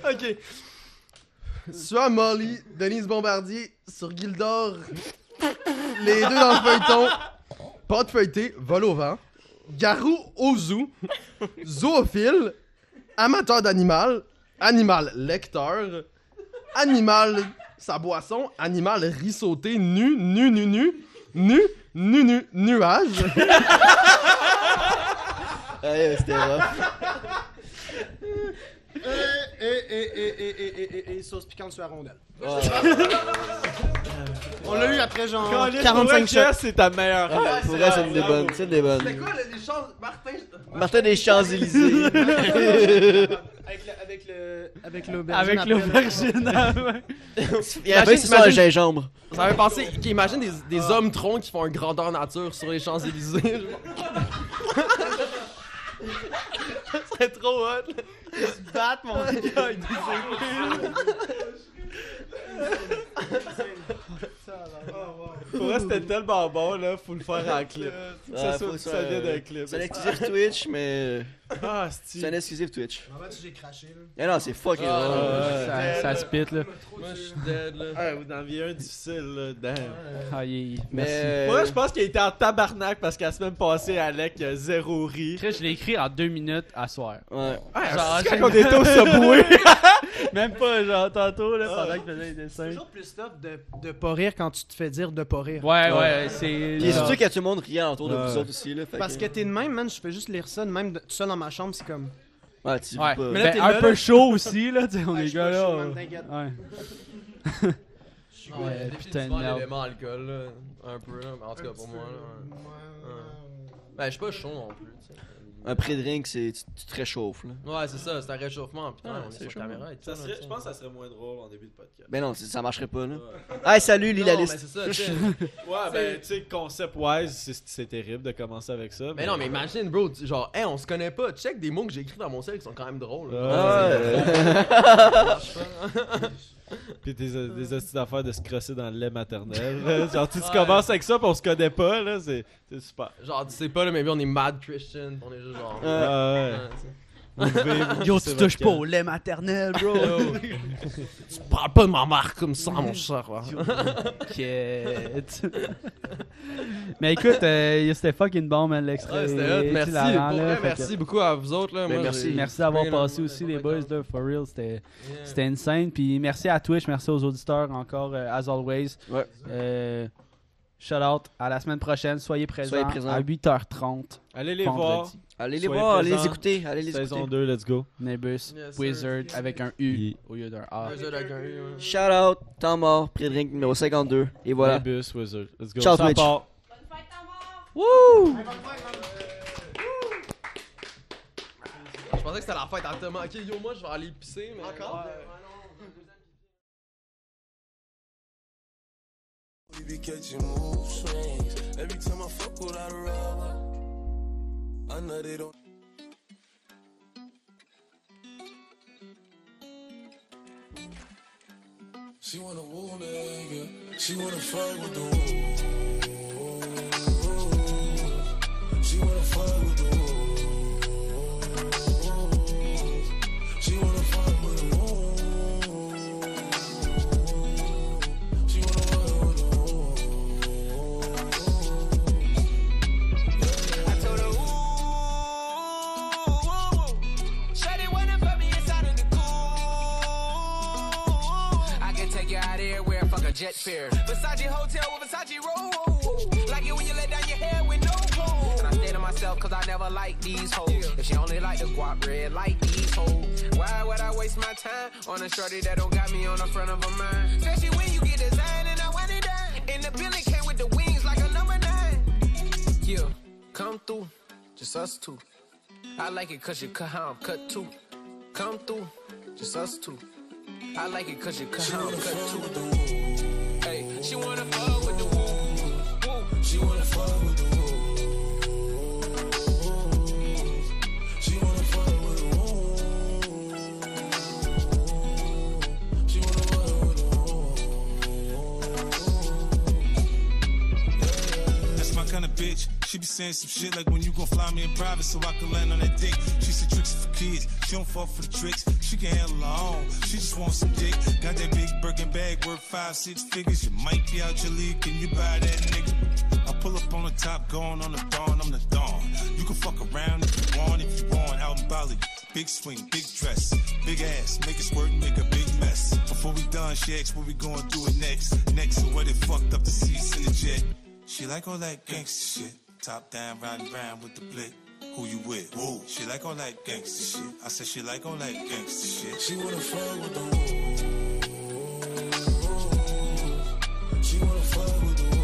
[SPEAKER 3] Ok. Soit Molly, Denise Bombardier, sur Gildor. Les deux dans le feuilleton. Pas de feuilleté, vol au vent. Garou au zoo. Zoophile. Amateur d'animal. Animal lecteur. Animal sa boisson. Animal rissoté. Nu, nu, nu, nu. Nu, nu, nu, nuage.
[SPEAKER 2] Hey, euh, C'était rough.
[SPEAKER 5] Et, et, et, et, et, et, et, et, et sauce piquante sur la rondelle.
[SPEAKER 2] Oh.
[SPEAKER 5] On l'a eu après genre
[SPEAKER 4] Colin,
[SPEAKER 5] 45
[SPEAKER 4] pour vrai,
[SPEAKER 5] shots.
[SPEAKER 4] c'est ta meilleure.
[SPEAKER 2] Ouais, Pour vrai, c'est une des bonnes. C'est une des bonnes.
[SPEAKER 3] quoi les choses, Martin?
[SPEAKER 2] Martin des Champs-Élysées.
[SPEAKER 5] Avec le. Avec le. Avec l'aubergine.
[SPEAKER 1] Avec
[SPEAKER 5] après,
[SPEAKER 1] l'aubergine. ah ouais.
[SPEAKER 2] Il y a bien un gingembre.
[SPEAKER 3] Ça avait pensé qu'imagine des, des hommes troncs qui font un grandeur nature sur les Champs-Élysées. genre. Ça serait trop hot. là.
[SPEAKER 5] Ah,
[SPEAKER 4] Pour vrai, moi, c'était tellement bon, là, faut le faire en clip. Faut que ça,
[SPEAKER 2] Ouais, Ah, faut
[SPEAKER 4] soit-
[SPEAKER 2] que
[SPEAKER 4] ça
[SPEAKER 2] ça-
[SPEAKER 4] vienne d'un clip.
[SPEAKER 2] C'est un exclusif Twitch, mais. euh,
[SPEAKER 4] Ah, c'est-tu.
[SPEAKER 2] C'est un exclusif Twitch.
[SPEAKER 6] Maman, tu j'ai craché, là.
[SPEAKER 2] Mais non, c'est fucking.
[SPEAKER 3] Ah,
[SPEAKER 2] drôle.
[SPEAKER 4] ouais.
[SPEAKER 1] Ça, ça se pite, là.
[SPEAKER 3] Moi, je suis dead, là.
[SPEAKER 4] Ah, vous en aviez un difficile, là, damn.
[SPEAKER 1] Ah, il-
[SPEAKER 2] Mais. euh,
[SPEAKER 1] Merci.
[SPEAKER 4] Moi, je pense qu'il était en tabarnak parce qu'à la semaine passée, Alec, il a zéro rire.
[SPEAKER 1] Chris, je l'ai écrit en deux minutes à soir.
[SPEAKER 2] Ouais.
[SPEAKER 1] Genre,
[SPEAKER 4] C'est quand on était au Subway.
[SPEAKER 1] Même pas, genre, tantôt, là, pendant que je faisais les
[SPEAKER 5] C'est
[SPEAKER 1] dessins.
[SPEAKER 5] toujours plus tough de, de pas rire quand tu te fais dire de pas rire.
[SPEAKER 1] Ouais, ouais, c'est.
[SPEAKER 2] Puis surtout qu'il y a tout le monde riant autour de vous
[SPEAKER 4] Ouais.
[SPEAKER 2] autres aussi, là. fait
[SPEAKER 5] Parce que t'es de même, man, je fais juste lire ça de même de- tout seul dans ma chambre, c'est comme.
[SPEAKER 2] Ouais, tu vis
[SPEAKER 1] Ouais.
[SPEAKER 2] pas.
[SPEAKER 5] Mais là,
[SPEAKER 1] Ben,
[SPEAKER 5] t'es
[SPEAKER 1] un
[SPEAKER 5] là,
[SPEAKER 1] peu
[SPEAKER 5] là.
[SPEAKER 1] chaud aussi, là, tu sais, on
[SPEAKER 5] Ouais,
[SPEAKER 1] est
[SPEAKER 5] Ah, je suis
[SPEAKER 1] Oh, gars
[SPEAKER 5] pas
[SPEAKER 1] là.
[SPEAKER 5] chaud, man, t'inquiète.
[SPEAKER 1] Ouais.
[SPEAKER 3] Ouais,
[SPEAKER 1] Ouais,
[SPEAKER 3] définitivement
[SPEAKER 1] putain, merde.
[SPEAKER 3] l'élément alcool, là. Un peu, là. En tout cas, pour moi, là. ouais. Ben, je suis pas chaud non plus, tu sais.
[SPEAKER 2] Un pré-drink, c'est. Tu, tu te réchauffes, là.
[SPEAKER 3] Ouais, c'est ça, c'est un réchauffement. Putain,
[SPEAKER 2] Ah,
[SPEAKER 3] on est
[SPEAKER 2] c'est
[SPEAKER 3] sur
[SPEAKER 2] chaud.
[SPEAKER 3] caméra et tout. là, tu sais.
[SPEAKER 4] que ça serait moins drôle en début de podcast.
[SPEAKER 2] Ben non, c'est- ça marcherait pas, là.
[SPEAKER 4] Ouais,
[SPEAKER 2] Hey, salut,
[SPEAKER 3] Non,
[SPEAKER 2] Lila
[SPEAKER 3] mais
[SPEAKER 2] List.
[SPEAKER 3] c'est ça, tu sais.
[SPEAKER 4] Ouais, ben, tu sais, concept-wise, c'est- c'est terrible de commencer avec ça.
[SPEAKER 3] Mais non, mais imagine, bro, tu- genre, hey, on se connaît pas. Check des mots que j'ai écrits dans mon sel qui sont quand même drôles.
[SPEAKER 4] Ouais. Pis des, des astuces d'affaires de se crosser dans le lait maternel. là. Genre, tu, tu
[SPEAKER 3] Ouais.
[SPEAKER 4] commences avec ça, pis on se connaît pas, là, c'est c'est super.
[SPEAKER 3] Genre, tu sais pas, là, mais on est mad Christian. On est juste genre.
[SPEAKER 2] Ouais.
[SPEAKER 4] Ah
[SPEAKER 3] Ouais, tu sais.
[SPEAKER 4] ouais. Vous devez- vous
[SPEAKER 1] Yo,
[SPEAKER 4] poussez
[SPEAKER 1] tu touches
[SPEAKER 4] votre
[SPEAKER 1] pas au lait maternel, bro.
[SPEAKER 3] tu parles pas de ma marque comme ça, mon cher. ouais.
[SPEAKER 1] Quête. Mais écoute, euh, c'était fucking bon, man, l'extrait.
[SPEAKER 3] Ouais, c'était hot.
[SPEAKER 1] est
[SPEAKER 3] Merci.
[SPEAKER 1] hilarant,
[SPEAKER 3] Pour
[SPEAKER 1] là,
[SPEAKER 3] vrai,
[SPEAKER 1] fait que-
[SPEAKER 3] merci beaucoup à vous autres. Là.
[SPEAKER 2] Ben,
[SPEAKER 3] Moi,
[SPEAKER 2] merci.
[SPEAKER 3] j'ai-
[SPEAKER 1] Merci d'avoir
[SPEAKER 3] j'ai-
[SPEAKER 1] passé
[SPEAKER 3] j'ai-
[SPEAKER 1] aussi,
[SPEAKER 3] j'ai-
[SPEAKER 1] les
[SPEAKER 3] j'ai-
[SPEAKER 1] boys, là, for real. C'était.
[SPEAKER 3] Yeah.
[SPEAKER 1] C'était insane. Puis merci à Twitch, merci aux auditeurs encore, euh, as always.
[SPEAKER 2] Ouais.
[SPEAKER 1] Euh, shout out à la semaine prochaine. Soyez présents,
[SPEAKER 2] Soyez présents.
[SPEAKER 1] à 8h30.
[SPEAKER 4] Allez les voir.
[SPEAKER 1] vendredi.
[SPEAKER 2] Allez les
[SPEAKER 4] Soyez
[SPEAKER 2] voir, allez
[SPEAKER 4] présents.
[SPEAKER 2] les écouter, allez les
[SPEAKER 4] Saison
[SPEAKER 2] écouter.
[SPEAKER 4] 2, let's go.
[SPEAKER 1] Nebus,
[SPEAKER 3] Yes, sir.
[SPEAKER 1] Wizard avec un U
[SPEAKER 4] Yeah.
[SPEAKER 1] au lieu d'un A.
[SPEAKER 3] Un jeu d'accueil, ouais.
[SPEAKER 2] Shout out, temps mort, pré-drink numéro 52. Et voilà.
[SPEAKER 4] Nimbus Wizard. Let's go.
[SPEAKER 2] Ciao,
[SPEAKER 4] Ça
[SPEAKER 2] Twitch.
[SPEAKER 4] part.
[SPEAKER 8] Bonne fête à mort!
[SPEAKER 3] Je pensais que c'était la fête à Thomas. Ok, yo, moi, je vais aller pisser. Mais... Encore?
[SPEAKER 9] We be catching mood swings. Every time I fuck without a rubber, I know they don't. She wanna woo nigga. She wanna fuck with the woo. She wanna fuck with the woo. She wanna fuck with the woo. She wanna fuck with the woo. I told her, ooh, Shawty wanna put me inside of the cool.
[SPEAKER 10] I can take you out everywhere, fuck a jet fare.
[SPEAKER 9] Versace hotel with Versace roll. Like it when you let down your hair with no clothes.
[SPEAKER 10] And I stay to myself cause I never like these hoes. If she only like the guap red, like these hoes. Why would I waste my time on a shorty that don't got me on the front of her mind?
[SPEAKER 9] Especially when you get designed and I want it done. And the building came with the wings like a number nine.
[SPEAKER 10] Yeah, come through, just us two. I like it cause you cut how I'm cut too. Come through, just us two. I like it cause you cut how I'm cut too. Hey, she wanna fuck with the woo. woo.
[SPEAKER 9] She wanna fuck with the wolves. She wanna fuck with the wolves. She wanna fuck with the wolves. That's my kind of bitch. She be saying some shit like when you gon' fly me in private so I can land on that dick. She said tricks for kids. She don't fall for the tricks. She can handle her own. She just wants some dick. Got that big Birkin bag worth five, six figures. You might be out your league. Can you buy that nigga? I pull up on the top, going on the dawn, I'm the dawn. You can fuck around if you want, if you want, out in Bali. Big swing, big dress, big ass, make it squirt, make a big mess. Before we done, she asked what we gonna do it next. Next, or what it fucked up the seats in the jet. She like all that gangster shit, top down, riding round with the blick. Who you with? Woo. She like all that gangster shit. I said she like all that gangster shit. She wanna fuck with the wolves. She wanna fuck with the wolves.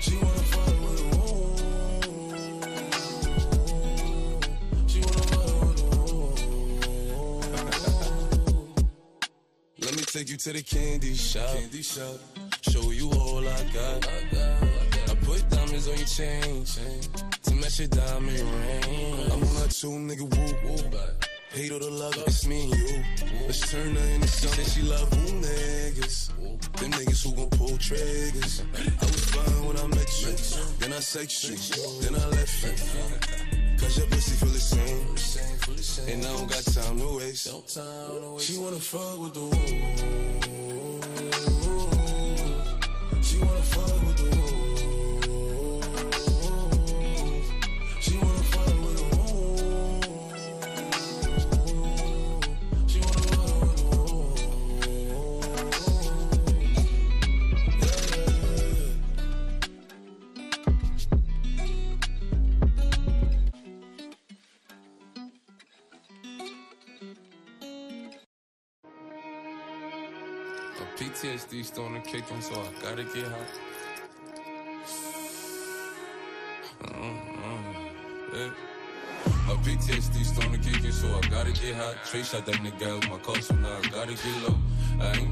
[SPEAKER 9] She wanna fuck with a wolf. She wanna fuck with a wolf. Let me take you to the candy shop. Candy shop. Show you all I got. I, got. I put diamonds on your chain, chain to match your diamond ring. I'm on that two nigga whoop whoop. Hate all the love, it's me and you. Let's turn her into something she love. Ooh, niggas. Them niggas who gon' pull triggers. I was fine when I met you. Then I sex you. Then I left you. Cause your pussy feel the same. And I don't got time to waste. She wanna fuck with the wolves. She wanna fuck with the wolves. She wanna fuck with the wolves. She wanna fuck with the wolves. Yeah.
[SPEAKER 11] Got PTSD still on the kick him, so I gotta get hot. Mm-mm, Mm-hmm. yeah. My PTSD still on the kick him, so I gotta get hot. Trey shot that nigga out my car, so now I gotta get low. I ain't